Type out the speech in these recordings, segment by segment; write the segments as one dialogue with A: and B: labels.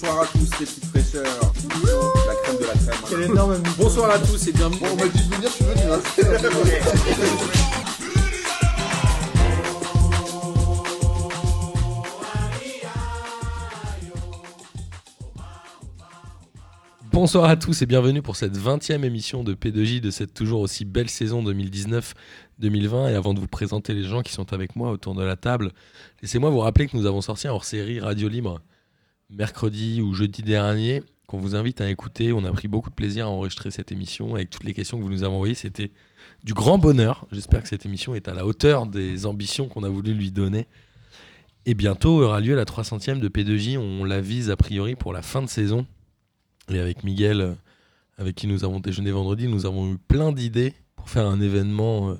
A: Bonsoir à tous les petites fraîcheurs. La crème de la crème.
B: Quel énorme mou-
A: Bonsoir à tous et bienvenue.
C: Bon, on m'a dit de venir, je suis venu. Hein.
D: Bonsoir à tous et bienvenue pour cette 20e émission de P2J de cette toujours aussi belle saison 2019-2020. Et avant de vous présenter les gens qui sont avec moi autour de la table, laissez-moi vous rappeler que nous avons sorti un hors-série Radio Libre mercredi ou jeudi dernier qu'on vous invite à écouter. On a pris beaucoup de plaisir à enregistrer cette émission avec toutes les questions que vous nous avez envoyées. C'était du grand bonheur. J'espère que cette émission est à la hauteur des ambitions qu'on a voulu lui donner. Et bientôt aura lieu la 300e de P2J. On la vise a priori pour la fin de saison. Et avec Miguel, euh, avec qui nous avons déjeuné vendredi, nous avons eu plein d'idées pour faire un événement euh,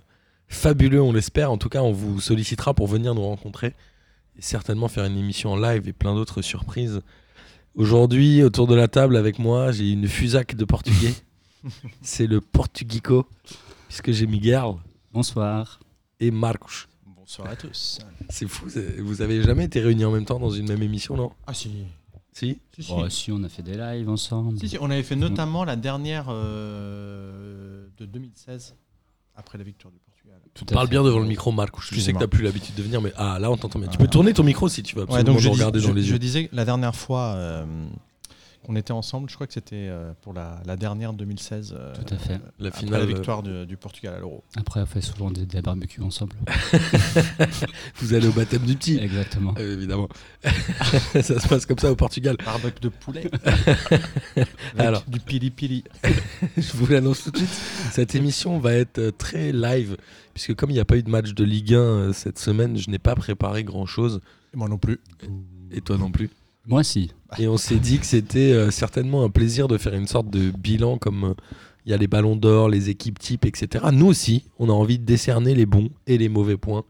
D: fabuleux, on l'espère. En tout cas, on vous sollicitera pour venir nous rencontrer et certainement faire une émission en live et plein d'autres surprises. Aujourd'hui, autour de la table avec moi, j'ai une fusac de portugais. C'est le Portugico, puisque j'ai Miguel
E: Bonsoir.
D: et Marcos.
B: Bonsoir à tous.
D: C'est fou, c'est- vous avez jamais été réunis en même temps dans une même émission, non
B: Ah si.
D: Si
B: Si, si.
E: Oh, si, on a fait des lives ensemble.
B: Si, si, On avait fait notamment la dernière euh, de 2016, après la victoire du Portugal.
E: Tout à
D: Parle
E: fait.
D: bien devant le micro, Marcos. Je sais que
E: Excusez-moi.
D: t'as plus l'habitude de venir, mais ah là, on t'entend bien. Tu
B: Ah.
D: peux tourner ton micro si tu veux absolument nous
B: je, dis-
D: regarder dans
B: je-
D: les
B: je
D: yeux.
B: disais la dernière fois euh, qu'on était ensemble, je crois que c'était euh, pour la, la dernière 2016, euh,
E: Tout à fait.
D: La
B: après la euh,
D: finale,
B: victoire du, du Portugal à l'Euro.
E: Après, on fait souvent des, des barbecues ensemble.
D: vous allez au baptême du petit.
E: Exactement.
D: Euh, évidemment. ça se passe comme ça au Portugal.
B: Barbecue de poulet. Avec
D: Alors.
B: Du pili pili.
D: Je vous l'annonce tout de suite. Cette émission va être euh, très live, puisque comme il n'y a pas eu de match de Ligue 1 euh, cette semaine, je n'ai pas préparé grand-chose,
B: Moi non plus.
D: et toi non plus.
E: Moi, si.
D: Et on s'est dit que c'était euh, certainement un plaisir de faire une sorte de bilan, comme euh, il y a les ballons d'or, les équipes types, etc. Nous aussi, on a envie de décerner les bons et les mauvais points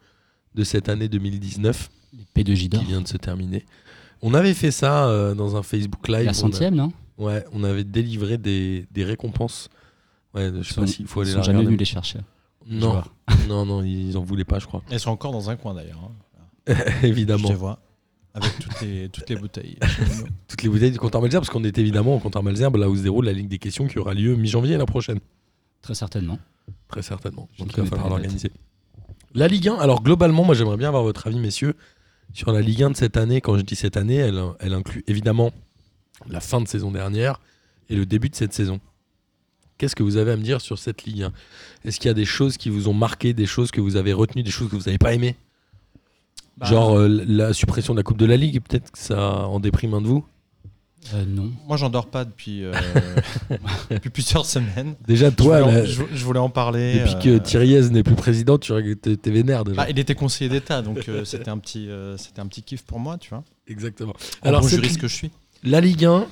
D: de cette année 2019.
E: Les P2J d'or.
D: qui vient de se terminer. On avait fait ça euh, dans un Facebook Live.
E: La centième, non
D: On a- ouais, on avait délivré des, des récompenses. Ouais, je sais pas
E: Ils
D: s'il faut
E: Ils
D: aller
E: sont
D: la
E: jamais
D: regarder.
E: venus les chercher. les
D: Non,
E: joueurs.
D: non, non, ils en voulaient pas, je crois.
B: Elles sont encore dans un coin d'ailleurs. hein. Je
D: évidemment.
B: te vois. Avec toutes les, toutes les bouteilles.
D: Toutes les bouteilles du comptoir Malzerbe, parce qu'on est évidemment au comptoir Malzerbe, là où se déroule la Ligue des questions qui aura lieu mi-janvier la prochaine.
E: Très certainement.
D: Très certainement.
E: Je
D: en
E: ne
D: tout cas, il va
E: connais pas
D: falloir
E: la date.
D: l'organiser. La Ligue 1, alors globalement, moi j'aimerais bien avoir votre avis, messieurs, sur la Ligue 1 de cette année. Quand je dis cette année, elle, elle inclut évidemment la fin de saison dernière et le début de cette saison. Qu'est-ce que vous avez à me dire sur cette Ligue 1 Est-ce qu'il y a des choses qui vous ont marqué, des choses que vous avez retenues, des choses que vous n'avez pas aimées
B: Bah,
D: Genre euh, la suppression de la Coupe de la Ligue, peut-être que ça en déprime un de vous
E: Euh, non.
B: Moi, j'en dors pas depuis, euh, depuis plusieurs semaines.
D: Déjà, toi,
B: je, voulais en,
D: là,
B: je- je voulais en parler.
D: depuis
B: euh,
D: que Thiriez n'est plus président, tu t'es t'es vénère déjà.
B: bah, il était conseiller d'État, donc euh, c'était un petit, euh, c'était un petit kiff pour moi, tu vois.
D: Exactement.
B: Alors, bon
D: cette
B: juriste que je suis.
D: La Ligue 1,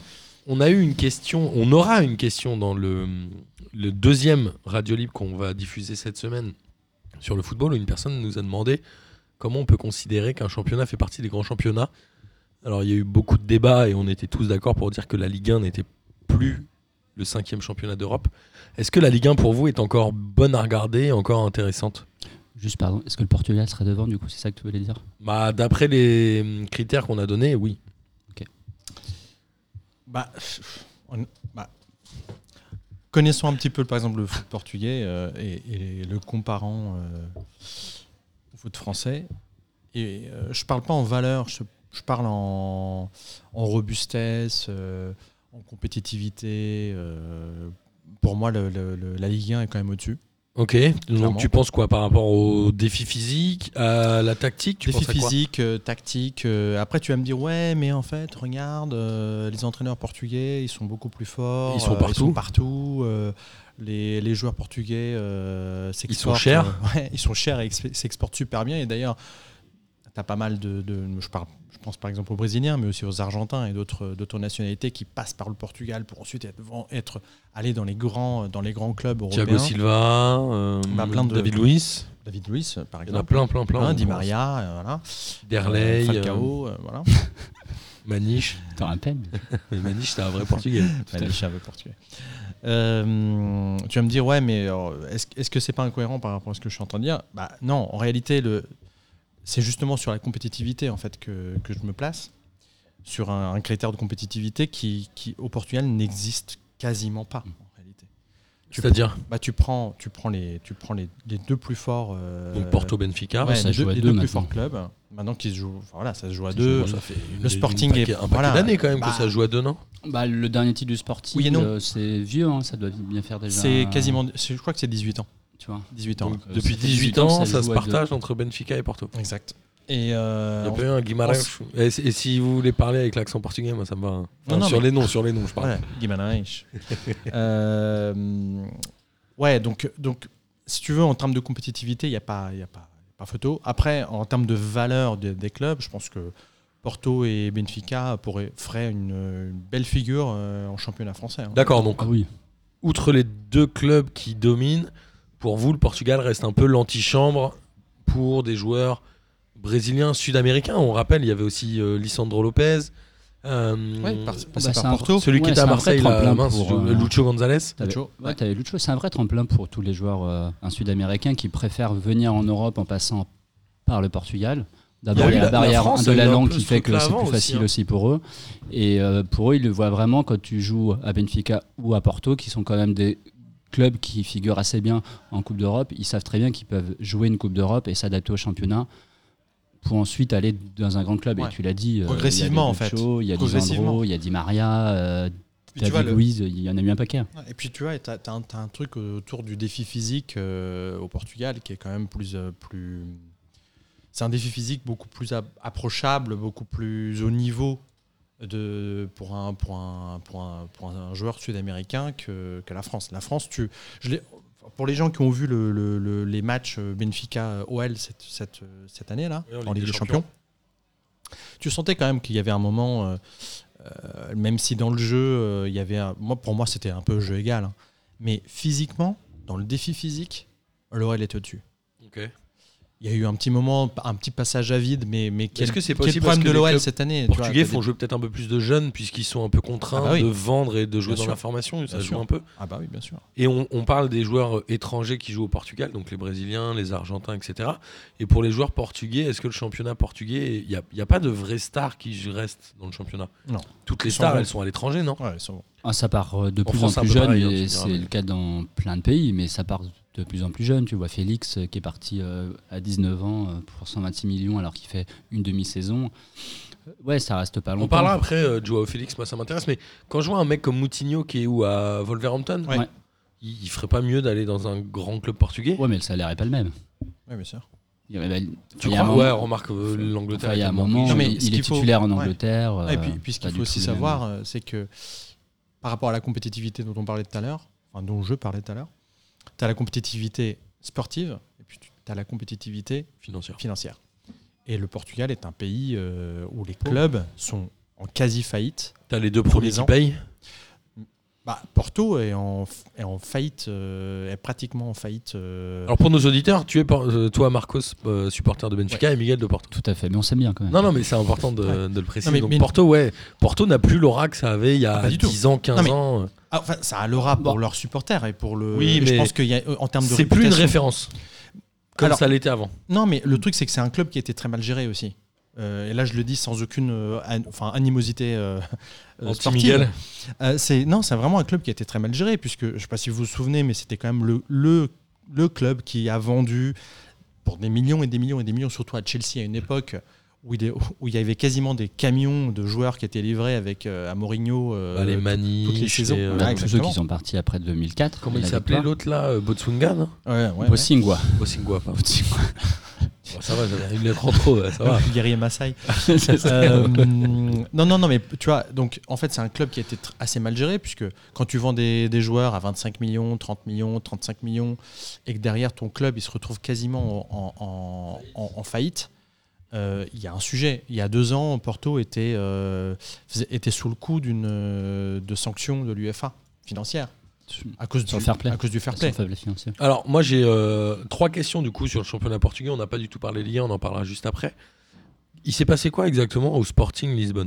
D: on a eu une question, on aura une question dans le, le deuxième Radio Libre qu'on va diffuser cette semaine sur le football où une personne nous a demandé comment on peut considérer qu'un championnat fait partie des grands championnats. Alors il y a eu beaucoup de débats et on était tous d'accord pour dire que la Ligue 1 n'était plus le cinquième championnat d'Europe. Est-ce que la Ligue 1 pour vous est encore bonne à regarder, encore intéressante
E: Juste, pardon. Est-ce que le Portugal serait devant, du coup C'est ça que tu voulais dire
D: bah, D'après les hum, critères qu'on a donnés, oui.
B: Bah, on- bah, connaissons un petit peu, par exemple, le foot portugais euh, et, et le comparant euh, au foot français. Et euh, je parle pas en valeur, je, je parle en, en robustesse, euh, en compétitivité. euh, pour moi, le- le- le- la Ligue 1 est quand même au-dessus.
D: Ok,
B: Clairement.
D: donc tu penses quoi par rapport au défi physique, à la tactique tu
B: Défi
D: penses à quoi
B: physique, euh, tactique. euh, après, tu vas me dire, ouais, mais en fait, regarde, euh, les entraîneurs portugais, ils sont beaucoup plus forts.
D: Ils sont
B: euh,
D: partout.
B: partout, euh, les, les joueurs portugais euh, s'exportent.
D: sont chers.
B: euh, ouais, ils sont chers et exp- s'exportent super bien. Et d'ailleurs, tu as pas mal de. de- je, parle, je pense par exemple aux Brésiliens, mais aussi aux Argentins et d'autres d'autres nationalités qui passent par le Portugal pour ensuite être, vont être allés dans les grands, dans les grands clubs européens.
D: Thiago Silva, euh,
B: Bah, plein de-
D: David Luiz,
B: David Luiz, par
D: il y en a
B: exemple.
D: plein, plein, plein.
B: Hein,
D: on
B: Di
D: pense.
B: Maria, euh, voilà.
D: Derley, euh,
B: Falcao, euh, voilà.
D: Maniche.
E: T'en rappelles
D: Mais Maniche, c'est un vrai portugais.
B: Bah, les chats veulent portugais. Euh, tu vas me dire, ouais, mais euh, est-ce est-ce que c'est pas incohérent par rapport à ce que je suis en train de dire Bah non, en réalité, le, c'est justement sur la compétitivité en fait que, que je me place. sur un, un critère de compétitivité qui, qui, au Portugal, n'existe quasiment pas, en réalité. Tu
D: C'est-à-dire
B: Bah, tu prends, tu prends, les, tu prends les, les deux plus forts. euh,
D: donc Porto Benfica.
B: ouais,
E: ça se
B: les
E: joue
B: deux,
E: à
B: les
E: deux
B: deux plus
E: maintenant.
B: forts clubs. Maintenant qu'ils se jouent, voilà, ça se joue à
D: ça
B: deux.
D: joue, ça fait une-
B: le Sporting
D: une paquet-
B: est-
D: un paquet
B: voilà.
D: d'années quand même
B: Bah.
D: que ça joue à deux non
E: Bah, le dernier titre du sportif,
B: Oui et non.
E: euh, c'est vieux, hein, ça doit bien faire déjà.
B: C'est
E: euh,
B: quasiment, c'est- je crois que c'est 18 ans.
E: Tu vois.
B: 18 ans.
D: Donc,
E: euh,
D: Depuis
E: ça fait
D: 18 ans, ça
E: ça joue
D: se
E: à deux.
D: partage entre Benfica et Porto.
B: Exact. Et euh,
D: Il y
B: Bah,
D: a
B: on-
D: pas eu un Guimarães. Et, si- et si vous voulez parler avec l'accent portugais, moi ça me va. hein. Enfin,
B: Non, non,
D: sur
B: mais-
D: les noms, sur les noms, je parle.
B: Voilà, Guimarães. Euh, ouais, donc, donc, si tu veux, en termes de compétitivité, il n'y a, pas- y a pas y a pas photo. Après, en termes de valeur de- des clubs, je pense que Porto et Benfica pourraient, feraient une, une belle figure euh, en championnat français. hein.
D: D'accord, donc
E: Ah oui.
D: outre les deux clubs qui dominent, pour vous, le Portugal reste un peu l'antichambre pour des joueurs brésiliens, sud-américains. On rappelle, il y avait aussi euh, Lisandro Lopez. euh,
B: Ouais, par- passer
E: bah,
B: par
E: c'est un-
B: Porto.
D: celui qui
E: Ouais,
D: était à
E: c'est un vrai
D: Marseille, là,
E: tremplin
D: mince,
E: pour,
D: je-
E: euh,
D: Lucho Gonzalez.
E: T'avais-
B: Lucho,
E: ouais, t'avais Lucho, c'est un vrai tremplin pour tous les joueurs euh, un sud-américains qui préfèrent venir en Europe en passant par le Portugal. D'abord,
D: Il y a
E: il y
D: eu
E: a
D: la-
E: la barrière
D: la France
E: de
D: a
E: la
D: eu un
E: langue
D: peu
E: qui
D: ce
E: fait que
D: truc-là
E: c'est
D: avant
E: plus
D: aussi,
E: facile
D: hein.
E: aussi pour eux. Et euh, pour eux, ils le voient vraiment quand tu joues à Benfica ou à Porto, qui sont quand même des clubs qui figurent assez bien en Coupe d'Europe. Ils savent très bien qu'ils peuvent jouer une Coupe d'Europe et s'adapter au championnat pour ensuite aller dans un grand club.
B: Ouais.
E: Et tu l'as dit, euh,
B: Progressivement, en
E: il y a
B: fait.
E: des Lucho, il y a
B: Progressivement.
E: Lisandro, il y a Di Maria, euh,
B: Puis tu vois,
E: David
B: le-
E: Luiz, il y en a eu un paquet.
B: Et puis tu vois, tu as, un truc autour du défi physique euh, au Portugal qui est quand même plus. euh, plus... C'est un défi physique beaucoup plus ap- approchable, beaucoup plus au niveau de, pour, un, pour, un, pour, un, pour un joueur sud-américain que, que la France. La France, tu, je l'ai- pour les gens qui ont vu le- le- le- les matchs euh, Benfica-OL cette, cette, euh, cette année-là,
D: Oui, en
B: en Ligue des Champions, tu sentais quand même qu'il y avait un moment, euh, euh, même si dans le jeu, euh, il y avait un- moi, pour moi, c'était un peu jeu égal. hein. mais physiquement, dans le défi physique, l'OL était au-dessus.
D: Ok.
B: Il y a eu un petit moment, un petit passage à vide, mais, mais quel,
D: Est-ce que c'est
B: quel
D: possible parce
B: problème
D: que
B: de
D: les
B: l'OL
D: clubs
B: cette année tu
D: Les
B: vois,
D: Portugais
B: t'as des-
D: font jouer peut-être un peu plus de jeunes puisqu'ils sont un peu contraints
B: Ah bah oui.
D: de vendre et de jouer
B: Bien
D: dans
B: sûr.
D: la formation. Ça
B: Bien
D: joue
B: sûr.
D: un peu.
B: Ah bah oui, bien sûr.
D: Et on, on parle des joueurs euh, étrangers qui jouent au Portugal, donc les Brésiliens, les Argentins, etc. Et pour les joueurs portugais, est-ce que le championnat portugais, il n'y a, il y a pas de vraies stars qui restent dans le championnat
B: Non.
D: Toutes les
B: Ils sont
D: stars,
B: bons.
D: elles sont à l'étranger, non
B: Ouais, ils sont-
E: Ah, ça part euh, de
D: En
E: plus
D: France, c'est
E: en
D: un
E: plus
D: peu
E: jeune,
D: pareil, hein, tu me
E: et
D: diras,
E: c'est
D: mais-
E: le cas dans plein de pays, mais ça part de plus en plus jeune. Tu vois Félix euh, qui est parti euh, à 19 ans euh, pour 126 millions alors qu'il fait une demi-saison. Euh, Ouais, ça reste pas longtemps.
D: On parlera après euh, de Joao Félix, moi ça m'intéresse, mais quand je vois un mec comme Moutinho qui est où à Wolverhampton,
B: Ouais.
E: Ouais.
D: il, il ferait pas mieux d'aller dans un grand club portugais
E: Ouais, mais le salaire est pas le même.
B: ouais, bien sûr.
E: Il y a- bah,
D: Tu
E: il y a un
D: crois
E: moment-
D: Ouais, remarque, euh, l'Angleterre.
E: enfin, il y a un
D: est tellement
E: moment,
D: riche.
B: Non, mais
E: il,
B: ce
E: il est
B: qu'il faut-
E: tentaire en
B: ouais.
E: Angleterre.
B: Ah, et puis,
E: euh,
B: puis ce
E: pas
B: qu'il
E: du
B: faut
E: tout
B: aussi
E: le même.
B: savoir, euh, c'est que par rapport à la compétitivité dont on parlait tout à l'heure, enfin dont je parlais tout à l'heure, tu as la compétitivité sportive et puis tu as la compétitivité
D: Financière.
B: financière. Et le Portugal est un pays euh, où les clubs sont en quasi faillite.
D: T'as les deux
B: Tous
D: premiers
B: les
D: qui
B: ans.
D: payent
B: Bah, Porto est en, f- est en faillite, euh, est pratiquement en faillite. euh,
D: Alors pour nos auditeurs, tu es por- euh, toi Marcos, euh, supporter de Benfica et Miguel de Porto.
E: Tout à fait, mais on s'aime bien quand même.
D: Non, non, mais c'est important de,
B: Ouais.
D: de le préciser.
B: Non, mais-
D: Donc
B: mais-
D: Porto, ouais, Porto n'a plus l'aura que ça avait il y a
B: Ah, pas du tout.
D: 10 ans, 15
B: Non, mais-
D: ans.
B: ah, enfin, ça a l'aura pour
E: Bon.
B: leurs supporters et pour le.
D: Oui,
B: et je
D: mais
B: pense qu'il y a euh, en termes de.
D: C'est plus une
B: réputation-
D: référence. Comme
B: Alors-
D: ça l'était avant.
B: Non, mais le truc, c'est que c'est un club qui a été très mal géré aussi. Euh, et là, je le dis sans aucune euh, an- enfin, animosité euh, euh,
D: Anti
B: sportive.
D: Miguel.
B: Euh, c'est- non, c'est vraiment un club qui a été très mal géré, puisque je ne sais pas si vous vous souvenez, mais c'était quand même le, le, le club qui a vendu pour des millions et des millions et des millions, surtout à Chelsea à une époque où il, est- où il y avait quasiment des camions de joueurs qui étaient livrés avec euh, à Mourinho. euh,
D: Bah, les Maniche,
B: toutes les saisons. Ah,
D: les, euh,
B: Ouais,
E: Tous ceux
B: exactement.
E: qui sont partis après 2004.
D: Comment il
E: la
D: s'appelait
E: victoire.
D: l'autre là euh, Botsunga, non
B: Ouais, ouais, ouais.
E: Bossingwa.
D: Botsingwa, pardon. Bon, Oh, ça va, j'avais une lettre en trop, Ah, ouais, ça va.
B: Guerrier Maasai.
E: C'est ça.
B: Euh, non, non, non, mais tu vois, donc en fait, c'est un club qui a été tr- assez mal géré, puisque quand tu vends des, des joueurs à 25 millions, 30 millions, 35 millions, et que derrière ton club, il se retrouve quasiment en, en- en- en faillite, euh, il y a un sujet. Il y a deux ans, Porto était, euh, faisait- était sous le coup d'une euh, de sanctions de l'UFA financière à cause,
E: Sur
B: du,
E: le fair play.
B: à cause du fair
E: Sans
B: play.
E: faible financier.
D: Alors, moi, j'ai euh, trois questions du coup sur le championnat portugais. On n'a pas du tout parlé lié, on en parlera juste après. Il s'est passé quoi exactement au Sporting Lisbonne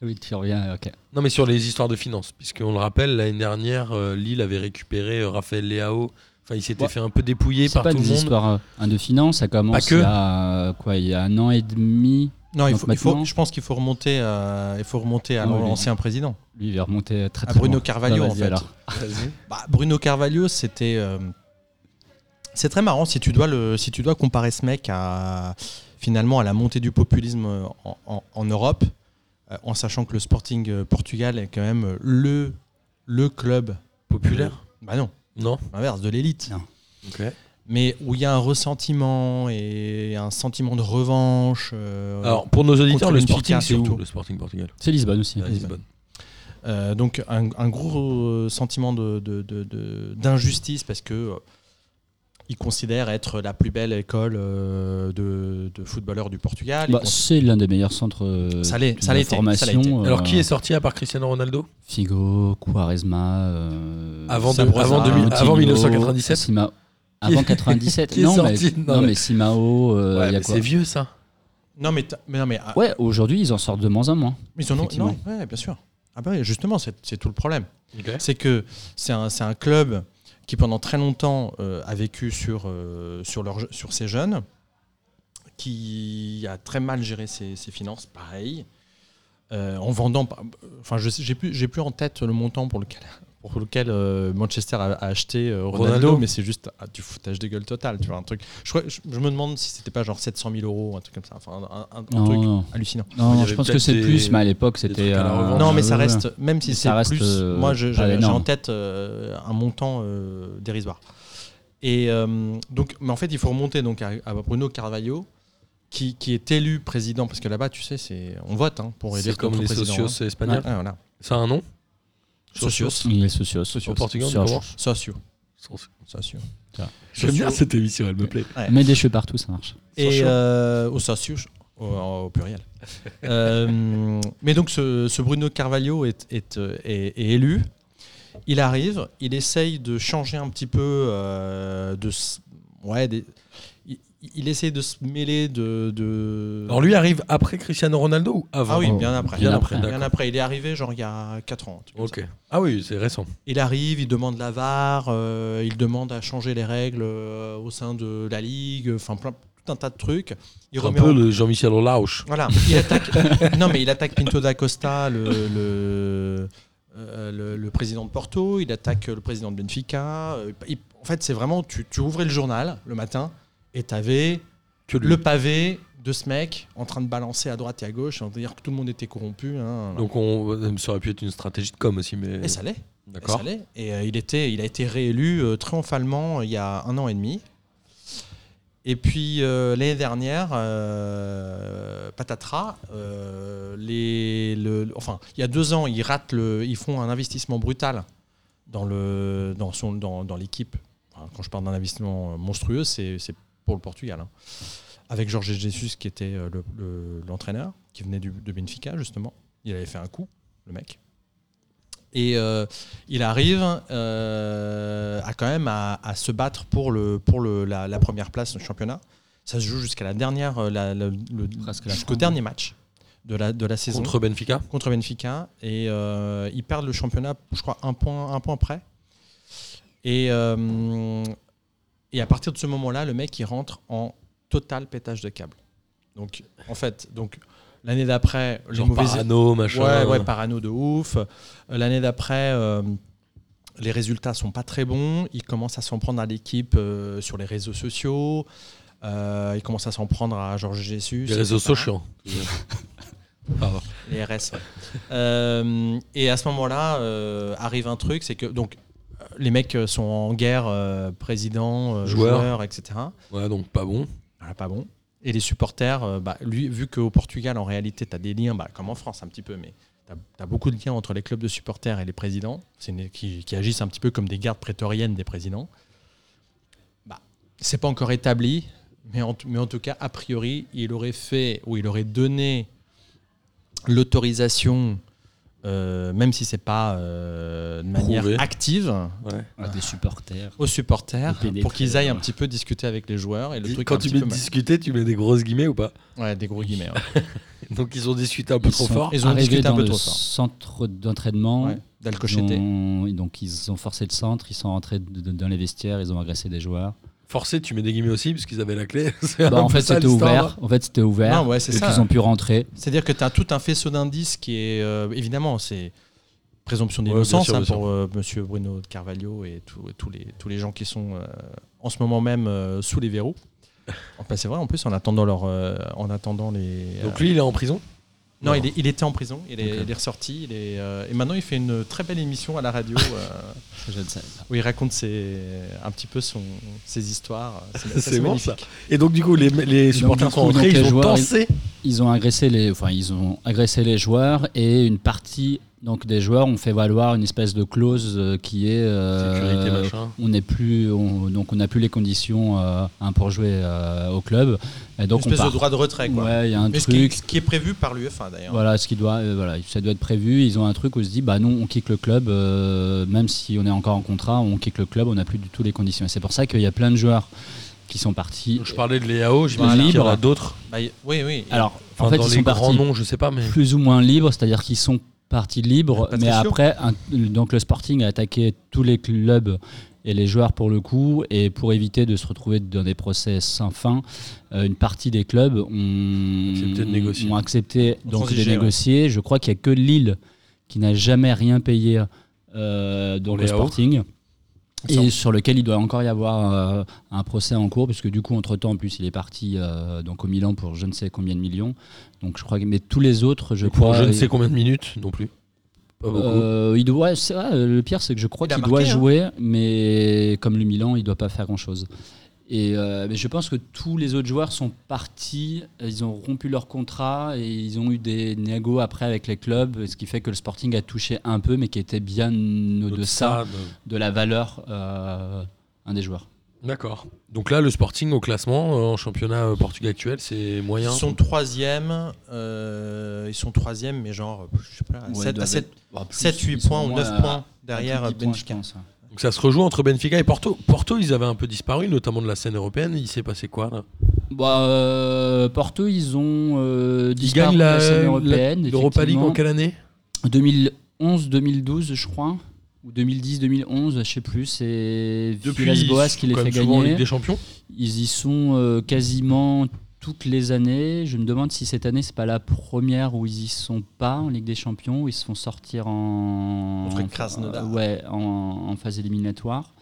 E: Oui, tu reviens, ok.
D: Non, mais sur les histoires de finances, puisqu'on le rappelle, l'année dernière, euh, Lille avait récupéré euh, Raphaël Leao. Enfin, il s'était
E: Ouais.
D: fait un peu dépouiller
E: C'est
D: par
E: pas
D: tout le
E: des
D: monde.
E: histoires euh, hein, de finance, ça commence
D: Pas que.
E: il y a euh, quoi, il y a un an et demi.
B: Non, il
E: Donc
B: faut, il faut-
E: maintenant-
B: je pense qu'il faut remonter à, il faut remonter à
E: Ah oui.
B: l'ancien président.
E: Lui, il est remonté très
B: À
E: très
B: Bruno
E: loin.
B: Carvalho,
E: Ah,
B: en
E: vas-y,
B: fait.
E: alors.
B: Bah, Bruno Carvalho, c'était. euh, c'est très marrant si tu, dois le, si tu dois comparer ce mec à, finalement à la montée du populisme euh, en, en- en Europe, euh, en sachant que le Sporting euh, Portugal est quand même euh, le, le club.
D: Populaire
B: Bah non,
D: Non
B: l'inverse, de l'élite.
E: Non.
D: Ok.
B: Mais où il y a un ressentiment et un sentiment de revanche. euh,
D: Alors, pour nos
B: Contre
D: auditeurs, le
B: Benfica,
D: Sporting, c'est où,
B: surtout.
D: Le Sporting Portugal.
E: C'est Lisbonne aussi.
D: Ah, Lisbonne.
B: Euh, donc un, un gros euh, sentiment de- de- de- de- d'injustice parce que euh, ils considèrent être la plus belle école euh, de, de footballeurs du Portugal. Ils
E: Bah,
B: cons-
E: c'est l'un des meilleurs centres euh,
B: Ça l'est-
E: de
B: ça l'a été, ça l'a
E: formation.
B: été.
E: euh,
D: Alors, qui est sorti à part Cristiano Ronaldo
E: Figo, Quaresma. euh,
D: Avant, de-
B: Sabrosa,
D: avant, 2000
E: Coutinho,
D: avant 1997
E: Sima- Avant 97
D: qui est
E: non,
D: sorti
E: mais,
D: Non,
E: non,
D: mais-
E: mais Simao, euh,
D: Ouais,
E: il y a
D: mais
E: quoi
D: C'est vieux, ça.
B: non mais, t'as- mais non mais ah,
E: Ouais, aujourd'hui, ils en sortent de moins en moins.
B: ils en ont-
E: effectivement.
B: non, ouais, bien sûr. Ah bah oui, justement c'est c'est tout le problème.
D: Ok.
B: C'est que c'est un, c'est un club qui pendant très longtemps euh, a vécu sur, euh, sur, leur, sur ses jeunes, qui a très mal géré ses, ses finances, pareil, euh, en vendant. par- Enfin, je sais- j'ai plus, j'ai plus en tête le montant pour lequel, pour lequel euh, Manchester a, a acheté euh, Ronaldo,
D: Ronaldo.
B: mais c'est juste ah, du foutage de gueule total, tu vois un truc. Je, crois- je, je me demande si c'était pas genre 700 000 euros, un truc comme ça, enfin un, un- un
E: Non,
B: truc
E: non.
B: hallucinant.
E: Non,
D: Il y
E: je
D: avait
E: pense que
D: peut-être
E: c'est
D: des-
E: plus, mais à l'époque, c'était.
D: trucs à la
E: euh,
D: revente.
B: Non, mais ça
E: ouais, ouais.
B: reste, même si
E: Mais
B: c'est
E: ça reste,
B: plus,
E: euh,
B: moi je-
E: pas
B: j'avais- j'ai
E: énorme.
B: en tête euh, un montant euh, dérisoire. Et euh, donc, mais en fait, il faut remonter donc à, à Bruno Carvalho, qui, qui est élu président, parce que là-bas, tu sais, c'est on vote hein, pour
D: C'est
B: élire
D: comme
B: notre
D: les
B: président.
D: socios
B: hein.
D: espagnols.
B: Ah, voilà.
D: Ça a un nom
B: Socios.
E: euh, Il est socios.
D: Au Portugal,
E: Sur-
D: comment
B: Sociaux.
D: Socios.
B: Sociaux.
D: J'aime bien cette émission, elle me plaît.
E: Eh. Mets des cheveux partout, ça marche.
B: Et
D: Sociaux.
B: euh, au sociaux, au, au pluriel. Euh, mais donc ce, ce Bruno Carvalho est, est, euh, est- est élu. Il arrive, il essaye de changer un petit peu euh, de. s- Ouais, des- il, il essaye de se mêler de. de-
D: Alors, lui arrive après Cristiano Ronaldo ou avant
B: ah oui, bien après.
E: Bien
D: après,
B: Bien
D: d'accord.
B: après. Il est arrivé genre il y a 4 ans. un truc comme ça.
D: Ok. Ah oui, c'est récent.
B: Il arrive, il demande la VAR, euh, il demande à changer les règles euh, au sein de la ligue, enfin plein tout un tas de trucs. Il
D: un
B: remet
D: peu
B: en-
D: le Jean-Michel Lauch.
B: Voilà, il attaque. non, mais il attaque Pinto da Costa, le, le, euh, le- le président de Porto. Il attaque le président de Benfica. euh, il- en fait, c'est vraiment tu, tu ouvrais le journal le matin et t'avais
D: Que lui.
B: le pavé de ce mec en train de balancer à droite et à gauche, en dire que tout le monde était corrompu. hein.
D: Donc, on... euh, ça aurait pu être une stratégie de com aussi, mais.
B: et ça l'est. Et
D: D'accord.
B: ça l'est. Et euh, il, était, il a été réélu euh, triomphalement il y a un an et demi. Et puis euh, l'année dernière, euh, patatras, euh, les, le- le- enfin, il y a deux ans, ils, ratent le, ils font un investissement brutal dans, le, dans, son, dans, dans l'équipe. Enfin, quand je parle d'un investissement monstrueux, c'est, c'est pour le Portugal. hein. Avec Jorge Jesus, qui était euh, le- le- l'entraîneur, qui venait du- de Benfica, justement. Il avait fait un coup, le mec. Et euh, il arrive euh, à quand même à, à se battre pour, le, pour le, la, la première place du championnat. Ça se joue jusqu'à la dernière, euh, la- la- le-
E: Presque la
B: jusqu'au
E: fin.
B: dernier match de la, de la saison
D: Contre Benfica
B: contre Benfica et euh, ils perdent le championnat, je crois, un point, un point près. Et, euh, et à partir de ce moment-là, le mec, il rentre en total pétage de câble. Donc, en fait, donc l'année d'après, les
D: Genre euh.
B: mauvais
D: Parano, machin.
B: Ouais, ouais, parano de ouf. Euh, L'année d'après, euh, les résultats sont pas très bons. Il commence à s'en prendre à l'équipe euh, sur les réseaux sociaux. Euh, il commence à s'en prendre à Georges Jésus.
D: Les réseaux sociaux. Pardon.
B: Les RS. ouais. Euh, et à ce moment-là, euh, arrive un truc, c'est que donc euh, les mecs euh, sont en guerre, euh, président, euh,
D: Joueur.
B: joueur. etc.
D: Ouais, donc pas bon.
B: Voilà, Ah, pas bon. Et les supporters, euh, bah, lui, vu qu'au Portugal, en réalité, tu as des liens, bah, comme en France un petit peu, mais tu as, beaucoup de liens entre les clubs de supporters et les présidents, c'est une- qui, qui agissent un petit peu comme des gardes prétoriennes des présidents. Bah, c'est pas encore établi, mais en, tout- mais en tout cas, a priori, il aurait fait ou il aurait donné l'autorisation, euh, même si c'est pas euh, de manière
D: Prouvé.
B: active,
E: Ah, Des supporters.
B: aux supporters
E: Au pénétrer,
B: pour qu'ils aillent un
E: ouais.
B: petit peu discuter avec les joueurs. Et le truc
D: Quand
B: est un
D: tu
B: petit
D: mets
B: peu mal-
D: discuter, tu mets des grosses guillemets ou pas
B: Ouais, des gros guillemets. hein. ouais.
D: Donc, ils ont discuté un peu
E: Ils
D: trop
E: sont
D: fort.
B: Ils ont
E: arrivés
B: discuté un
E: dans
B: peu
E: le
B: trop fort.
E: centre d'entraînement.
B: Ouais,
E: Ils
B: d'Alcocheté.
E: ont- donc ils ont forcé le centre, ils sont rentrés de- de- dans les vestiaires, ils ont agressé des joueurs.
D: Forcé, tu mets des guillemets aussi, parce qu'ils avaient la clé. C'est un
E: Bah, en
D: peu
E: fait,
D: ça,
E: c'était
D: l'histoire.
E: ouvert. En fait, c'était ouvert.
B: Non, ouais, c'est
E: et
B: ça.
E: qu'ils ont pu rentrer.
B: C'est-à-dire que tu as tout un faisceau d'indices qui est. euh, évidemment, c'est présomption
D: Ouais, bien
B: d'innocence
D: sûr,
B: hein,
D: bien sûr.
B: pour euh, monsieur Bruno Carvalho et tous- tous les, tous les gens qui sont euh, en ce moment même euh, sous les verrous. Enfin, c'est vrai, en plus, en attendant, leur, euh, en attendant les. euh,
D: Donc lui, il est en prison.
B: Non,
D: Non.
B: il, est- il était en prison, il est,
D: Ok.
B: il est ressorti, il est, euh, et maintenant il fait une très belle émission à la radio euh,
E: Je ne sais pas.
B: où il raconte ses, un petit peu son, ses histoires.
D: C'est
B: assez
D: bon,
B: magnifique.
D: Et donc, du coup, les, les supporters
E: du
D: sont
E: coup,
D: rentrés,
E: donc, les
D: ils ont
E: joueurs,
D: dansé.
E: Ils ont agressé les, enfin, ils ont agressé les joueurs et une partie donc des joueurs ont fait valoir une espèce de clause euh, qui est euh,
D: Sécurité, machin.
E: on n'est plus, on- donc on n'a plus les conditions euh, hein, pour jouer euh, au club. Et donc
B: une espèce
E: on part.
B: de droit de retrait, quoi.
E: Ouais, il y a un
B: Mais ce qui,
E: truc.
B: ce qui est prévu par l'UEFA d'ailleurs.
E: Voilà, ce qui doit, euh, voilà, ça doit être prévu. Ils ont un truc où ils se dit, bah non, on quitte le club, euh, même si on est encore en contrat, on quitte le club, on n'a plus du tout les conditions. Et c'est pour ça qu'il y a plein de joueurs qui sont partis.
D: Donc, je parlais de Léao, j'imagine
E: Voilà.
D: qu'il y en a d'autres.
B: Bah, y- oui, oui.
E: Alors,
D: Enfin,
E: en fait,
D: dans
E: ils
D: les
E: sont
D: grands
E: partis
D: noms, je sais pas, mais.
E: plus ou moins libres, c'est-à-dire qu'ils sont partis libres,
B: Patricio.
E: mais après, un- donc le Sporting a attaqué tous les clubs et les joueurs pour le coup, et pour éviter de se retrouver dans des procès sans fin, euh, une partie des clubs ont
D: Accepté de négocier.
E: ont accepté
B: Ont
E: donc de
B: transigé, ouais.
E: négocier. Je crois qu'il n'y a que Lille qui n'a jamais rien payé euh, dans
D: Pour
E: le
D: les AO.
E: Sporting.
B: Sur-
E: Et sur lequel il doit encore y avoir euh, un procès en cours, puisque du coup, entre-temps, en plus, il est parti euh, donc au Milan pour je ne sais combien de millions. Donc je crois que mais tous les autres, je
D: Pour
E: crois.
D: je ne
E: euh,
D: sais combien de minutes non plus. Pas beaucoup.
E: euh, il doit, c'est vrai, le pire, c'est que je crois
B: Il a
E: qu'il doit
B: marqué, hein.
E: jouer, mais comme le Milan, il doit pas faire grand-chose. Et euh, mais je pense que tous les autres joueurs sont partis, ils ont rompu leur contrat et ils ont eu des négos après avec les clubs, ce qui fait que le Sporting a touché un peu, mais qui était bien au-deçà
D: Au-deçà de-
E: de la valeur euh, un des joueurs.
D: D'accord. Donc là, le Sporting au classement euh, en championnat euh, portugais actuel, c'est
B: ils
D: moyen.
B: sont troisième, euh, ils sont troisième, mais genre, je sais pas,
E: Ouais, ils doivent
B: 7,
E: être- Bon, plus, ils
B: 8
E: sont
B: points ou
E: moins euh,
B: 9
E: à-
B: points
E: à plus de
B: derrière
E: 10 points, je
B: Benfica.
E: pense, ouais.
D: Donc ça se rejoue entre Benfica et Porto. Porto, ils avaient un peu disparu, notamment de la scène européenne. Il s'est passé quoi là
E: Bah, euh, Porto, ils ont euh,
D: Ils
E: disparu
D: gagnent
E: de
D: la,
E: la scène européenne.
D: l'Europa League en
E: effectivement.
D: quelle année
E: 2011-2012, je crois, ou 2010-2011, je sais plus. C'est Villas-Boas qui les
D: quand
E: fait
D: même souvent en Ligue
E: gagner.
D: des Champions.
E: Ils y sont euh, quasiment toutes les années. Je me demande si cette année, c'est pas la première où ils y sont pas en Ligue des Champions, où ils se font sortir en,
B: Contre Krasnodar.
E: euh, ouais, en, en phase éliminatoire.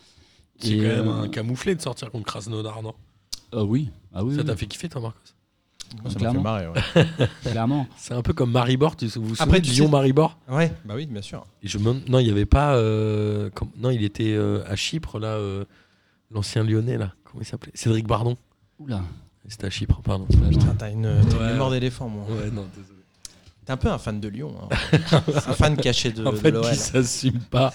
D: C'est
E: Et,
D: quand même
E: euh,
D: un camouflé de sortir contre Krasnodar, non
E: euh, oui, ah oui,
D: Ça
E: oui,
D: t'a fait kiffer, toi, Marcos
B: Moi, ça m'a fait
E: Clairement.
B: marrer, ouais.
E: clairement.
D: C'est un peu comme Maribor. Tu, vous vous
B: Après,
D: souvenez de
B: tu
D: Lyon
B: sais-
D: Maribor
B: ouais, bah oui, bien sûr.
D: Et je me- Non, il n'y avait pas. euh, comme- Non, il était euh, à Chypre, là, euh, l'ancien Lyonnais, là. Comment il s'appelait Cédric Bardon.
E: Oula.
D: C'était à Chypre, pardon.
E: Bah, non.
B: Putain, t'as une, t'as une
D: Ouais.
B: mémoire d'éléphant, moi.
D: Ouais, non, désolé.
B: T'es un peu un fan de Lyon. hein. un fan caché de,
D: En
B: de
D: fait,
B: l'OL.
D: qui s'assume pas.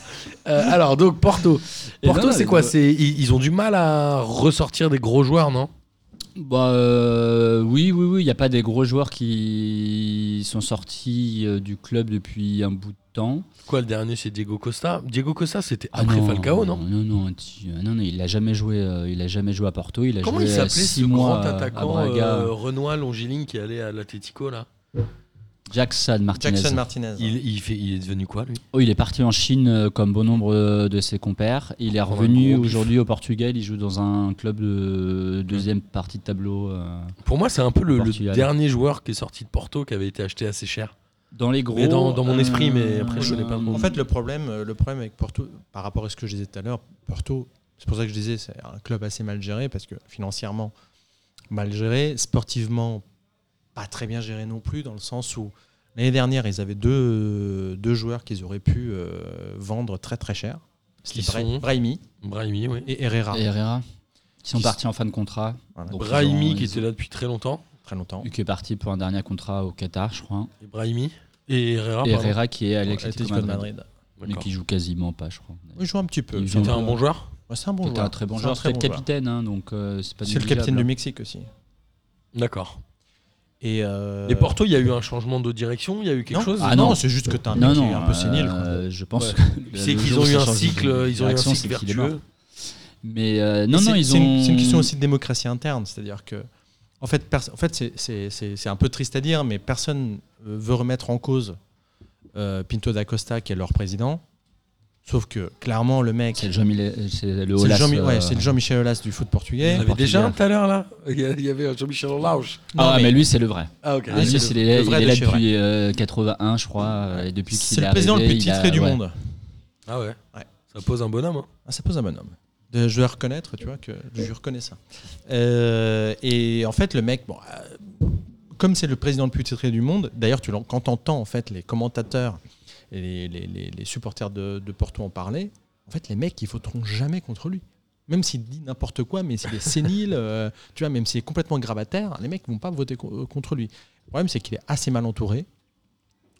D: Euh, alors, donc, Porto.
E: Eh
D: Porto,
E: ben,
D: c'est quoi
E: le-
D: C'est ils, ils ont du mal à ressortir des gros joueurs, non
E: Bah, euh, oui, oui, oui. Il n'y a pas des gros joueurs qui sont sortis euh, du club depuis un bout de temps.
D: Quoi, le dernier, c'est Diego Costa. Diego Costa, c'était Ah, après Falcao, non
E: Ah Non, non, tu- non, non, il a jamais joué. euh, il a jamais joué à Porto. Il a
D: Comment
E: joué
D: il s'appelait
E: six
D: ce
E: mois
D: grand
E: à- à
D: attaquant
E: Braga.
D: euh, Renoir Longiligne qui allait à l'Atlético là
E: Jackson Martinez.
B: Jackson Martinez. hein.
D: il, il fait, il est devenu quoi lui
E: Oh, il est parti en Chine euh, comme bon nombre euh, de ses compères. Il est
D: Prendre un
E: revenu
D: gros bif.
E: aujourd'hui au Portugal. Il joue dans un club de deuxième partie de tableau. euh,
D: Pour moi, c'est un peu le, le
E: Portugal.
D: dernier joueur qui est sorti de Porto qui avait été acheté assez cher.
E: dans les gros. euh,
D: Mais dans- dans mon esprit, mais après, je connais pas trop.
B: En
E: Mhm.
B: fait, le problème, euh, le problème avec Porto, par rapport à ce que je disais tout à l'heure, Porto, c'est pour ça que je disais, c'est un club assez mal géré parce que financièrement mal géré, sportivement pas très bien géré non plus, dans le sens où l'année dernière, ils avaient deux, deux joueurs qu'ils auraient pu euh, vendre très très cher.
D: Qui
B: C'était Bra-
D: sont
B: Brahimi
D: Brahimi, oui.
B: et Herrera,
E: Et Herrera. Qui sont
B: Qui-
E: partis en fin de contrat.
B: Voilà.
E: Donc, ils
D: Brahimi
E: ont-
D: qui
E: ils
D: était là depuis très longtemps.
B: très longtemps.
E: qui est parti pour un dernier contrat au Qatar, je crois.
D: Et Brahimi et Herrera.
E: et
D: pardon.
E: Herrera qui est à l'Atlético
B: Atletico
E: Madrid,
B: de Ah, Madrid.
E: mais
D: D'accord.
E: qui joue quasiment pas, je crois.
B: Il joue un petit peu.
E: Il joue
D: C'était un bon joueur.
B: Ouais, C'est un bon
E: C'était
B: joueur.
E: un très bon
B: C'est
E: joueur,
B: très
E: c'était le
B: bon joueur.
E: capitaine, hein, donc euh, c'est pas
B: C'est le
E: négligeable.
B: capitaine du Mexique aussi.
D: D'accord.
B: Et, euh,
D: Et Porto, il y a eu un changement de direction, il y a eu quelque
B: non
D: chose
E: Ah
B: non,
E: non.
B: c'est juste que t'as un
E: Non,
B: mec qui
E: non,
B: est un peu sénile. quoi.
E: euh, je pense
D: Ouais.
E: que le-
D: C'est
E: le
D: qu'ils
E: jour
D: ont
E: où
D: eu
E: ça
D: un
E: change de
D: cycle, ils ont eu un
E: direction,
D: cycle
E: c'est qu'il est mort.
D: vertueux.
E: Mais euh,
B: Et
E: non,
B: c'est-
E: non, ils
B: c'est une-
E: ont.
B: C'est une question aussi de démocratie interne, c'est-à-dire que, en fait, pers- en fait c'est- c'est c'est- c'est un peu triste à dire, mais personne euh, veut remettre en cause euh, Pinto da Costa, qui est leur président, Sauf que clairement, le mec.
E: C'est le Jean-Michel C'est le
B: C'est le
E: Aulas,
B: Jean- ouais,
E: euh, Ah,
B: c'est le Jean-Michel Aulas du foot portugais.
D: Il y avait déjà un
E: Portugal.
D: tout à l'heure là Il y a- il y avait un Jean-Michel Lange.
E: Ah,
B: Non,
E: mais lui, c'est le vrai.
D: Ah ok.
E: Ah,
B: Lui,
E: lui,
B: c'est le-
E: c'est- il est
B: le vrai
E: il est
B: de
E: là
B: chez
E: depuis euh, 81, je crois. Et depuis qu'il
B: C'est
E: est
B: le président le
E: arrivé,
B: plus
E: il a-
B: titré du
E: ouais.
B: monde.
D: Ah ouais.
B: Ouais.
D: Ça pose un bonhomme. hein.
B: Ah, ça pose un bonhomme. De- je dois reconnaître, tu vois, que je lui reconnais ça. Euh, et en fait, le mec, bon, euh, comme c'est le président le plus titré du monde, d'ailleurs, tu l'en- quand tu entends en fait, les commentateurs et les, les- les- les supporters de, de Porto en parler, en fait, les mecs, ils voteront jamais contre lui. Même s'il dit n'importe quoi, mais s'il est sénile, euh, tu vois, même s'il est complètement grabataire, les mecs vont pas voter co- euh, contre lui. Le problème, c'est qu'il est assez mal entouré,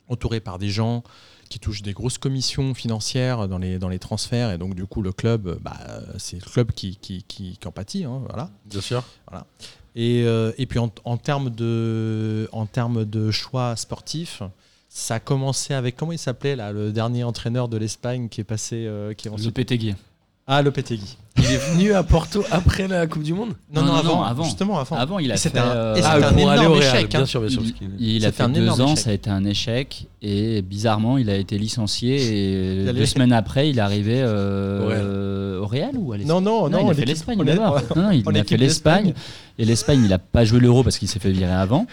B: entouré par des gens qui touche des grosses commissions financières dans les, dans les transferts. Et donc, du coup, le club, euh, bah, euh, c'est le club qui, qui, qui, qui en pâtit. hein, voilà.
D: Bien sûr.
B: et, euh, et puis, en, en termes de, en termes de choix sportifs, ça a commencé avec, comment il s'appelait, là, le dernier entraîneur de l'Espagne qui est passé, euh, qui est
E: Le
B: ensuite...
E: Pétéguier.
B: Ah, Lopetegui.
D: Il est venu à Porto après la Coupe du Monde.
B: Non, non,
E: Non, non,
B: avant,
E: non, avant.
B: Justement, avant.
E: Avant, il
B: Et
E: a fait.
B: c'était un-
E: euh,
B: et c'était un
D: Ah, pour aller au
B: énorme
D: Real,
B: échec,
D: Bien
B: hein.
D: sûr, bien sûr. parce qu'il-
E: Il a
B: C'était
E: fait
B: un
E: deux
B: énorme
E: ans,
B: échec.
E: ça a été un échec. Et bizarrement, il a été licencié.
B: Il
E: Et
B: allait-
E: deux semaines après, il est arrivé euh,
D: Au Real.
E: euh, au Real ou à l'Espagne
B: Non, non, non,
E: il
B: on
E: a fait
B: est-
E: l'Espagne
B: on est-
E: d'abord. Non, non, il
B: en
E: a fait
B: équipe
E: l'Espagne.
B: d'Espagne.
E: Et l'Espagne, il n'a pas joué l'Euro parce qu'il s'est fait virer avant.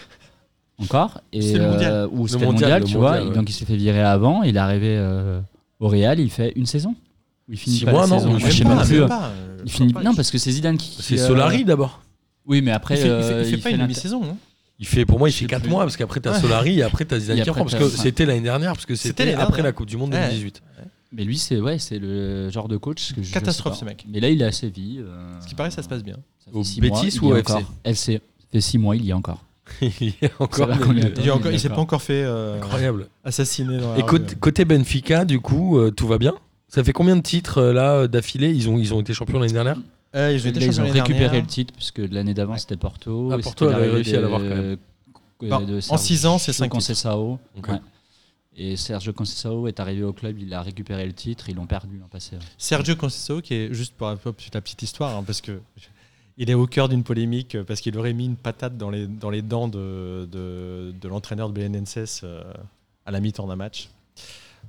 E: Encore. Et,
B: C'était le mondial.
E: euh, ou c'était
D: mondial,
E: le mondial,
D: le
E: tu
D: mondial,
E: vois.
D: ouais.
E: Donc il s'est fait virer avant. Il est arrivé euh, au Real, il fait une saison. Ou Il finit
D: Six
E: pas
D: mois,
E: la
D: non,
E: saison.
D: ou
E: Ah,
D: même
E: je sais
D: pas,
E: même
D: même
E: plus.
B: pas, euh,
E: Il finit...
B: pas,
E: Non, parce que c'est Zidane qui.
D: C'est
E: euh,
D: Solari d'abord.
E: Oui, mais après.
B: il fait, il fait-
E: euh,
B: il fait pas une
E: l'inter-
B: demi-saison. hein.
D: Il fait, pour moi, il
E: Je
D: fait
E: sais
D: 4
E: plus.
D: mois parce qu'après t'as
B: Ouais.
D: Solari et après t'as Zidane
E: Et
D: qui
E: après,
D: reprend parce
E: t'as-
D: que c'était l'année dernière parce que
B: C'était
D: c'était
B: l'année
D: après la
B: dernière.
D: Coupe du Monde
B: Ouais.
D: 2018.
E: Mais lui, c'est ouais, c'est le genre de coach que je
B: Catastrophe,
E: je sais pas.
B: ce mec.
E: Mais là, il est à Séville. euh,
B: Ce qui paraît, ça se passe bien.
E: ça fait
D: Au
E: six
D: Betis
E: mois,
D: ou
E: il
D: au
E: y a
D: FC?
E: encore. FC. Ça fait six mois, il y a encore.
D: Il y a encore
E: C'est vrai qu'on
D: des-
E: est
B: Il, y a encore-
E: Oui,
B: il s'est pas
E: d'accord.
B: encore fait euh,
D: incroyable.
B: assassiner. dans la
D: Et
B: rue.
D: côté, côté Benfica, du coup, euh, tout va bien. Ça fait combien de titres euh, là euh, d'affilée Ils ont ils ont été champions l'année dernière.
B: Euh, ils ont,
E: Là,
B: été
E: ils
B: champions
E: ont
B: l'année
E: récupéré
B: dernière.
E: le titre, puisque de l'année d'avant, c'était Porto.
D: Ah,
E: et
D: Porto
E: c'était
D: avait
E: l'arrivée
D: réussi à
E: de-
D: l'avoir quand même.
E: de-
B: Bon,
E: de
B: Bah, en
E: Sergio
B: six ans, c'est cinq titres.
E: Conceição.
D: Ok.
E: Ouais. Et Sergio Conceição est arrivé au club, il a récupéré le titre, ils l'ont perdu l'an passé.
B: Sergio Conceição, qui est juste pour un peu la petite histoire, hein, parce que il est au cœur d'une polémique euh, parce qu'il aurait mis une patate dans les, dans les dents de, de, de l'entraîneur de Belenenses euh, à la mi-temps d'un match,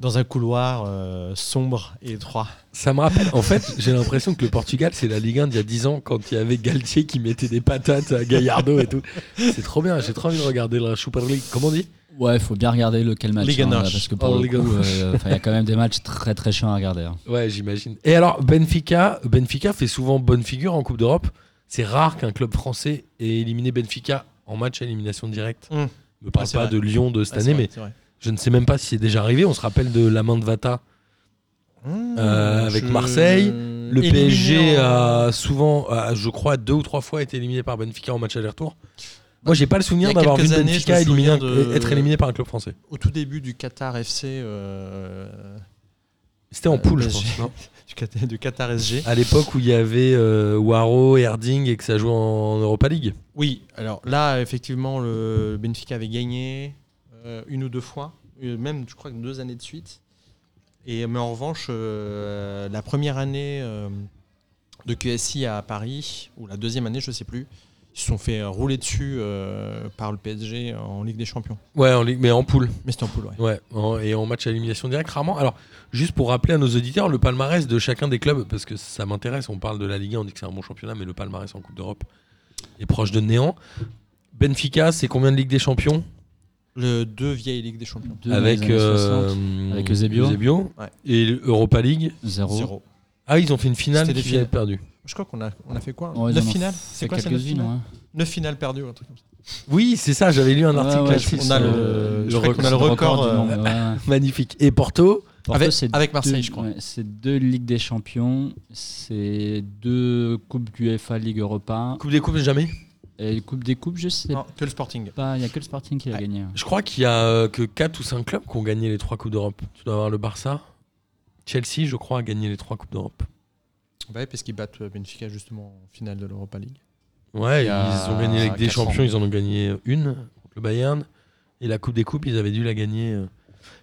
B: dans un couloir euh, sombre et étroit.
D: Ça me rappelle. En fait, j'ai l'impression que le Portugal, c'est la Ligue 1 d'il y a 10 ans quand il y avait Galtier qui mettait des patates à Gallardo et tout. C'est trop bien. J'ai trop envie de regarder la Super League. Comment on dit
E: Ouais, il faut bien regarder lequel match.
B: Ligue
E: hein,
B: Nord.
E: parce que
D: Oh,
E: pour le
D: Ligue
E: coup,
D: Nord.
E: euh, enfin, il y a quand même des matchs très très chiants à regarder. hein.
D: Ouais, j'imagine. Et alors, Benfica, Benfica fait souvent bonne figure en Coupe d'Europe. C'est rare qu'un club français ait éliminé Benfica en match à élimination directe.
B: Mmh.
D: Je ne parle
B: c'est
D: pas
B: vrai.
D: de Lyon de cette
B: Ah, c'est
D: année,
B: vrai,
D: mais
B: c'est vrai.
D: je ne sais même pas si c'est déjà arrivé. On se rappelle de la main de Vata. Euh, avec Marseille, Le
B: Éliminé
D: PSG
B: en-
D: a souvent, a, je crois, deux ou trois fois été éliminé par Benfica en match aller-retour. Moi, j'ai pas le
B: Il
D: souvenir
B: y a
D: d'avoir vu
B: quelques années,
D: Benfica
B: je me souviens
D: éliminer,
B: de-
D: être éliminé par un club français.
B: Au tout début du Qatar FC, euh,
D: C'était en
B: Euh,
D: poule, je
B: PSG.
D: pense. non
B: du, Qatar, du Qatar SG.
D: à l'époque où il y avait euh, Waro, Herding et que ça jouait en Europa League.
B: Oui, alors là, effectivement, le Benfica avait gagné euh, une ou deux fois, euh, même je crois que deux années de suite. Et, mais en revanche, euh, la première année euh, de QSI à Paris, ou la deuxième année, je ne sais plus, ils se sont fait euh, rouler dessus euh, par le PSG en Ligue des Champions.
D: Ouais, en Ligue- mais en poule.
B: Mais c'était en poule, ouais.
D: Ouais, en- et en match à élimination directe, rarement. Alors, juste pour rappeler à nos auditeurs le palmarès de chacun des clubs, parce que ça m'intéresse, on parle de la Ligue 1, on dit que c'est un bon championnat, mais le palmarès en Coupe d'Europe est proche de néant. Benfica, c'est combien de Ligue des Champions
B: Le deux vieilles Ligues des Champions.
E: Deux dans les
D: Avec
E: années
D: euh,
E: 60, avec Eusebio.
D: Eusebio.
B: Ouais.
D: Et Europa League.
E: zéro.
B: Zéro.
D: Ah, ils ont fait une finale
B: C'était des
D: qui est
B: finales.
D: perdue.
B: Je crois qu'on a, on a fait quoi
E: Ouais, ils en
B: Neuf
E: ont
B: finales
E: fait
B: C'est quoi ça, neuf
E: quelques-unes,
B: finales
E: ouais.
B: Neuf finales perdues, un truc comme ça.
D: Oui, c'est ça, j'avais lu un
E: Ouais,
D: article
E: ouais,
D: là-dessus.
E: je
B: on a
E: pense,
B: le-
E: euh,
B: je crois qu'on a le record,
E: du
B: euh,
E: monde, ouais.
D: Magnifique. Et Porto,
E: Porto,
B: Avec-
E: c'est
B: avec
E: deux-
B: Marseille, je crois.
E: ouais, c'est deux Ligues des Champions, c'est deux Coupes du FA Ligue Europa.
D: Coupe des Coupes, jamais.
E: Et Coupe des Coupes, je sais
B: Non, que le Sporting.
E: pas, il n'y a que le Sporting qui l'a
D: Ouais.
E: gagné.
D: Je crois qu'il y a euh, que 4 ou 5 clubs qui ont gagné les 3 Coupes d'Europe. Tu dois avoir le Barça. Chelsea, je crois, a gagné les 3 Coupes d'Europe.
B: Ouais, parce qu'ils battent euh, Benfica justement en finale de l'Europa League.
D: Ouais,
B: Il y a
D: ils ont gagné avec des
B: quatre
D: champions,
B: ans.
D: ils en ont gagné euh, une contre le Bayern. Et la Coupe des Coupes, ils avaient dû la gagner. euh,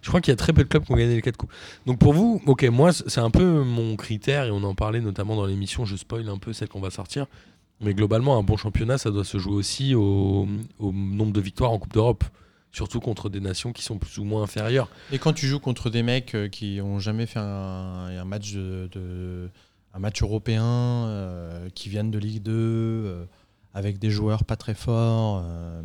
D: Je crois qu'il y a très peu de clubs qui ont gagné les quatre coupes. Donc pour vous, ok, moi c- c'est un peu mon critère et on en parlait notamment dans l'émission. Je spoil un peu celle qu'on va sortir, mais globalement un bon championnat, ça doit se jouer aussi au, au nombre de victoires en Coupe d'Europe. surtout contre des nations qui sont plus ou moins inférieures.
B: Et quand tu joues contre des mecs euh, qui ont jamais fait un, un match de, de- un match européen, euh, qui viennent de Ligue 2, euh, avec des joueurs pas très forts, euh,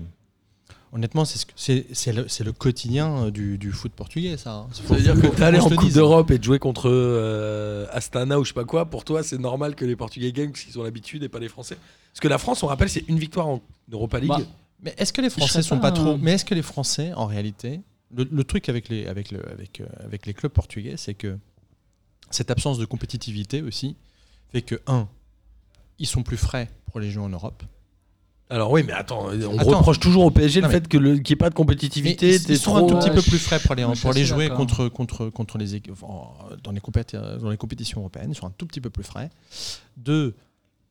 B: honnêtement, c'est ce que- c'est c'est le, c'est le quotidien euh, du, du foot portugais, ça. hein. Faut-
D: Ça veut dire
B: faut-
D: que
B: faut
D: t'es allé
B: qu'on
D: en
B: se le
D: Coupe
B: dise.
D: d'Europe et de jouer contre euh, Astana ou je sais pas quoi, pour toi c'est normal que les Portugais gagnent parce qu'ils ont l'habitude et pas les Français. Parce que la France, on rappelle, c'est une victoire en Europa League.
E: Bah,
B: Mais est-ce que les Français
E: serais
B: sont pas
E: pas
B: trop
E: un-
B: Mais est-ce que les Français, en réalité, le, le truc avec les avec le avec euh, avec les clubs portugais, c'est que cette absence de compétitivité aussi fait que un, ils sont plus frais pour les jeux en Europe.
D: Alors oui, mais attends, on
B: Attends.
D: reproche toujours au PSG
B: Non,
D: le
B: mais-
D: fait que le- qu'il n'y ait pas de
B: Mais
D: compétitivité.
B: ils,
D: t'es
B: ils sont
D: trop-
B: un tout petit
E: Ouais,
B: peu
E: je-
B: plus frais pour les
E: je suis
B: pour les
E: assez
B: jouer
E: d'accord.
B: contre contre contre les équ- en- dans les compét- euh, dans les compétitions européennes, ils sont un tout petit peu plus frais. Deux,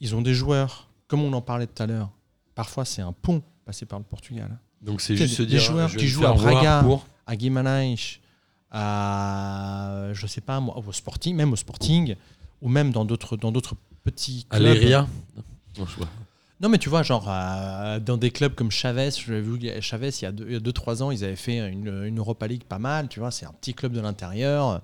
B: ils ont des joueurs comme on en parlait tout à l'heure. Parfois, c'est un pont passé par le Portugal.
D: Donc c'est
B: Tu sais,
D: juste se
B: les
D: dire.
B: joueurs
D: je vais
B: qui
D: me
B: jouent
D: faire
B: à
D: voir
B: Braga.
D: pour-
B: à Guimarães, à je sais pas moi, au Sporting, même au Sporting, ou même dans d'autres dans d'autres petits
D: À
B: clubs.
D: l'Eria. Non, je vois.
B: Non mais tu vois genre euh, dans des clubs comme Chavez, j'avais vu qu'il y a- Chavez il y a 2 3 ans, ils avaient fait une, une Europa League pas mal, tu vois, c'est un petit club de l'intérieur.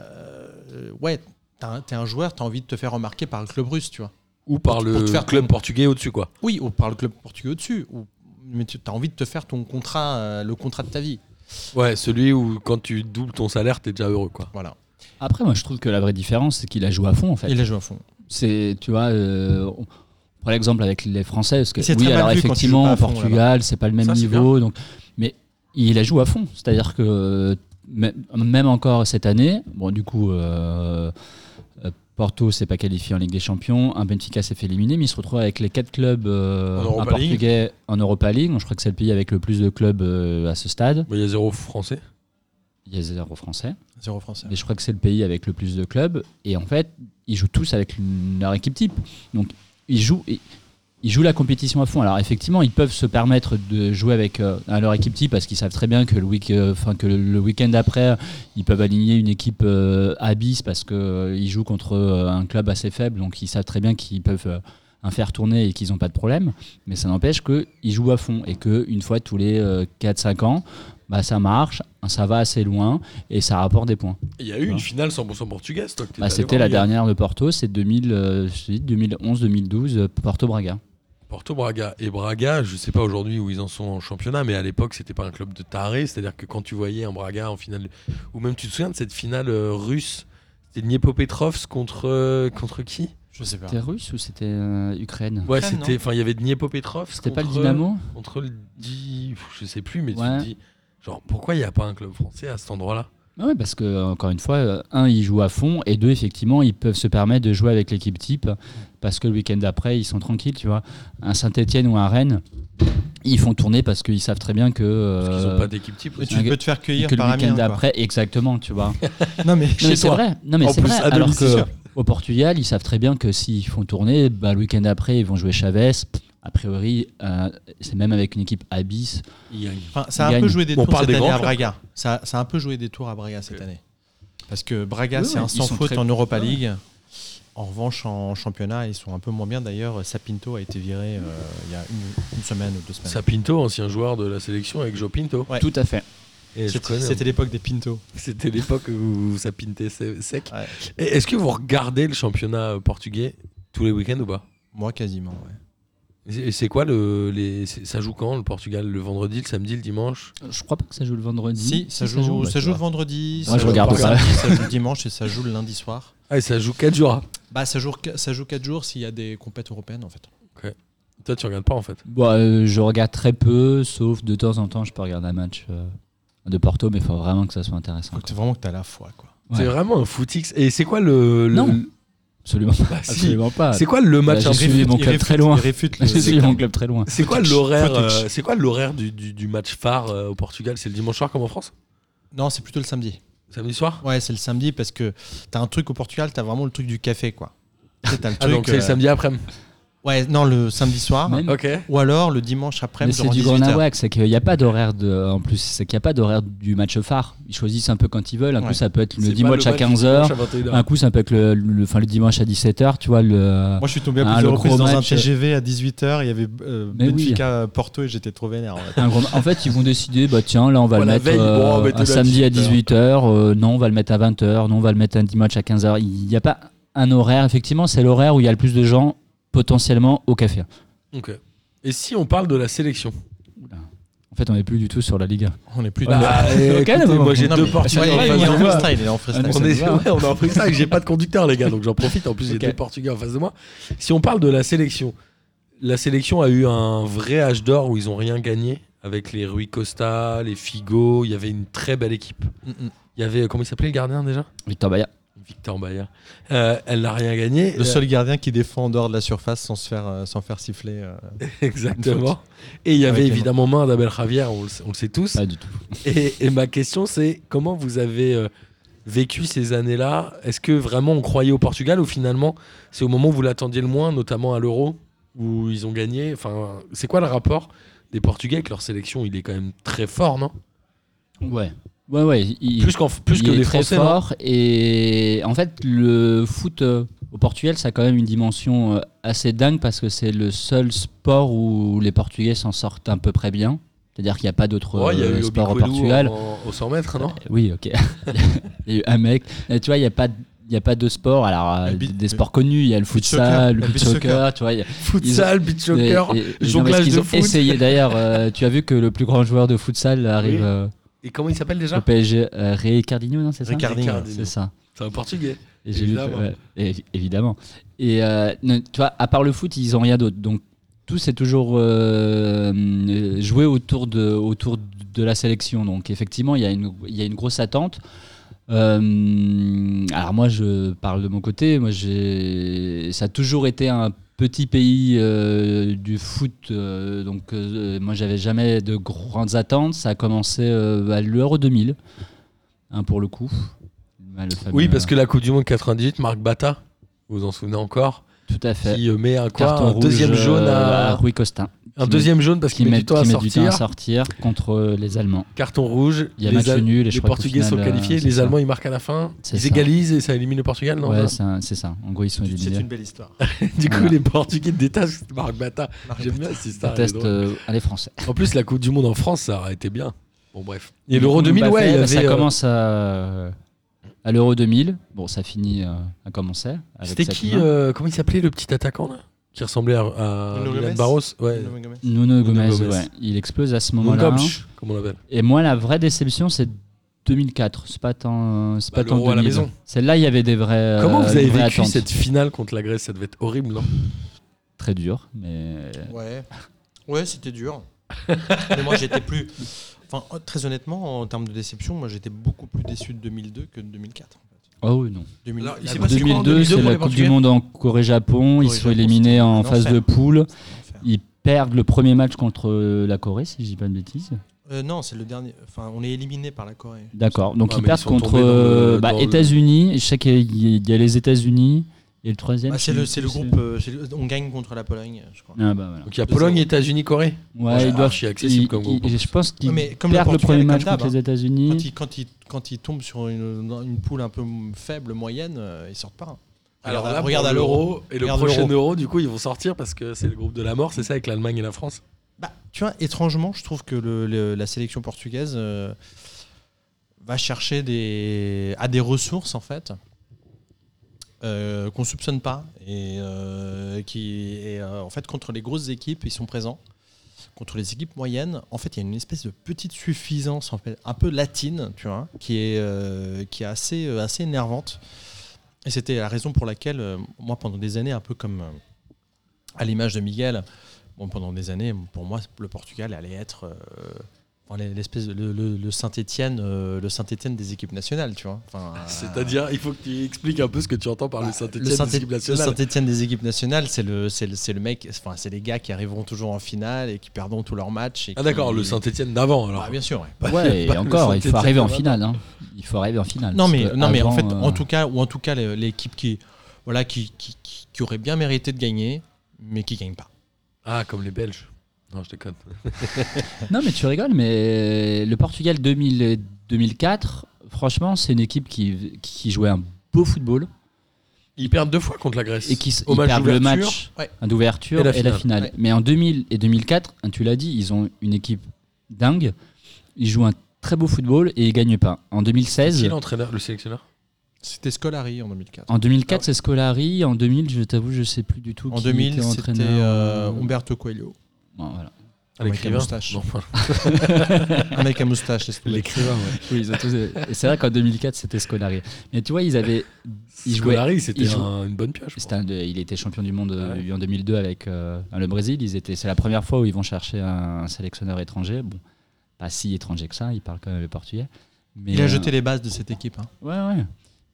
B: Euh, ouais, t'as un- t'es un joueur, t'as envie de te faire remarquer par le club russe, tu vois.
D: Ou par
B: Pour
D: le
B: te faire
D: club
B: ton-
D: portugais au-dessus, quoi.
B: Oui, ou par le club portugais au-dessus ou mais tu as envie de te faire ton contrat euh, le contrat de ta vie.
D: Ouais, celui où quand tu doubles ton salaire, t'es déjà heureux, quoi.
B: Voilà.
E: Après, moi, je trouve que la vraie différence, c'est qu'il a joué à fond, en fait.
B: Il a joué à fond.
E: C'est, tu vois, euh, on prend l'exemple avec les Français, parce que
B: C'est
E: oui,
B: très mal
E: alors
B: vu quand tu joues
E: effectivement,
B: pas à
E: en
B: fond,
E: Portugal, c'est pas le même
D: Ça, c'est
E: niveau, donc, mais il a joué à fond. C'est-à-dire que euh, mê- même encore cette année, bon, du coup, euh, euh, Porto s'est pas qualifié en Ligue des Champions, un Benfica s'est fait éliminer, mais il se retrouve avec les quatre clubs euh,
D: En Europa
E: un portugais en Europa League. Donc, je crois que c'est le pays avec le plus de clubs euh, à ce stade.
D: Bon, Il y a zéro français.
E: Il y a zéro français.
B: Zéro français.
E: Mais je crois que c'est le pays avec le plus de clubs. Et en fait, ils jouent tous avec une- leur équipe type. Donc, ils jouent, ils, ils jouent la compétition à fond. Alors, effectivement, ils peuvent se permettre de jouer avec euh, leur équipe type parce qu'ils savent très bien que le, week, euh, enfin, que le week-end après, ils peuvent aligner une équipe euh, abyss parce qu'ils jouent contre euh, un club assez faible. Donc, ils savent très bien qu'ils peuvent. euh, un faire tourner et qu'ils n'ont pas de problème, mais ça n'empêche qu'ils jouent à fond et qu'une fois tous les euh, 4-5 ans, bah, ça marche, ça va assez loin et ça rapporte des points.
D: Il y a eu
E: Ouais.
D: une finale 100% portugaise, toi. que t'es
E: Bah,
D: allé
E: c'était
D: voir,
E: la
D: Miguel.
E: dernière de Porto, c'est 2000, euh, je te dis, 2011-2012, euh, Porto Braga.
D: Porto Braga. Et Braga, je sais pas aujourd'hui où ils en sont en championnat, mais à l'époque, c'était pas un club de tarés. C'est-à-dire que quand tu voyais un Braga en finale, ou même tu te souviens de cette finale euh, russe, c'était Dniepopetrovsk contre, euh, contre qui
B: Je sais pas.
E: C'était russe ou c'était euh, Ukraine
D: Ouais,
B: Ukraine,
D: c'était.
B: non
D: Enfin, il y avait Dniepopetrovsk.
E: C'était pas le
D: contre- euh,
E: Dynamo
D: Contre le. Di- Je sais plus, mais
E: Ouais.
D: tu te dis. Genre, pourquoi il n'y a pas un club français à cet endroit-là
E: Oui, parce que, euh, encore une fois, euh, un, ils jouent à fond, et deux, effectivement, ils peuvent se permettre de jouer avec l'équipe type, parce que le week-end d'après, ils sont tranquilles, tu vois. Un Saint-Etienne ou un Rennes, ils font tourner parce qu'ils savent très bien que.
D: Parce qu'ils
E: euh,
D: n'ont pas d'équipe type
B: Mais
D: aussi.
B: tu
E: Un gars-
B: peux te faire cueillir
E: que le
B: par
E: week-end
B: Amiens. quoi.
E: d'après, exactement, tu vois.
B: Non mais
E: Non, mais c'est vrai. Non, mais
D: En
E: c'est
D: plus,
E: vrai.
D: à
E: Alors
D: domicile.
E: que, au Portugal, ils savent très bien que s'ils font tourner, bah, le week-end après, ils vont jouer Chavez. A priori, euh, c'est même avec une équipe abyss.
D: Il y a-
B: Enfin, ça a
E: Gagne.
B: un peu joué des
D: On
B: tours
D: parle
B: cette
D: des
B: année à
D: grands clubs.
B: Braga. Ça, ça a un peu joué des tours à Braga cette
D: Ok.
B: année. Parce que Braga,
E: Euh, Oui,
B: c'est
E: oui,
B: un
E: ils
B: sans
E: sont
B: faute
E: très-
B: en Europa
E: Ouais.
B: League. En revanche, en championnat, ils sont un peu moins bien. D'ailleurs, Sapinto a été viré euh, il y a une, une semaine ou deux semaines.
D: Sapinto, ancien joueur de la sélection avec Joe Pinto.
B: Ouais.
E: Tout à fait.
D: Et je
B: C'était
D: connais.
B: c'était l'époque des Pinto.
D: C'était l'époque où ça pintait se- sec.
B: Ouais.
D: Et Est-ce que vous regardez le championnat euh, portugais tous les week-ends ou pas
B: Moi, quasiment. ouais.
D: Et c'est quoi le. Les, c'est- ça joue quand le Portugal Le vendredi, le samedi, le dimanche
E: Je crois pas que ça joue le vendredi.
B: Si, ça joue,
E: bah,
B: ça
E: tu
B: joue le
E: vois.
B: vendredi. ça
E: Moi, je
B: joue le
E: regarde
B: vendredi, ça joue le dimanche et ça joue le lundi soir.
D: Ah, et ça joue 4 jours. hein.
B: Bah, ça joue, ça joue 4 jours s'il y a des compétitions européennes en fait.
D: Toi, tu regardes pas en fait.
E: Bon, euh, je regarde très peu, sauf de temps en temps, je peux regarder un match euh, de Porto, mais il faut vraiment que ça soit intéressant.
B: Faut que- vraiment que tu as la foi. Quoi.
E: Ouais.
D: C'est vraiment un footix. Et c'est quoi le. le-
E: Non. Absolument pas.
D: Bah, si.
E: Absolument pas.
D: C'est quoi
B: Bah,
D: le match
E: j'ai
D: un-
E: J'ai suivi mon
B: Il
E: club
B: réfute-
E: très loin.
B: il réfute le-
E: J'ai suivi mon club très loin.
D: C'est quoi l'horaire
B: Footix.
D: euh, C'est quoi l'horaire du, du- du match phare euh, au Portugal C'est le dimanche soir comme en France
B: Non, c'est plutôt le samedi.
D: Samedi soir
B: Ouais, c'est le samedi parce que t'as un truc au Portugal, t'as vraiment le truc du café, quoi. Tu sais, T'as le
D: Ah,
B: truc.
D: donc c'est le
B: euh,
D: samedi après-midi.
B: Ouais, non, le samedi soir.
E: Même.
D: Ok.
B: Ou alors le dimanche
E: Mais
B: après-midi.
E: c'est du Grenoble, c'est qu'il n'y a pas d'horaire de. En plus, c'est qu'il n'y a pas d'horaire du match phare. Ils choisissent un peu quand ils veulent. Un
B: Ouais.
E: coup, ça peut être
D: C'est
E: le
D: pas
E: dimanche à
D: match du
E: 15h.
D: dimanche à 21h.
E: Un coup, ça peut être le, le- enfin, le dimanche à 17h. Tu vois, le.
B: Moi, je suis tombé à
E: Ah,
B: plusieurs
E: le
B: reprises
E: gros
B: dans un
E: match.
B: TGV à 18h. Il y avait euh,
E: Mais oui.
B: Benfica Porto et j'étais trop vénère. en fait.
E: Un gros- En fait, ils vont décider, bah tiens, là on va
D: Voilà,
E: le mettre
D: veille,
E: euh,
D: bon, on va mettre
E: un
D: le
E: samedi à
D: 18h.
E: 18h, non, on va le mettre à 20h, non, on va le mettre un dimanche à 15h. Il n'y a pas un horaire, effectivement, c'est l'horaire où il y a le plus de gens potentiellement au café.
B: Ah.
D: Ok. Et si on parle de la sélection
E: En fait, on n'est plus du tout sur la Ligue
B: On est plus.
E: Bah,
D: eh,
E: ok,
D: écoutez,
E: non,
D: moi
E: mais-
D: j'ai
B: euh, Non,
D: deux
B: mais-
D: parties.
B: Ouais,
E: en
B: il est
E: face de
B: en
E: moi.
B: freestyle, il est en freestyle.
E: Ah,
D: On
E: Ça
D: est,
E: me va.
D: ouais, on est en freestyle, j'ai pas de conducteur les gars, donc j'en profite. En plus, j'ai
E: Ok.
D: deux Portugais en face de moi. Si on parle de la sélection, la sélection a eu un vrai âge d'or où ils ont rien gagné avec les Rui Costa, les Figo. Il y avait une très belle équipe.
B: Mm, mm.
D: Il y avait comment il s'appelait le gardien déjà
E: Victor Baya.
D: Victor Bayer. Euh, elle n'a rien gagné.
B: Le seul gardien qui défend en dehors de la surface sans se faire, euh, sans faire siffler. euh.
D: Exactement. Et il y avait
B: Avec les
D: évidemment main d'Abel Javier, on le, sait- on le sait tous.
E: Pas du tout.
D: Et, et ma question, c'est comment vous avez euh, vécu ces années-là Est-ce que vraiment on croyait au Portugal ou finalement c'est au moment où vous l'attendiez le moins, notamment à l'Euro, où ils ont gagné enfin, C'est quoi le rapport des Portugais avec leur sélection Il est quand même très fort, non
E: Ouais. Ouais, ouais. il-
D: Plus, qu'en- plus
E: il
D: que
E: est
D: les
E: très
D: Français. non
E: fort et en fait le foot euh, au Portugal ça a quand même une dimension euh, assez dingue parce que c'est le seul sport où les Portugais s'en sortent à peu près bien c'est-à-dire qu'il n'y a pas d'autres
D: Ouais, il y a
E: euh,
D: eu hein.
E: sports au
D: Obiquelu
E: Portugal
D: en- au 100 mètres, non
E: Euh, oui ok il y a eu un mec Euh, tu vois il n'y a pas de- il y a pas de sport alors euh,
B: Le beat-
E: des sports connus il y a le
B: soccer,
E: futsal le
B: le
E: beach
B: beach
E: soccer, tu vois il y a-
D: Futsal, beach soccer.
E: et- et- et- non,
D: jonglage
E: mais ce qu'ils
D: de
E: ont
D: foot.
E: essayé d'ailleurs euh, tu as vu que le plus grand joueur de futsal arrive
D: Oui.
E: euh,
D: Et comment il s'appelle
E: au
D: déjà
E: PSG euh, Ricardinho non c'est ça
B: Ricardinho.
E: c'est ça Euh,
D: C'est un Portugais.
E: Et j'ai lu que-
D: Évidemment.
E: ouais, évi- évidemment. Et euh, ne- tu vois, à part le foot, ils ont rien d'autre. Donc tout c'est toujours euh, euh, joué autour de, autour de la sélection. Donc effectivement, il y a une, il y a une grosse attente. Euh, alors moi, je parle de mon côté. Moi, j'ai, ça a toujours été un petit pays euh, du foot. euh, donc euh, moi, j'avais jamais de grandes attentes. Ça a commencé euh, à l'Euro 2000, hein, pour le coup. Le fameux-
D: Oui, parce que la Coupe du Monde 98, Marc Bata, vous vous en souvenez encore,
E: tout à fait.
D: qui euh, met un, quoi,
E: Carton
D: un
E: rouge,
D: deuxième
E: euh,
D: jaune à,
E: Rui Costa.
D: un
E: qui
D: deuxième jaune parce
E: Qui
D: qu'il met,
E: met,
D: du temps à
E: qui met
D: sortir.
E: du temps à sortir contre les Allemands.
D: Carton rouge.
E: Il y a
D: les
E: match
D: Al-
E: nul et je
D: Les
E: crois qu'au
D: Portugais
E: final,
D: sont
E: euh,
D: qualifiés.
E: c'est
D: Les
E: ça.
D: Allemands, ils marquent à la fin.
E: C'est
D: Ils
E: ça.
D: égalisent et ça élimine le Portugal. Non
E: ouais,
D: Voilà.
E: c'est un- c'est ça. En gros, ils sont
B: C'est
E: éliminés.
B: une belle histoire.
D: Du coup,
E: Voilà.
D: les Portugais détachent Marc Bata. J'aime bien si ça.
E: Test euh, allez, français.
D: En plus, la Coupe du Monde en France, ça aurait été bien. Bon, bref. Et l'Euro 2000,
E: Mbappé,
D: ouais, il y
E: bah,
D: avait,
E: ça
D: euh,
E: commence à, euh, à l'Euro 2000. Bon, ça finit euh, à commencer. avec
D: C'était
E: cette
D: qui
E: main.
D: euh, Comment il s'appelait le petit attaquant là Qui ressemblait à, à
B: Nuno
D: Milan
B: Gomes
D: Barros
E: euh,
D: Ouais.
B: Moi,
E: Nuno Gomez.
D: Gomez.
E: ouais. Il explose à ce
D: Nuno
E: moment-là. hein.
D: Gomes, comme on l'appelle.
E: Et moi, la vraie déception, c'est 2004. C'est pas tant. C'est
D: Bah,
E: pas tant
D: l'Euro à la
E: 2000.
D: maison.
E: Celle-là, il y avait des vrais.
D: Comment
E: euh,
D: vous
E: une
D: avez
E: vraie
D: vécu
E: attente.
D: cette finale contre la Grèce Ça devait être horrible, non
E: Très dur, mais euh,
B: Ouais. Ouais, c'était dur. Mais moi, j'étais plus. Enfin, oh, très honnêtement, en termes de déception, moi, j'étais beaucoup plus déçu de 2002 que de 2004. en fait.
E: oh oui, non.
B: 2000
D: Alors, il
B: la
D: s'est
B: Coupe
D: passé
B: du
D: quoi en
B: Monde,
E: 2002,
D: 2002
E: c'est
D: pour
E: la
D: les
E: Coupe
D: Portugais
E: du Monde en Corée-Japon. Ils
B: Corée-Japon,
E: sont éliminés
B: c'était
E: en
B: un
E: phase
B: enfer.
E: de poule.
B: l'enfer.
E: Ils perdent le premier match contre euh, la Corée, si je dis pas de bêtises.
B: Euh, non, c'est le dernier. Enfin, on est éliminé par la Corée.
E: D'accord. Donc
D: Ouais,
E: ils
D: mais
E: perdent
D: ils sont
E: contre
D: tombés dans le-
E: euh, bah,
D: dans le-
E: États-Unis. Je sais qu'il y a- il y a les États-Unis et le troisième.
B: Bah, c'est
E: je
B: le,
E: sais
B: c'est le
E: plus
B: groupe. euh, c'est le- on gagne contre la Pologne, je crois.
E: Ah bah voilà.
D: Donc il y a
B: 2-0.
D: Pologne, États-Unis, Corée.
E: Ouais, ils
D: Ah,
E: doivent.
D: archi accessible
E: ils-
D: comme
E: ils-
D: groupe.
E: je pense qu'ils
B: Ouais, mais comme le
E: perdent le,
B: Portugal,
E: premier
B: comme
E: match
B: d'hab,
E: contre les
B: hein. Quand
E: États-unis.
B: ils, quand, ils, quand ils tombent sur une, dans une poule un peu m- faible, moyenne, euh, ils sortent pas.
D: Alors
B: Regarde-
D: là,
B: regarde
D: pour
B: à
D: l'euro et le
B: Regarde
D: prochain
B: l'Euro.
D: euro, du coup, ils vont sortir parce que c'est le groupe de la mort, c'est ça avec l'Allemagne et la France.
B: Bah, tu vois, étrangement, je trouve que le- le- la sélection portugaise euh, va chercher des, à des ressources, en fait, euh, qu'on soupçonne pas. Et, euh, qui, et, euh, en fait, contre les grosses équipes, ils sont présents. Contre les équipes moyennes, en fait, il y a une espèce de petite suffisance, en fait, un peu latine, tu vois, qui est, euh, qui est assez, euh, assez énervante. Et c'était la raison pour laquelle, euh, moi, pendant des années, un peu comme euh, à l'image de Miguel, bon, pendant des années, pour moi, le Portugal allait être euh, enfin, l'espèce de- le, le, Saint-Étienne, euh, le Saint-Étienne des équipes nationales, tu vois. Enfin, euh,
D: C'est-à-dire, il faut que tu expliques un peu ce que tu entends par Bah, le Saint-Etienne
B: le
D: Ah, des équipes nationales.
B: Saint-Etienne des équipes nationales, c'est le, c'est le, c'est le mec, enfin, c'est les gars qui arriveront toujours en finale et qui perdront tous leurs matchs. et
D: ah d'accord,
B: qui-
D: le Saint-Etienne d'avant alors.
B: Ah, bien sûr. ouais.
E: Ouais,
D: pas
E: et
D: le
E: encore, il faut
D: Saint-Étienne
E: arriver en
D: là-bas.
E: finale. hein. Il faut arriver en finale.
B: Non
E: parce
B: mais
E: que
B: non mais en
E: avant,
B: fait,
E: euh,
B: en tout cas ou en tout cas les- l'équipe qui voilà qui, qui, qui- qui aurait bien mérité de gagner, mais qui gagnent pas.
D: Ah, comme les Belges. Non, je déconne.
E: Non, mais tu rigoles, mais le Portugal 2000 et 2004, franchement, c'est une équipe qui, qui jouait un beau football
D: Ils perdent deux fois contre la Grèce.
E: et qui s-
D: Au
E: ils
D: match
E: perdent le
D: d'ouverture.
E: match
B: ouais.
E: d'ouverture
D: Et
E: et
D: la
E: la
D: finale.
E: finale.
B: Ouais.
E: Mais en 2000 et 2004, hein, tu l'as dit, ils ont une équipe dingue. Ils jouent un très beau football et ils gagnent pas. En
D: Qui est
E: 2016,
D: l'entraîneur, le sélectionneur
B: C'était Scolari en 2004.
E: en 2004, c'est Scolari. En 2000, je t'avoue, je sais plus du tout.
B: En,
E: qui
B: 2000,
E: était
B: c'était
E: entraîneur.
B: euh, Humberto Coelho.
E: Bon, voilà.
D: Ah,
B: Avec
D: l'écrivain.
B: la moustache.
D: Non, enfin,
B: Un mec à moustache, c'est ce qu'on dit.
E: Oui, ils ont tous- et c'est vrai qu'en 2004, c'était Scolari. Mais tu vois, ils avaient. Ils jouaient-
D: Scolari, c'était
E: ils jouaient-
D: un- une bonne pioche.
E: C'était un de- il était champion du monde euh,
D: Ouais.
E: en 2002 avec euh, le Brésil. Ils étaient, c'est la première fois où ils vont chercher un, un sélectionneur étranger. Bon, pas si étranger que ça. Il parle quand même le portugais. Mais,
B: Il a
E: euh,
B: jeté les bases de cette équipe. hein.
E: Ouais, ouais.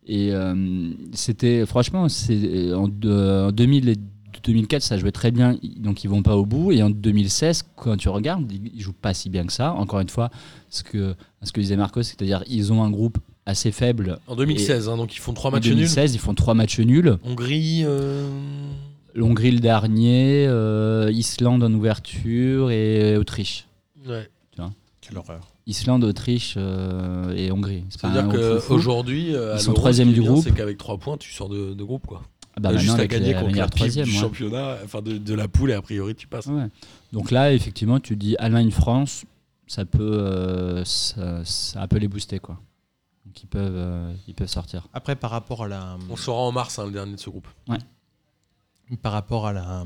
E: Et euh, c'était franchement, c'est euh, en, de- en 2000 et 2004, ça jouait très bien, i- donc ils vont pas au bout. Et en 2016, quand tu regardes, ils, ils jouent pas si bien que ça. Encore une fois, ce que ce que disait Marcos, c'est-à-dire ils ont un groupe assez faible.
D: En 2016, hein, donc ils font trois
E: En
D: matchs nuls.
E: 2016, ils font trois matchs nuls.
D: Hongrie. euh,
E: L'Hongrie le dernier, euh, Islande en ouverture et Autriche.
D: Ouais.
B: Quelle horreur.
E: Islande, Autriche euh, et Hongrie. C'est pas
B: Bah,
D: C'est-à-dire
E: un groupe fou.
D: qu'aujourd'hui, euh,
E: Ils sont troisième du groupe.
D: C'est qu'avec trois points, tu sors de, de groupe. quoi.
E: Ah bah
D: T'as
E: maintenant,
D: juste à
E: avec
D: gagner
E: la
D: contre la
E: meilleure
D: troisième, du
E: ouais.
D: championnat, enfin de, de la poule, et a priori, tu passes.
E: Ouais. Donc là, effectivement, tu dis Allemagne-France, ça peut, euh, ça, ça peut les booster. Quoi. Donc ils peuvent, euh, ils peuvent sortir.
B: Après, par rapport à la.
D: On saura en mars, hein, le dernier de ce groupe.
B: par rapport à la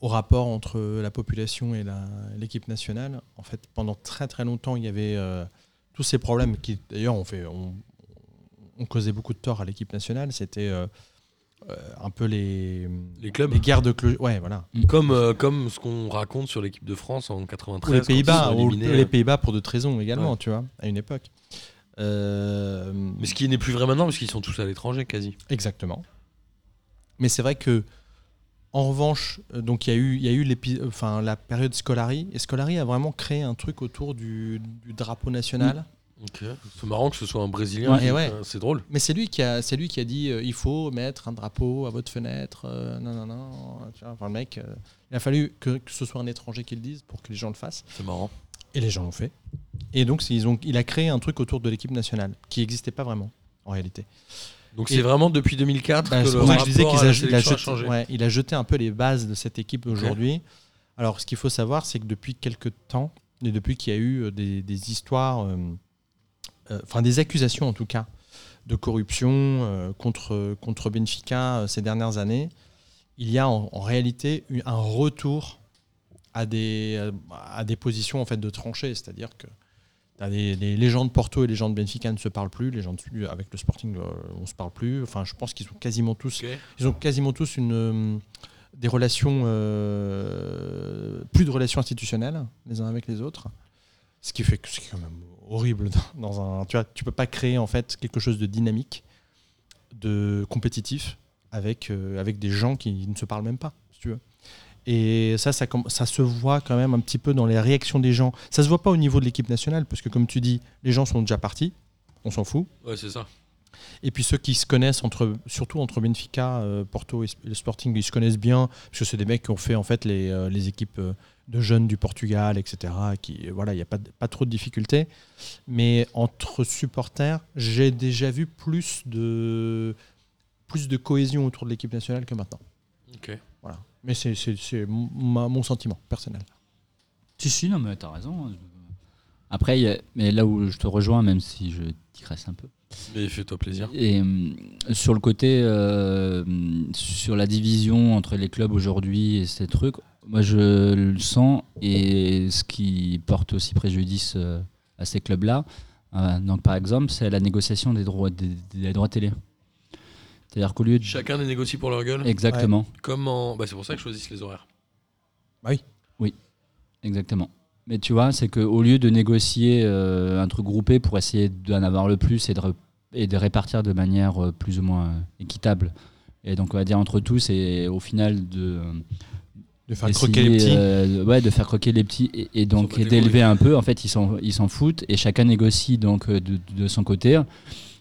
B: au rapport entre la population et la- l'équipe nationale. En fait, pendant très très longtemps, il y avait euh, tous ces problèmes qui, d'ailleurs, ont fait, on, causait beaucoup de tort à l'équipe nationale. C'était euh, euh, un peu les,
D: Les clubs.
B: les guerres de cloches. Ouais, voilà.
D: Comme, euh, comme ce qu'on raconte sur l'équipe de France en
B: Ou
D: 93.
B: les
D: quand ils
B: Pays-Bas,
D: sont
B: ou
D: éliminés,
B: les
D: euh.
B: Pays-Bas pour d'autres raisons également,
D: Ouais.
B: tu vois, à une époque. Euh,
D: Mais ce qui n'est plus vrai maintenant, parce qu'ils sont tous à l'étranger quasi.
B: Exactement. Mais c'est vrai que, en revanche, euh, donc il y a eu, il y a eu l'épi- euh, enfin, la période Scolari, et Scolari a vraiment créé un truc autour du, du drapeau national.
D: C'est marrant que ce soit un Brésilien.
B: Ouais. Et ouais.
D: Euh, C'est drôle.
B: Mais c'est lui, qui a- c'est lui qui a dit euh, il faut mettre un drapeau à votre fenêtre, euh, non, non, non. tu vois, Enfin, le mec, euh, il a fallu que, que ce soit un étranger qui le dise pour que les gens le fassent.
D: C'est marrant.
B: Et les gens l'ont fait. Et donc, c'est- ils ont, il a créé un truc autour de l'équipe nationale qui n'existait pas vraiment, en réalité.
D: Donc
B: Et-
D: c'est vraiment depuis 2004
B: Bah,
D: que
B: c'est
D: le
B: pour ça que je disais
D: rapport
B: qu'il
D: à
B: a, il
D: la
B: a
D: sélection a
B: jeté-
D: changé.
B: ouais, il a jeté un peu les bases de cette équipe aujourd'hui. Alors, ce qu'il faut savoir, c'est que depuis quelques temps, et depuis qu'il y a eu euh, des, des histoires, euh, euh, enfin des accusations en tout cas, de corruption euh, contre, contre Benfica euh, ces dernières années, il y a en, en réalité eu un retour à des, euh, à des positions en fait de tranchées, c'est-à-dire que t'as les, les, les gens de Porto et les gens de Benfica ne se parlent plus, les gens de- avec le Sporting euh, on se parle plus. Enfin, je pense qu'ils sont quasiment tous,
D: Ok.
B: ils ont quasiment tous une euh, des relations euh, plus de relations institutionnelles les uns avec les autres, ce qui fait que c'est quand même horrible dans, dans un tu vois, tu peux pas créer en fait quelque chose de dynamique, de compétitif avec euh, avec des gens qui ne se parlent même pas, si tu veux. Et ça, ça, com- ça se voit quand même un petit peu dans les réactions des gens. Ça se voit pas au niveau de l'équipe nationale, parce que comme tu dis, les gens sont déjà partis, on s'en fout.
D: Ouais, c'est ça.
B: Et puis ceux qui se connaissent, entre, surtout entre Benfica, euh, Porto et, Sp- et le Sporting, ils se connaissent bien, parce que c'est des mecs qui ont fait en fait les, euh, les équipes euh, de jeunes du Portugal, etc. Qui, euh, voilà, il n'y a pas, de- pas trop de difficultés. Mais entre supporters, j'ai déjà vu plus de, plus de cohésion autour de l'équipe nationale que maintenant.
D: Ok.
B: Voilà. Mais c'est- c'est c'est mon ma- mon sentiment personnel.
E: Si, si, non, mais t'as raison. hein. Après, il y a- mais là où je te rejoins, même si je digresse un peu.
D: Mais fais-toi plaisir.
E: Et hum, sur le côté, euh, hum, sur la division entre les clubs aujourd'hui et ces trucs, moi je le sens et ce qui porte aussi préjudice euh, à ces clubs-là, euh, donc par exemple, c'est la négociation des droits, des, des droits télé. C'est-à-dire qu'au lieu de.
D: Chacun les négocie pour leur gueule.
E: Exactement,
D: Comment bah, C'est pour ça que je choisissent les horaires.
E: exactement. Mais tu vois, c'est qu'au lieu de négocier euh, un truc groupé pour essayer d'en avoir le plus et de, re- et de répartir de manière euh, plus ou moins euh, équitable, et donc on va dire entre tous, et au final de. euh,
B: De faire
E: Essayer,
B: croquer les petits.
E: euh, ouais, de faire croquer les petits et, et donc
D: pas
E: et
D: dégoûtés.
E: d'élever un peu. En fait, ils s'en ils s'en foutent et chacun négocie donc euh, de, de son côté.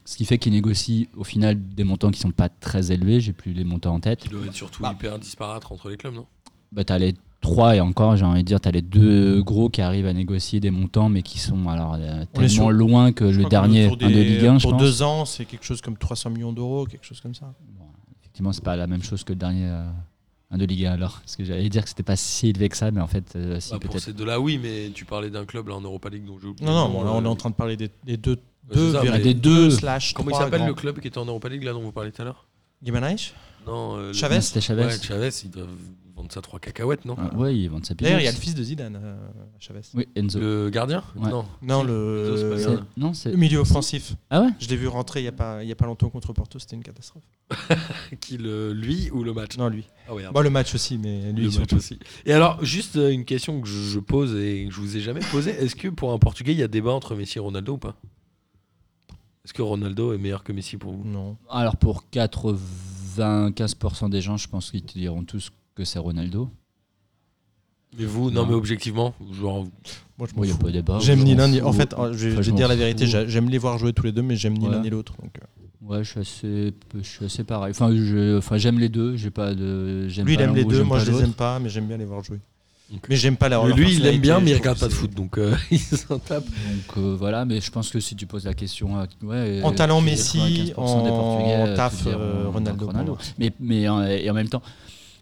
E: Ce qui fait qu'ils négocient au final des montants qui sont pas très élevés. J'ai plus les montants en tête.
D: Qui doivent être surtout
B: Bah.
D: hyper disparates entre les clubs, non
E: Bah, t'as les trois et encore, j'ai envie de dire, t'as les deux gros qui arrivent à négocier des montants, mais qui sont alors euh,
B: On est
E: tellement
B: sur-
E: loin que
B: Je
E: le
B: crois
E: dernier,
B: qu'on est autour
E: un de
B: des-
E: Ligue 1, je
B: Pour
E: pense.
B: deux ans, c'est quelque chose comme 300 millions d'euros, quelque chose comme ça.
E: Bon, effectivement, c'est pas la même chose que le dernier. euh, un de Ligue 1 alors, parce que j'allais dire que c'était pas si élevé que ça, mais en fait, euh, si
D: Bah, Pour
E: peut-être.
D: ces deux-là, oui, mais tu parlais d'un club là en Europa League dont j'ai oublié
B: Non, non,
D: le nom,
B: bon, là, on est
D: euh,
B: en train de parler des, des deux,
D: c'est
B: deux,
D: ça,
B: véritables-
D: mais-
E: des deux.
B: slash
D: Comment il
B: trois
D: s'appelle
B: grands.
D: le club qui était en Europa League là dont vous parliez tout à l'heure
B: Guimarães
D: Non, euh, le-
B: Chavez
E: C'était Chavez.
D: Ouais, Chavez, ils doivent vendre ça trois cacahuètes, non
E: Ah, ouais, ils vendent ça
B: D'ailleurs, il y a le fils de Zidane, euh, Chavez.
E: Oui, Enzo.
D: Le gardien
E: Ouais.
D: Non.
B: Non,
D: Enzo, c'est pas
B: le,
E: C'est- Non, c'est.
B: le milieu offensif.
E: Ah ouais
B: Je l'ai vu rentrer il n'y a, pas- il y a pas longtemps contre Porto, c'était une catastrophe.
D: Qui le, lui ou le match
B: Non, lui.
D: Ah ouais,
B: Bon, le match aussi, mais lui
D: Le match
B: surtout.
D: aussi. Et alors, juste euh, une question que je je pose et que je vous ai jamais posée. Est-ce que pour un Portugais, il y a débat entre Messi et Ronaldo ou pas Est-ce que Ronaldo est meilleur que Messi pour vous
B: Non.
E: Alors pour 95% des gens, je pense qu'ils te diront tous que c'est Ronaldo.
D: Mais vous, non,
E: Non.
D: mais objectivement, genre,
B: Moi, je m'en
E: Moi, il n'y a
B: fous.
E: pas de débat.
B: J'aime
E: Je
B: ni
E: m'en
B: l'un ni
E: fous.
B: En fait, oh, je vais je
E: Enfin,
B: vais
E: m'en
B: dire la vérité,
E: fous.
B: j'a- j'aime les voir jouer tous les deux, mais j'aime ni
E: Ouais.
B: l'un ni l'autre. donc, euh.
E: Ouais, je suis assez, peu- je suis assez pareil. Enfin, je- enfin, j'aime les deux. J'ai pas de. j'aime
B: Lui, il
E: pas
B: aime
E: l'un
B: les
E: ou
B: deux,
E: j'aime
B: moi
E: pas
B: je les
E: l'autre.
B: aime pas, mais j'aime bien les voir jouer.
D: Ok.
B: Mais j'aime pas leur. leur
D: lui, il aime
B: personnalité,
D: bien, mais
B: je
D: il
B: trouve
D: regarde
B: que
D: pas de
B: c'est-
D: foot, donc euh, il s'en tape.
E: Donc euh, voilà, mais je pense que si tu poses la question, à, ouais,
B: En
E: euh,
B: talent, Messi,
E: 95% des
B: en
E: Portugais, euh,
B: taf,
E: te diront,
B: euh,
E: euh,
B: Ronaldo, pour moi.
E: Mais, mais en, et en même temps,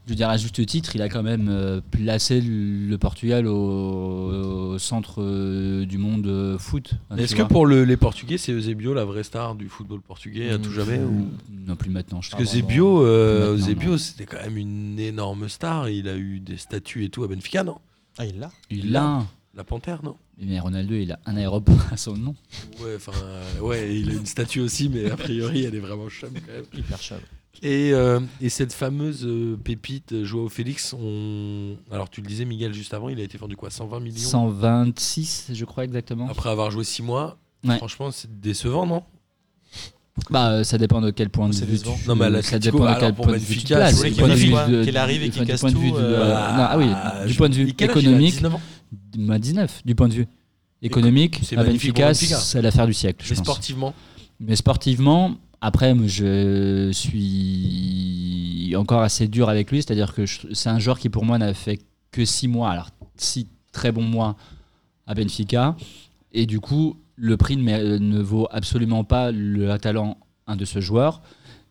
E: je veux dire, à juste titre, il a quand même euh, placé le Portugal au, au centre euh, du monde euh, foot. hein,
D: Est-ce
E: tu
D: que
E: vois.
D: pour le- les Portugais, c'est Eusebio la vraie star du football portugais à tout jamais ou...
E: Non, plus maintenant. Je
D: Parce que
E: crois, vraiment.
D: Zebio, euh,
E: Maintenant,
D: Zebio,
E: Ah bah non.
D: c'était quand même une énorme star. Il a eu des statues et tout à Benfica, non
B: Ah, il l'a
E: Il l'a. un.
D: La panthère, non
E: Mais Ronaldo, il a un aéroport à son nom.
D: Ouais, enfin, euh, ouais, il a une statue aussi, mais a priori, elle est vraiment chum quand même.
B: Hyper chum.
D: Et, euh, et cette fameuse euh, pépite euh, Joao Félix, on... alors tu le disais, Miguel, juste avant, il a été vendu quoi 120 millions
E: 126, je crois exactement.
D: Après avoir joué 6 mois,
E: Ouais.
D: franchement, c'est décevant, non
E: Bah, euh, ça dépend de quel point de
B: C'est
E: vue.
B: décevant.
E: tu-
D: Non, mais à
E: ça
D: l'Atlético,
E: dépend de
D: alors,
E: quel
D: pour
E: point de vue tu
D: Benfica,
E: places.
D: je voulais
E: Du
D: qu'il
E: point de vue
B: arrive,
E: de-
B: qu'il arrive et
E: du-
B: qu'il
E: enfin, du
B: casse
E: point de vue
B: tout,
E: de-
B: euh,
E: non, ah oui,
D: Ah,
E: du
D: je-
E: point de vue
D: Et quel âge il a
E: économique,
D: 19 ans
E: bah, 19. Du point de vue économique,
D: c'est
E: à
D: magnifique pour
E: Benfica,
D: Benfica.
E: c'est l'affaire du siècle, je
D: Mais
E: pense.
D: sportivement,
E: Mais sportivement, après, moi, je suis encore assez dur avec lui. C'est-à-dire que je- c'est un joueur qui, pour moi, n'a fait que 6 mois. Alors, 6 très bons mois à Benfica. Et du coup, le prix ne, mé- ne vaut absolument pas le talent un de ce joueur.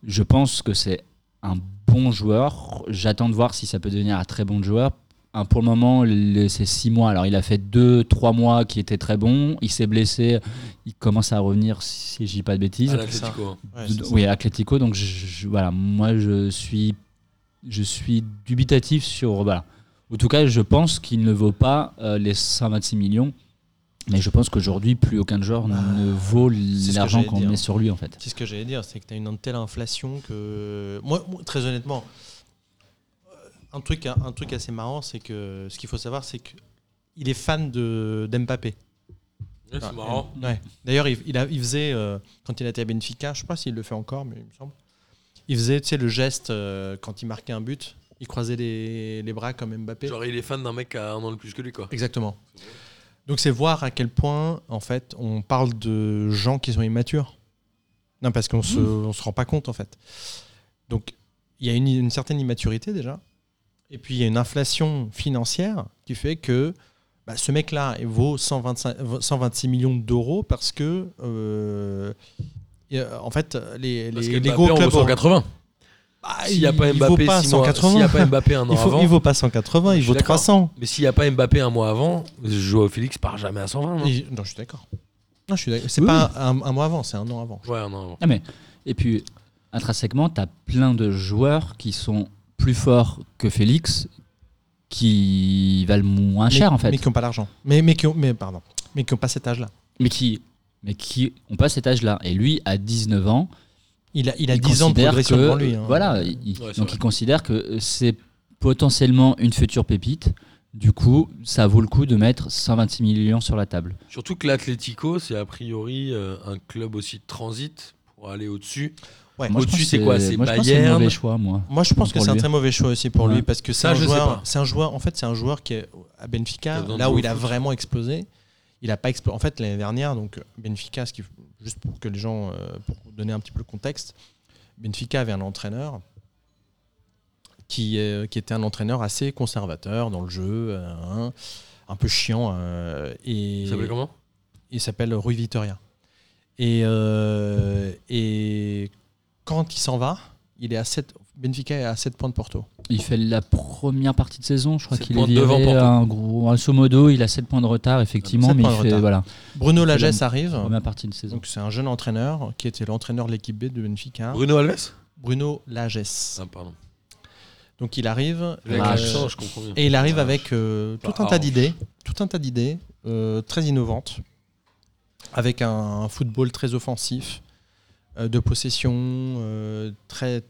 E: Je pense que c'est un bon joueur. J'attends de voir si ça peut devenir un très bon joueur. Un, pour le moment, les- c'est 6 mois. Alors, il a fait 2-3 mois qui étaient très bons. Il s'est blessé. Il commence à revenir, si je dis pas de bêtises.
D: à l'Atlético. hein.
B: Ouais,
E: De-
B: c'est ça.
E: oui, Atlético. Donc je- je- voilà, moi je suis, je suis dubitatif sur. Voilà. En tout cas, je pense qu'il ne vaut pas euh, les 126 millions. Mais je pense qu'aujourd'hui, plus aucun joueur
B: Bah,
E: ne vaut
B: ce que
E: l'argent
B: j'allais
E: qu'on
B: dire.
E: met sur lui en fait.
B: C'est ce que j'allais dire, c'est que tu as une telle inflation que. Moi, moi, très honnêtement, euh, un truc, un truc assez marrant, c'est que ce qu'il faut savoir, c'est qu'il est fan de- d'Mbappé.
D: Ouais, c'est marrant.
B: Ouais. D'ailleurs, il, il a- il faisait, euh, quand il était à Benfica, je sais pas s'il le fait encore, mais il me semble, il faisait tu sais, le geste euh, quand il marquait un but, il croisait les, les bras comme Mbappé.
D: Genre, il est fan d'un mec qui a un an de plus que lui, quoi.
B: Exactement. Donc c'est voir à quel point, en fait, on parle de gens qui sont immatures. Non, parce qu'on se,
D: Mmh.
B: on se rend pas compte, en fait. Donc il y a une, une certaine immaturité déjà. Et puis il y a une inflation financière qui fait que bah, ce mec-là il vaut 125, 126 millions d'euros parce que, euh, il y a- en fait, les,
D: Parce
B: les,
D: que
B: les
D: Mbappé,
B: gros
D: on vaut
B: clubs.
D: 180.
B: Bah,
D: S'il n'y a Ah, pas
B: il vaut
D: Mbappé,
B: pas
D: six mois-
B: 180.
D: s'il y a pas Mbappé un an
B: il, faut,
D: avant.
B: il vaut pas 180,
D: Je
B: il
D: suis
B: vaut
D: d'accord.
B: 300.
D: Mais s'il n'y a pas Mbappé un mois avant, Joao Félix part jamais à hein. 120. Non
B: Et- non, je suis d'accord. Non, je suis d'accord. C'est
E: Oui,
B: pas un, un mois avant, c'est un an avant.
D: Ouais, un an avant.
E: Ah, mais, et puis, intrinsèquement, tu as plein de joueurs qui sont plus forts que Félix, qui valent moins
B: Mais-
E: cher en fait.
B: Mais qui n'ont pas l'argent. Mais, mais qui ont, mais pardon, mais qui ont pas cet âge-là.
E: Mais qui, mais qui ont pas cet âge-là. Et lui, à 19 ans,
B: Il a, il a
E: il
B: 10 ans de
E: considère
B: progression
E: que-
B: pour lui. hein.
E: Voilà, il-
D: Ouais, c'est
E: donc
D: vrai.
E: il considère que c'est potentiellement une future pépite. Du coup, ça vaut le coup de mettre 126 millions sur la table.
D: Surtout que l'Atlético, c'est a priori euh, un club aussi de transit pour aller au-dessus.
B: Ouais.
E: Moi, je
D: Au-dessus,
E: pense
D: c'est
E: que-
D: quoi C'est
E: moi, je pense que c'est le
D: Bayern
E: mauvais choix, moi.
B: Moi, je pense que
E: Pour
B: c'est un
E: lui.
B: très mauvais choix aussi pour
E: Ouais.
B: lui parce que c'est
D: Ça,
B: un
D: je sais
B: joueur,
D: pas.
B: c'est un joueur. En fait, c'est un joueur qui est à
D: Qui a
B: Benfica,
D: besoin de
B: là où
D: jouer
B: il
D: au
B: a
D: foot.
B: vraiment explosé. il a pas explo- En fait, l'année dernière, donc euh, Benfica, ce qui, juste pour que les gens, euh, pour donner un petit peu le contexte, Benfica avait un entraîneur qui, euh, qui était un entraîneur assez conservateur dans le jeu, euh, un, un peu chiant. euh, et
D: Ça s'appelle comment
B: il s'appelle Rui Vitoria. Et, euh, et quand il s'en va, il est à 7, Benfica est à 7 points de Porto.
E: Il fait la première partie de saison, je crois
D: Sept
E: qu'il est
D: points
E: viré
D: devant Porto.
E: un gros, grosso modo, il a 7 points de retard effectivement,
B: Sept
E: mais
B: points
E: il
B: de
E: fait
B: retard.
E: voilà,
B: Bruno Lagesse
E: même-
B: arrive.
E: première partie de saison.
B: Donc c'est un jeune entraîneur qui était l'entraîneur de l'équipe B de Benfica,
D: Bruno Alves
B: Bruno Lagesse.
D: Ah, pardon.
B: Donc il arrive euh,
D: Avec l'accent, Ah, je comprends bien.
B: et il arrive
D: Ah,
B: avec euh, tout un
D: Bah,
B: tas
D: orange.
B: d'idées, tout un tas d'idées euh, très innovantes, avec un, un football très offensif, euh, de possession, euh, très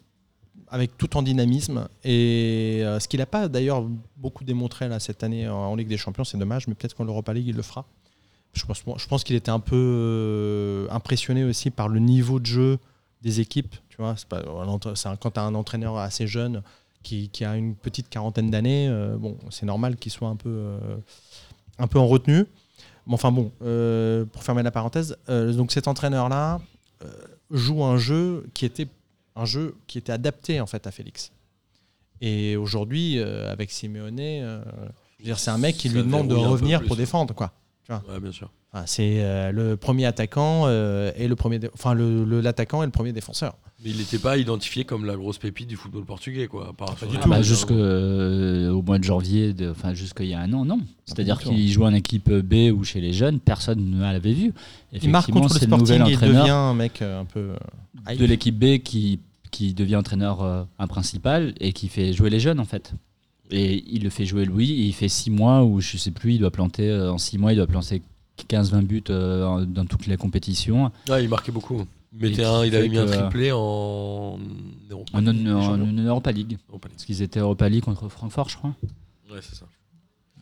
B: avec tout en dynamisme. Et euh, ce qu'il n'a pas d'ailleurs beaucoup démontré là cette année en, en Ligue des Champions, c'est dommage, mais peut-être qu'en Europa League il le fera. Je pense, moi, je pense qu'il était un peu euh, impressionné aussi par le niveau de jeu des équipes. Tu vois, c'est pas, un entra- c'est un- quand tu as un entraîneur assez jeune qui, qui a une petite quarantaine d'années, euh, bon, c'est normal qu'il soit un peu, euh, un peu en retenue. Mais enfin bon, euh, pour fermer la parenthèse, euh, donc cet entraîneur-là euh, joue un jeu qui était un jeu qui était adapté en fait à Félix. Et aujourd'hui, euh, avec Simeone, euh, je veux dire, c'est un mec qui
D: Ça
B: lui demande de
D: verrouille un peu
B: revenir
D: plus,
B: pour
D: ouais.
B: défendre, quoi.
D: Ouais, bien sûr.
B: Enfin, c'est euh, le premier attaquant euh, et le premier, dé- enfin le- le- l'attaquant et le premier défenseur.
D: Mais il n'était pas identifié comme la grosse pépite du football portugais, quoi. à part sur
B: du
D: la-
B: tout.
E: Bah,
D: la-
E: jusque euh, au mois de janvier, de- enfin jusqu'il y a un an,
B: Ah,
E: non. C'est-à-dire
B: du tout.
E: qu'il joue en équipe B ou chez les jeunes, personne ne l'avait vu.
B: Il marque
E: Effectivement,
B: contre le
E: c'est le nouvel
B: Sporting et
E: entraîneur
B: devient un mec euh, un peu. euh,
E: de l'équipe B qui, qui devient entraîneur euh, un principal et qui fait jouer les jeunes en fait. Et il le fait jouer Louis, et il fait 6 mois où je sais plus, il doit planter euh, en 6 mois, il doit planter 15-20 buts euh, en- dans toutes les compétitions.
D: Ah, il marquait beaucoup. Il, mettait
E: Et
D: un,
E: qui
D: il avait
E: fait
D: mis un
E: que-
D: triplé en. Europe.
E: En, en-
D: Champions.
E: en- en Europa League,
D: Europa League.
E: parce qu'ils étaient Europa League contre Francfort, je crois.
D: Ouais, c'est ça.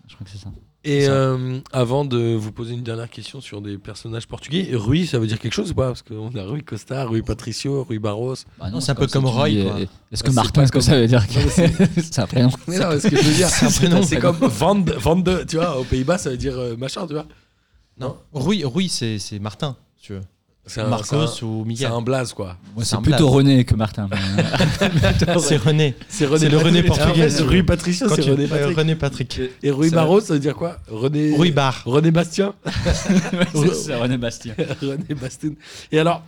E: Je crois que c'est ça.
D: Et
E: Ça.
D: euh, avant de vous poser une dernière question sur des personnages portugais, Rui, ça veut dire quelque chose ou pas Parce qu'on a Rui Costa, Rui Patricio, Rui Barros.
E: Bah
B: Non, c'est un
E: comme
B: peu comme
E: si tu
B: Roy,
E: dis,
B: quoi.
E: euh, Est-ce
D: Bah,
E: que
D: c'est
E: Martin,
D: pas
E: est-ce que
D: comme-
E: ça veut dire que c'est un prénom
D: Mais non, mais ce que je veux dire,
B: C'est un prénom.
D: c'est comme Van de, Van de, tu vois, aux Pays-Bas, ça veut dire euh, machin, tu vois.
B: Non, Rui, Rui c'est c'est Martin, si tu veux.
D: Euh, C'est un,
B: Marcos
D: c'est un-
B: ou
D: c'est
B: Miguel.
D: un blaze, quoi.
E: Moi,
B: C'est
E: c'est
B: un
E: plutôt René que Martin. mais, euh,
B: C'est René.
D: C'est
B: C'est le René portugais.
D: Ah ouais, Rui Patricio,
B: Quand
D: c'est
B: tu-
D: René
B: euh,
D: Patrick.
B: René Patrick.
D: Et Rui
B: c'est-
D: Barros, ça veut dire quoi René.
B: Rui Bar.
D: René Bastien
E: c'est- c'est René Bastien.
D: René Bastoun. Et alors,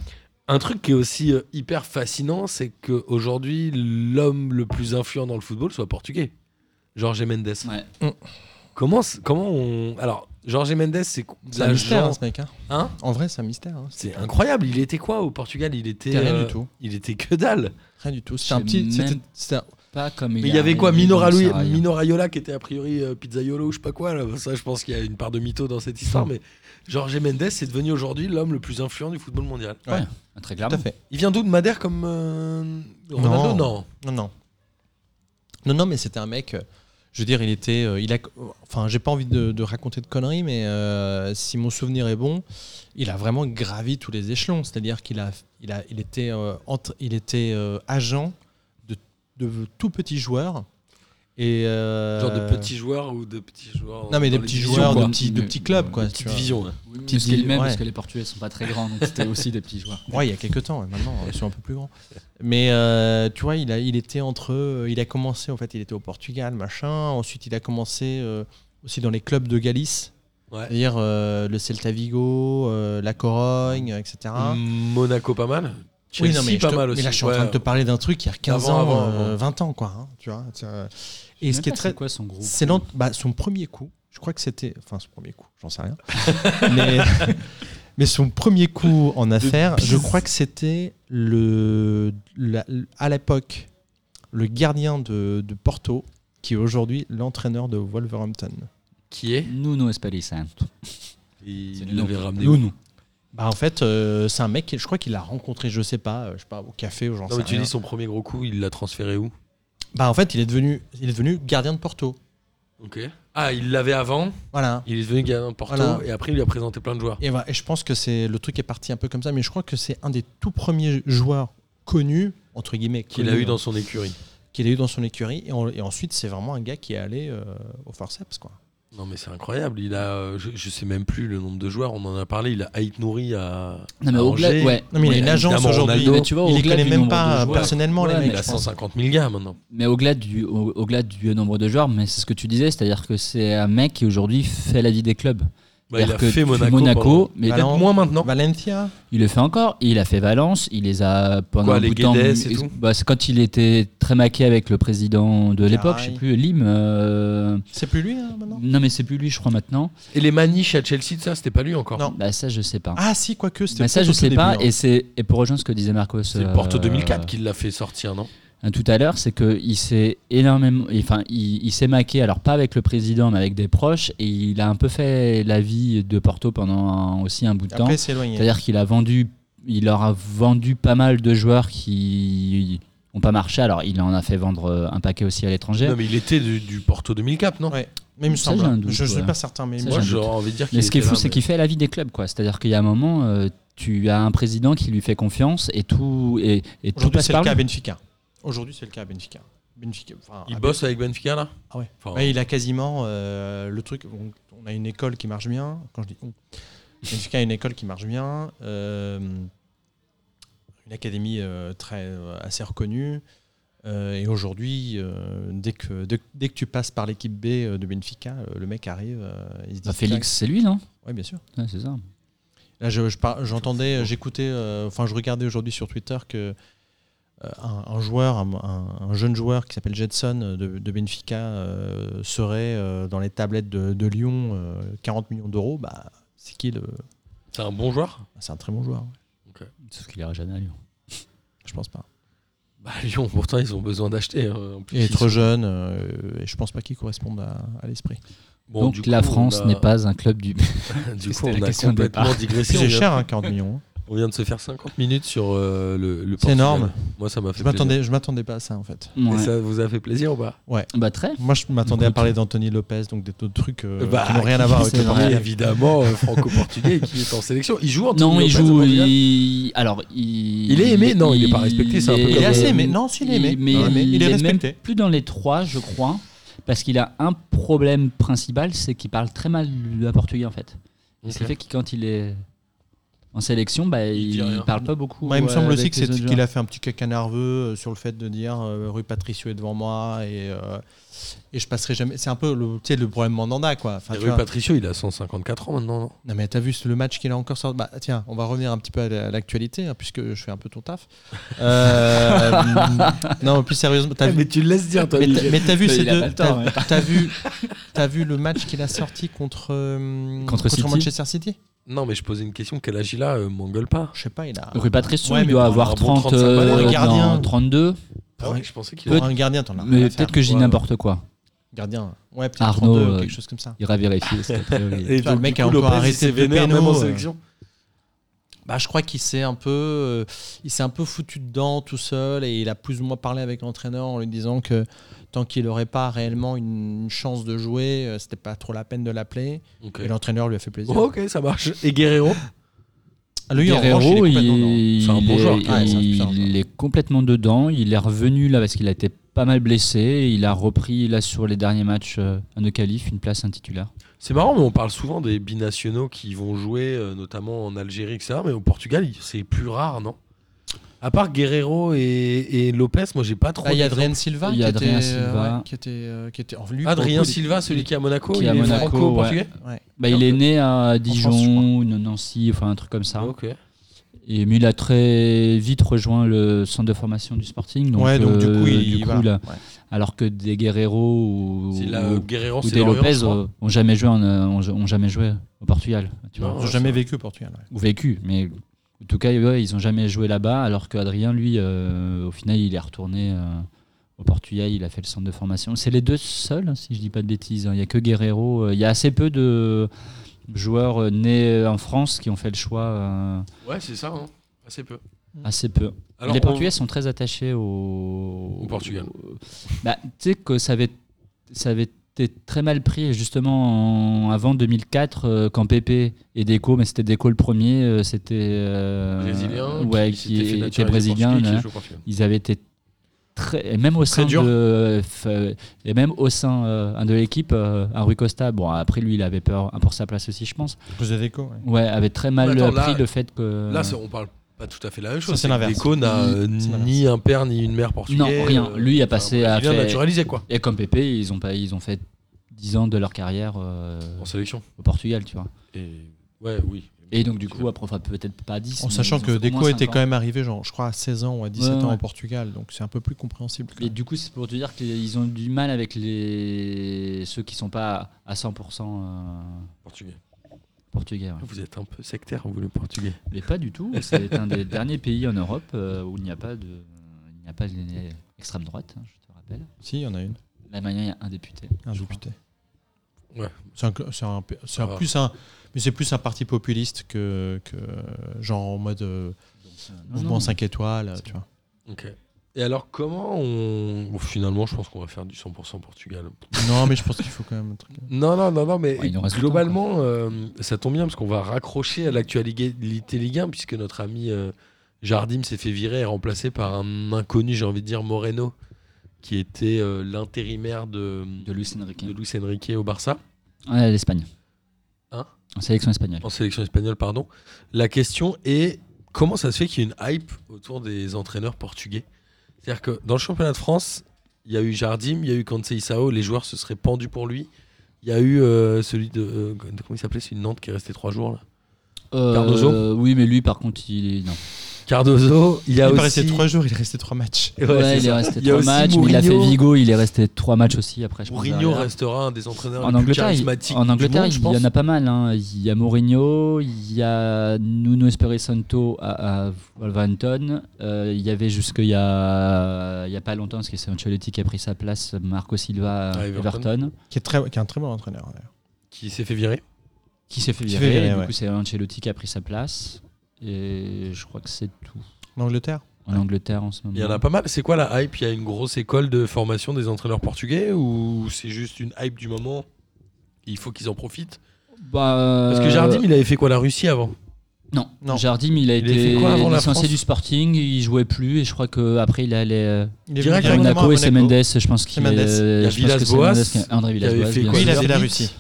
D: un truc qui est aussi euh, hyper fascinant, c'est qu'aujourd'hui, l'homme le plus influent dans le football soit portugais. Jorge Mendes.
E: Ouais.
B: Mm.
D: Comment, c- comment on. Alors, Jorge Mendes, c'est.
B: C'est un
D: la
B: mystère,
D: gens-
B: hein, ce mec. hein.
D: Hein
B: en vrai, c'est un mystère. hein.
D: C'est incroyable. Il était quoi au Portugal Il était.
B: C'était rien
D: euh,
B: du tout.
D: Il était que dalle.
B: Rien du tout.
E: je
B: C'était un
E: sais
B: petit.
E: même
B: c'était- c'était un-
E: Pas comme
D: Mais il y avait quoi Mino
E: Minora
D: Raiola, Mino Raiola qui était a priori euh, Pizzaiolo ou je sais pas quoi. là. Ça, je pense qu'il y a une part de mytho dans cette
B: Mm.
D: histoire. Mais Jorge Mendes est devenu aujourd'hui l'homme le plus influent du football mondial.
E: Ah, Très
B: Tout
E: clairement.
B: à fait.
D: Il vient d'où de Madère comme euh, Ronaldo Non.
B: Non, non. Non, non, mais c'était un mec. euh, Je veux dire, il était. euh, il a, enfin, j'ai pas envie de, de raconter de conneries, mais euh, si mon souvenir est bon, il a vraiment gravi tous les échelons. C'est-à-dire qu'il a, il a, il était, euh, entre- il était euh, agent de, de tout petits joueurs. Et, euh,
D: Genre de petits joueurs ou de petits joueurs.
B: Non, mais des
D: dans les
B: petits
D: divisions,
B: joueurs,
D: quoi.
B: de petits, de
E: Mais-
B: petits clubs, quoi.
D: Petite
B: tu vois.
D: division. hein.
E: Petit
B: Petite ville,
E: même
B: ouais.
E: parce que les Portugais sont pas très grands, donc c'était aussi des petits joueurs.
B: Ouais, il y a quelques temps, ouais, maintenant ils sont un peu plus grands. Mais euh, tu vois, il, a, il était entre. euh, Il a commencé, en fait, il était au Portugal, machin. Ensuite, il a commencé euh, aussi dans les clubs de Galice,
D: Ouais.
B: c'est-à-dire euh, le Celta Vigo, euh, la Corogne, euh, etc.
D: Monaco pas mal.
B: Oui,
D: Mm. Chelsea,
B: non, mais, je
D: pas
B: te-
D: mal
B: mais
D: aussi.
B: là, je suis
D: Ouais.
B: en train de te parler d'un truc il y a 15
D: Avant,
B: ans,
D: avant,
B: euh,
D: avant.
B: 20 ans, quoi. hein, tu vois, c'est, euh, et ce qui est très.
E: quoi son groupe
B: C'est lent- bah, son premier coup, je crois que c'était. Enfin, son premier coup, j'en sais rien. mais, mais son premier coup en affaires, je crois que c'était le, la- à l'époque le gardien de, de Porto, qui est aujourd'hui l'entraîneur de Wolverhampton.
D: Qui est
E: Nuno Espelissante. C'est
D: Il
E: le
D: l'avait
E: nom.
D: ramené. où
E: Nuno.
B: Bah, en fait, euh, c'est un mec, je crois qu'il l'a rencontré, je sais pas, euh, je sais pas, au café ou j'en
D: Non,
B: sais
D: mais tu
B: rien.
D: dis son premier gros coup, il l'a transféré où
B: Bah, en fait, il est devenu, il est devenu gardien de Porto.
D: Ok. Ah, il l'avait avant,
B: Voilà.
D: il est devenu gardien de Porto,
B: Voilà.
D: et après il lui a présenté plein de joueurs.
B: Et, voilà, et je pense que c'est le truc est parti un peu comme ça, mais je crois que c'est un des tout premiers joueurs connus entre guillemets
D: Qu'il a
B: connus,
D: eu dans
B: hein,
D: son écurie.
B: qu'il a eu dans son écurie et, en- et ensuite c'est vraiment un gars qui est allé euh, au forceps quoi.
D: Non, mais c'est incroyable. Il a, euh, je, je sais même plus le nombre de joueurs. On en a parlé. Il a Aït Nouri à.
E: Non, mais
D: à
E: au gla-
D: Angers.
E: ouais.
B: Non, mais il a une
D: Ouais,
B: agence
D: évidemment,
B: aujourd'hui.
D: Ronaldo.
E: Mais tu vois,
B: Il
E: au
B: les
E: glad
B: connaît
E: du
B: même
E: nombre de
B: pas
E: joueurs.
B: personnellement,
E: Ouais,
B: les
E: mais
B: mecs.
D: Il
E: je
D: a
E: pense.
D: 150 000 gars maintenant.
E: Mais au-delà du, au, au-delà du nombre de joueurs, mais c'est ce que tu disais, c'est-à-dire que c'est un mec qui aujourd'hui fait la vie des clubs.
D: Bah, il
E: C'est-à-dire
D: a
E: que
D: fait
E: tu-
D: Monaco.
E: mais
D: pendant- Ah. Peut-être moins maintenant.
B: Bah. Valencia
E: il le fait encore. Il a fait Valence, il les a pendant
D: Quoi,
E: un
D: les
E: bout de temps.
D: Guedes et tout
E: Bah, c'est quand il était très maqué avec le président de l'époque, je sais plus, Lim. euh,
B: C'est plus lui hein, maintenant
E: Non, mais c'est plus lui, je crois, maintenant.
D: Et les maniches à Chelsea, ça, c'était pas lui encore.
B: Non.
E: Bah, ça, je sais pas.
B: Ah si, quoique, c'était
E: mais ça,
B: peut-être
E: je
B: au
E: sais
B: tout
E: pas.
B: début, hein.
E: Et, c'est, et pour rejoindre ce que disait Marcos.
D: C'est le
E: euh,
D: Porto 2004 qui l'a fait sortir, non
E: euh, tout à l'heure, c'est qu'il s'est énormément. Enfin, il, il s'est maqué, alors pas avec le président, mais avec des proches. Et il a un peu fait la vie de Porto pendant un- aussi un bout de temps.
B: Après, c'est éloigné.
E: C'est-à-dire qu'il a vendu, il leur a vendu pas mal de joueurs qui ont pas marché. Alors il en a fait vendre euh, un paquet aussi à l'étranger.
D: Non, mais il était du, du Porto 2004, non
B: Ouais, Mais il me
E: Ça, j'ai un
B: semble. hein.
E: doute,
B: Je suis
E: ouais.
B: pas certain, mais
E: Ça,
B: moi,
E: j'ai
D: Moi,
E: un
D: j'ai
E: doute.
D: envie de dire qu'il
E: Mais ce qui est
D: était
E: fou,
D: là,
E: c'est
D: mais-
E: qu'il fait la vie des clubs, quoi. C'est-à-dire qu'il y a un moment, euh, tu as un président qui lui fait confiance et tout et, et tout
B: Aujourd'hui,
E: passe
B: c'est le
E: par
B: cas à
E: lui.
B: Benfica. Aujourd'hui, c'est le cas à Benfica. Benfica enfin,
D: Il
B: à
D: bosse avec Benfica, là
B: Ah ouais.
D: Enfin,
B: Ouais, il a quasiment euh, le truc. On, on a une école qui marche bien. Quand je dis on, Benfica a une école qui marche bien, euh, une académie euh, très euh, assez reconnue. Euh, et aujourd'hui, euh, dès que dès, dès que tu passes par l'équipe B euh, de Benfica, euh, le mec arrive. euh, il se dit
E: Bah, Félix, c'est lui, non
B: Oui, bien sûr.
E: Ouais, C'est ça.
B: Là, je- je par- j'entendais, j'écoutais, euh, enfin, je regardais aujourd'hui sur Twitter que euh, un, un joueur, un, un- un jeune joueur qui s'appelle Jetson euh, de, de Benfica euh, serait euh, dans les tablettes de, de Lyon euh, 40 millions d'euros. Bah, c'est qui le
D: C'est un bon joueur
B: C'est un très bon joueur. ouais.
E: Sauf qu'il ira jamais à Lyon.
B: Je pense pas.
D: Bah, Lyon, pourtant, ils ont besoin d'acheter. hein. En plus,
B: Il est
D: ils
B: trop
D: sont-
B: jeune euh, et je pense pas qu'il corresponde à, à l'esprit.
D: Bon,
E: Donc
D: du
E: la
D: coup, on
B: bah,
E: France
D: a-
E: n'est pas un club du.
D: Du coup,
E: C'était
D: on
E: la
D: a
E: question de
D: complètement
E: départ.
D: digressé.
B: Puis
D: on
B: C'est
D: vient-
B: cher, hein, 40 millions. hein.
D: On vient de se faire 50 minutes sur euh, le, le
B: C'est
D: Portugal.
B: énorme.
D: Moi, ça m'a fait
B: Je
D: plaisir.
B: m'attendais, je m'attendais pas à ça en fait.
E: Ouais.
D: Et ça vous a fait plaisir ou pas
E: Bah très.
B: Moi, je m'attendais à
E: Écoute.
B: parler d'Anthony Lopez, donc des d'autres trucs euh,
D: Bah,
B: qui n'ont rien à voir avec
E: c'est
B: le
E: vrai.
B: Portugal.
D: Et évidemment, euh, franco-portugais qui est en sélection. Il joue en
E: Non, il joue. Il... Alors, il...
D: Il est aimé Non, il est pas respecté, c'est un peu
B: Il
D: comme-
B: est assez aimé. Non, s'il est aimé.
E: mais
B: Il est aimé. Il est
E: même
B: respecté.
E: plus dans les trois, je crois, parce qu'il a un problème principal, c'est qu'il parle très mal le portugais en fait. Et Ce qui fait que quand il est en sélection, bah,
D: Il
E: il,
D: dit rien.
E: parle pas beaucoup.
B: Moi, Bah, il me
E: euh,
B: semble aussi
E: avec
B: que
E: les
B: c'est
E: autres
B: qu'il
E: joueurs.
B: a fait un petit caca nerveux euh, sur le fait de dire euh, rue Patricio est devant moi et, euh, et je passerai jamais. C'est un peu le, tu sais, le problème Mandanda quoi. Enfin, tu vois.
D: Patricio, il a 154 ans maintenant, non
B: Non mais t'as vu le match qu'il a encore sorti. Bah tiens, on va revenir un petit peu à la- à l'actualité hein, puisque je fais un peu ton taf. Euh, non plus sérieusement, t'as vu.
D: Eh, tu le laisses dire, toi.
B: Mais t'as- mais t'as vu
E: Ah,
B: ces
E: Il a pas
B: deux.
E: le temps,
B: T'as t'as vu, t'as vu le match qu'il a sorti contre euh,
E: Contre City
B: Manchester City.
D: Non, mais je posais une question. Quel âge il a, euh, Mongol pas
B: Je sais pas, il a.
E: Rui Patricio,
B: Ouais,
E: il
B: mais
E: doit
D: bon,
E: avoir
D: un bon
E: 30,
D: 35,
E: euh,
B: un
E: non,
B: gardien.
E: 32,
B: Ah
D: Ah
B: ouais,
D: ouais, Je pensais qu'il
B: Pour un gardien, t'en as rien
E: mais
B: à euh. faire.
E: peut-être que j'ai
D: Ouais,
E: n'importe quoi.
B: Gardien. Ouais, peut-être
E: Arnaud,
B: 32 ou
E: euh,
B: quelque chose comme ça.
E: Il ira vérifier. parce qu'après, oui.
B: Putain, le mec a encore arrêté de Peno, euh. Bah, je crois qu'il s'est un peu, euh, il s'est un peu foutu dedans tout seul et il a plus ou moins parlé avec l'entraîneur en lui disant que tant qu'il n'aurait pas réellement une, une chance de jouer, euh, c'était pas trop la peine de l'appeler.
D: Ok.
B: Et l'entraîneur lui a fait plaisir.
D: Ok, ça marche. Et Guerrero
B: Ah, lui, en revanche,
E: Guerrero, il,
B: il est complètement dans-
E: il
D: C'est un bon
E: est-
D: joueur.
E: il
B: Ouais, c'est un putain de joueur.
E: est complètement dedans. Il est revenu là parce qu'il a été pas mal blessé. Il a repris là sur les derniers matchs euh, de qualif une place un titulaire.
D: C'est marrant, mais on parle souvent des binationaux qui vont jouer, euh, notamment en Algérie, etc. Mais au Portugal, il- c'est plus rare, non À part Guerrero et, et Lopez, moi, j'ai pas trop.
B: Ah, il y a
D: d'exemples.
B: Adrien Silva.
E: Il y a
B: qui
E: Adrien
B: était,
E: Silva.
B: euh, ouais, qui était, euh, qui était. enfin, lui,
D: Adrien
B: pour le coup,
D: Silva, celui qui est à
B: Oh,
D: Monaco,
E: Qui est
D: il
E: à
D: est
E: Monaco,
D: franco-portugais
B: il- ouais.
E: Bah, il est né à Dijon, Nancy, enfin un truc comme ça.
B: Oh.
D: Ok.
E: Et mais il a très vite rejoint le centre de formation du Sporting. Donc,
B: Ouais, donc du
E: euh,
B: coup, il,
E: du coup,
B: voilà,
E: là,
B: ouais.
E: alors que des Guerrero ou,
D: C'est là,
E: ou-
D: euh, Guerrero,
E: ou
D: c'est
E: des
D: l'Orient,
E: Lopez
D: je crois.
E: euh, ont jamais joué, en, euh, ont, ont jamais joué au Portugal. Tu vois,
D: Non,
B: Ils ont
D: ouais,
B: jamais
D: ça-
B: vécu au Portugal. ouais.
E: ou vécu, mais en tout cas, ouais, ils ont jamais joué là-bas. Alors que Adrien, lui, euh, au final, il est retourné euh, au Portugal. Il a fait le centre de formation. C'est les deux seuls, hein, si je dis pas de bêtises. hein. Il y a que Guerrero. euh, Il y a assez peu de joueurs euh, nés en France qui ont fait le choix. euh,
D: Ouais, c'est ça, hein. assez peu.
E: assez peu.
D: Alors,
E: les
D: on-
E: Portugais sont très attachés au,
D: Au Portugal.
E: au- Bah, tu sais que ça avait, ça avait été très mal pris justement en- avant 2004 euh, quand Pepe et Deco, mais c'était Deco le premier, euh, c'était euh,
D: Brésilien,
E: ouais,
D: qui, s'était fait
E: était
D: naturaliser
E: brésilien.
D: portugais, qui
E: là.
D: joue au Portugal.
E: Ils avaient été très, et même au
B: Très
E: sein
B: dur.
E: de, f- euh, et même au sein euh, de l'équipe, euh, un Rui Costa, bon après lui il avait peur un pour sa place aussi je pense,
B: José Deco, ouais.
E: ouais avait très mal
D: Mais attends, là-
E: pris le fait que
D: Là, c'est- on parle pas tout à fait la même chose.
B: c'est l'inverse. Mmh.
D: Deco n'a euh,
B: C'est l'inverse.
D: ni un père ni une mère portugaise.
E: non rien,
D: euh,
E: lui a
D: enfin,
E: passé
D: voilà,
E: à
D: Il vient
E: fait-
D: naturalisé, quoi.
E: et comme Pepe ils ont pas ils ont fait 10 ans de leur carrière euh,
D: En sélection.
E: au Portugal tu vois.
D: Et... Ouais, oui.
E: Et donc du coup après enfin, peut-être pas 10
B: En
E: mais
B: sachant
E: ils ont
B: que
E: fait au moins
B: Deco était
E: cinq
B: quand même arrivé, genre, je crois, à 16 ans ou à 17
E: Ouais,
B: ans
E: ouais.
B: au Portugal, donc c'est un peu plus compréhensible. quand
E: Et
B: même.
E: du coup, c'est pour te dire qu'ils ont du mal avec les ceux qui sont pas à 100% euh,
D: Portugais.
E: portugais. ouais.
D: Vous êtes un peu sectaire, vous, le portugais.
E: Mais pas du tout. C'est un des derniers pays en Europe euh, où il n'y a pas de, il n'y a pas d'extrême droite. hein, je te rappelle.
B: Si, il y en a une,
E: L'Allemagne il y a un député.
B: un
E: je
B: député.
D: Ouais.
B: C'est un, c'est un- c'est un
D: Ah.
B: plus un, mais c'est plus un parti populiste que, que genre en mode euh,
E: crois. Euh, non,
B: mouvement
E: non,
B: 5 étoiles, tu vois.
D: Ok. Et alors, comment on. Bon, finalement, je pense qu'on va faire du 100% Portugal.
B: Non, mais je pense qu'il faut quand même un truc.
D: Non, non, non, non, mais
E: Ouais, il nous reste du temps,
D: globalement, euh, ça tombe bien parce qu'on va raccrocher à l'actualité Ligue 1 puisque notre ami euh, Jardim s'est fait virer et remplacé par un inconnu, j'ai envie de dire Moreno, qui était euh, l'intérimaire de,
E: De Luis Enrique.
D: de Luis Enrique au Barça,
E: Ouais, l'Espagne.
D: Hein
E: En sélection espagnole.
D: en sélection espagnole, pardon. La question est comment ça se fait qu'il y ait une hype autour des entraîneurs portugais C'est-à-dire que dans le championnat de France, il y a eu Jardim, il y a eu Kansei Sao, les joueurs se seraient pendus pour lui. Il y a eu euh, celui de. euh, comment il s'appelait Celui de Nantes qui est resté trois jours là.
E: Euh,
D: Cardozo
E: Oui, mais lui, par contre, il est non.
D: Cardozo, il y
B: Il
D: a
B: est pas
D: aussi.
B: resté 3 jours, il est resté 3 matchs.
D: Ouais,
E: Ouais,
D: c'est
E: il est
D: ça.
E: resté
D: Il y a
E: trois
D: aussi
E: matchs. mais Il a fait
D: Mourinho.
E: Vigo. Il est resté trois matchs aussi après. Je pense,
D: Mourinho
E: derrière.
D: reste un des entraîneurs
E: En
D: les plus
E: Angleterre, il,
D: charismatiques.
E: en
D: du
E: Angleterre,
D: monde,
E: il
D: je
E: y en
D: pense.
E: a pas mal. hein. Il y a Mourinho, il y a Nuno Espirito Santo à, à Wolverhampton. Euh, il y avait jusque il y a, il y a pas longtemps, parce que c'est Ancelotti qui a pris sa place, Marco Silva
D: À
E: à
D: Everton.
E: Everton,
B: Qui est, très, qui est un très bon entraîneur. d'ailleurs.
D: Qui s'est fait virer.
E: qui s'est fait
B: Qui
E: virer.
B: fait virer,
E: du
B: ouais.
E: coup, c'est Ancelotti qui a pris sa place. Et je crois que c'est tout.
B: En Angleterre
E: En Angleterre en ce moment.
D: Il y en
B: Mhm.
D: a pas mal. C'est quoi la hype Il y a une grosse école de formation des entraîneurs portugais ou c'est juste une hype du moment Il faut qu'ils en profitent.
E: Bah,
D: Parce que Jardim, il avait fait quoi la Russie avant
E: Non,
B: Non.
E: Jardim, il a
D: Il a fait
E: été
D: quoi avant la
E: licencié
D: France
E: du Sporting, il jouait plus et je crois qu'après il allait euh,
B: Il est
D: Direct
B: venu
D: à
B: directement
E: Monaco
B: à
E: et c'est
B: Monaco.
E: Mendes, je pense qu'il
B: Mendes.
E: est.
D: Il y a
E: je pense que c'est
D: Villas-Boas.
E: Mendes qui est- André
D: avait
E: Villas-Boas.
D: fait
E: bien
D: quoi,
B: Oui,
E: sûr.
B: il a fait la
D: Zénith.
B: Russie.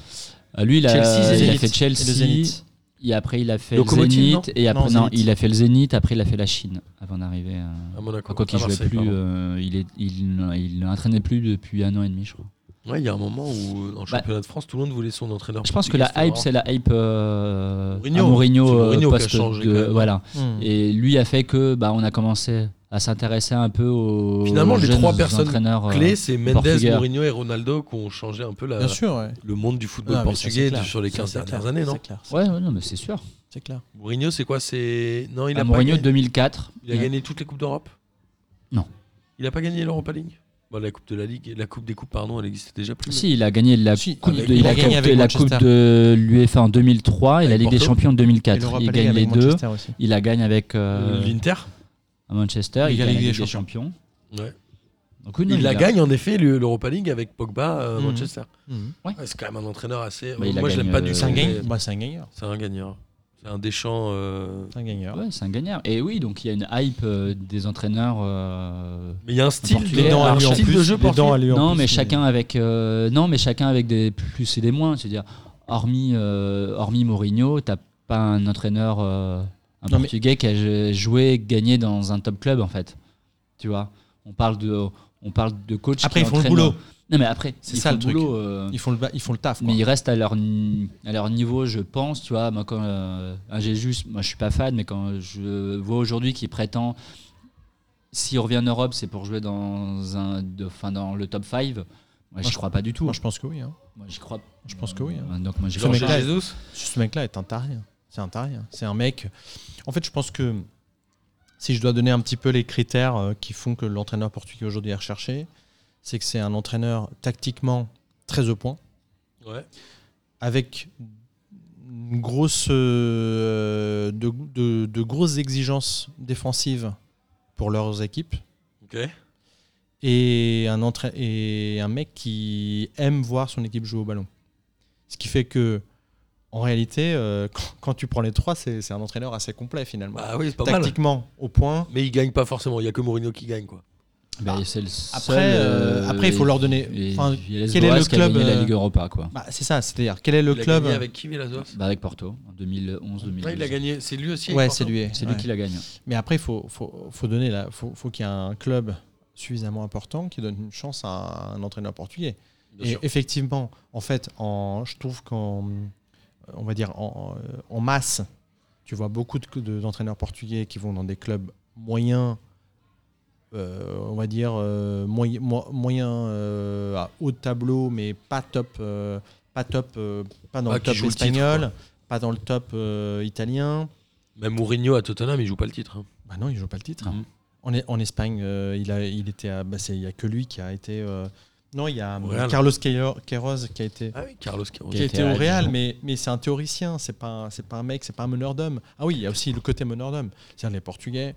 E: Euh, Lui, il a,
D: Chelsea,
E: il a
B: Zénith.
E: fait
B: Et le
E: Chelsea.
B: Zénith.
E: Et après, il a fait le
D: Lokomotiv,
E: Zénith. Et
B: Non,
E: après, non,
B: Zénith.
E: il a fait le Zénith. Après, il a fait la Chine avant d'arriver. à-
D: à Monaco
E: Quoi qu'il
D: à
E: jouait
D: Marseille,
E: plus,
D: pardon.
E: euh, il est, il, il n'entraînait plus depuis un an et demi, je crois.
D: Ouais, il y a un moment où dans le
E: Bah,
D: championnat de France, tout le monde voulait son entraîneur.
E: Je pense que
D: portugais,
E: la hype,
D: vraiment-
E: c'est la hype euh, à
D: Mourinho.
E: Mourinho,
D: C'est
E: euh,
D: Mourinho qui a
E: poste
D: changé
E: de-
D: quand même.
E: voilà.
B: Hmm.
D: Mm.
E: Et lui a fait que, bah, on a commencé à s'intéresser un peu aux
D: Finalement, les
E: jeunes
D: trois personnes
E: entraîneurs, euh,
D: Clé, c'est Mendes,
E: portugais.
D: Mourinho et Ronaldo qui ont changé un peu la-
E: euh,
B: Bien sûr, ouais.
D: le monde du football
B: Non, mais ça,
D: portugais
B: c'est clair.
D: sur les
B: Ça,
D: 15
B: c'est
D: dernières
B: clair.
D: années, non
B: C'est clair.
E: Ouais, ouais, non, mais c'est sûr.
B: C'est clair.
D: Mourinho, c'est quoi C'est non, il
E: Ah,
D: a pas
E: Mourinho
D: gagné.
E: 2004.
D: Il a gagné toutes les coupes d'Europe
E: Non.
D: Il a pas gagné l'Europa League. Bon, la coupe de la Ligue, la coupe des coupes, pardon, elle existait déjà plus.
E: Si, il a gagné la
B: Si,
E: coupe
D: avec-
E: de,
D: il
E: il
D: a
E: a
B: gagné
E: capté
B: avec
E: la
B: Manchester.
E: coupe de l'UEFA en 2003 et la
D: Avec
E: Ligue des
D: Porto.
E: Champions en
B: Et
E: 2004.
B: l'Europa
E: Il
B: League
E: gagne les
B: avec
E: deux.
B: Manchester aussi.
E: Il a gagné avec euh,
D: L'Inter,
E: à Manchester.
B: Il gagne
E: Il, gagne
B: la
E: la
B: Ligue
E: Ligue
B: des
E: des Champions.
D: Ouais.
E: Donc, oui, non,
D: il la
E: a-
D: gagne en effet le- l'Europa League avec Pogba euh,
B: Mhm.
D: Manchester.
B: Hmm.
D: Ouais, c'est quand même un entraîneur assez.
E: Bah, il la
D: Moi, je l'aime
E: gagne,
D: pas du
E: euh,
D: tout.
B: C'est un,
D: mais
B: gagne- bah, c'est un gagneur.
D: C'est un gagneur. C'est un Deschamps. euh,
B: C'est un gagneur.
E: Ouais, c'est un gagnant. Et oui, donc il y a une hype euh, des entraîneurs. euh,
D: Mais il y a un style,
E: Portugais.
D: de-
B: Les dents à
D: un
B: lui en
D: style
B: plus.
D: de jeu
B: les dents à
D: portugais.
B: lui en
E: Non,
B: plus,
E: mais chacun avec euh, non, mais chacun avec des plus et des moins. C'est-à-dire, hormis euh, hormis Mourinho, t'as pas un entraîneur euh, un
B: Non, mais-
E: portugais qui a jou- joué, gagné dans un top club en fait. Tu vois, on parle de on parle de coach.
B: Après,
E: qui
B: ils font le
E: entraînent-
B: boulot.
E: Non, mais après,
B: C'est
E: ils
B: ça,
E: font
B: le truc.
E: boulot, euh,
B: Ils font le, ba- ils font le taf.
E: mais ils restent à leur, ni- à leur niveau, je pense. Tu vois, moi, quand euh, un Jésus, moi je suis pas fan, mais quand je vois aujourd'hui qu'il prétend, s'il revient en Europe, c'est pour jouer dans, un, de- enfin, dans le top 5, moi
B: je-
E: je crois pas du tout.
B: Moi, je pense que oui. hein.
E: Moi j'y crois.
B: Je pense que oui. hein.
E: Donc moi j'y
B: Ce
E: crois
B: mec-là
E: pas.
B: est- Ce mec-là est un taré. hein. C'est un taré. hein. C'est un mec. En fait, je pense que si je dois donner un petit peu les critères euh, qui font que l'entraîneur portugais aujourd'hui est recherché, c'est que c'est un entraîneur tactiquement très au point,
D: Ouais.
B: avec une grosse, euh, de, de- de grosses exigences défensives pour leurs équipes.
D: Ok.
B: et un, entra- et un mec qui aime voir son équipe jouer au ballon. Ce qui fait que, en réalité, euh, quand, quand tu prends les trois, c'est c'est un entraîneur assez complet finalement.
D: Bah oui, c'est pas mal.
B: Tactiquement, au point.
D: Mais il gagne pas forcément. Il y a que Mourinho qui gagne quoi.
E: Bah, et c'est le seul,
B: Après, euh,
E: euh,
B: après il faut
E: et-
B: leur donner.
E: et
B: enfin,
E: Villas
B: quel est
E: Boas
B: le
E: qui a
B: club,
E: gagné la
B: euh,
E: Ligue Europa, quoi.
B: bah, c'est ça, c'est-à-dire quel est le
D: Il a
B: club
D: gagné avec qui Villas-Boas
E: Bah, avec Porto, en 2011-2012.
D: Ah, Il a gagné, c'est lui aussi. avec
B: Ouais,
D: Porto
B: c'est lui.
E: C'est
B: ouais.
E: lui qui la gagne.
B: Mais après, il faut, faut, faut donner la, faut, faut qu'il y ait un club suffisamment important qui donne une chance à un entraîneur portugais.
D: Bien
B: Et
D: sûr.
B: effectivement, en fait, en, je trouve qu'en on va dire en, en masse, tu vois beaucoup de- de- d'entraîneurs portugais qui vont dans des clubs moyens, euh, on va dire euh, moy- mo- moyens euh, à haut de tableau, mais pas top, euh, pas top, euh, pas dans
D: Ah,
B: le
D: qui
B: top
D: jouent le titre,
B: espagnol,
D: quoi.
B: pas dans le top euh, italien.
D: Même Mourinho à Tottenham, il joue pas le titre. hein.
B: Bah non, il joue pas le titre.
D: Mhm.
B: En, en Espagne, euh, il, a, il était à. bah, c'est- Il n'y a que lui qui a été. euh, non, il y a euh,
D: Real.
B: Carlos Queiroz Queiroz qui a été.
D: Ah oui, Carlos Queiroz.
B: Qui a
E: était
B: été
E: à
B: au
E: Dijon.
B: Real, mais, mais c'est un théoricien, c'est pas, un- c'est pas un mec, c'est pas un meneur d'homme. Ah oui, il y a aussi le côté meneur d'homme. C'est-à-dire les Portugais,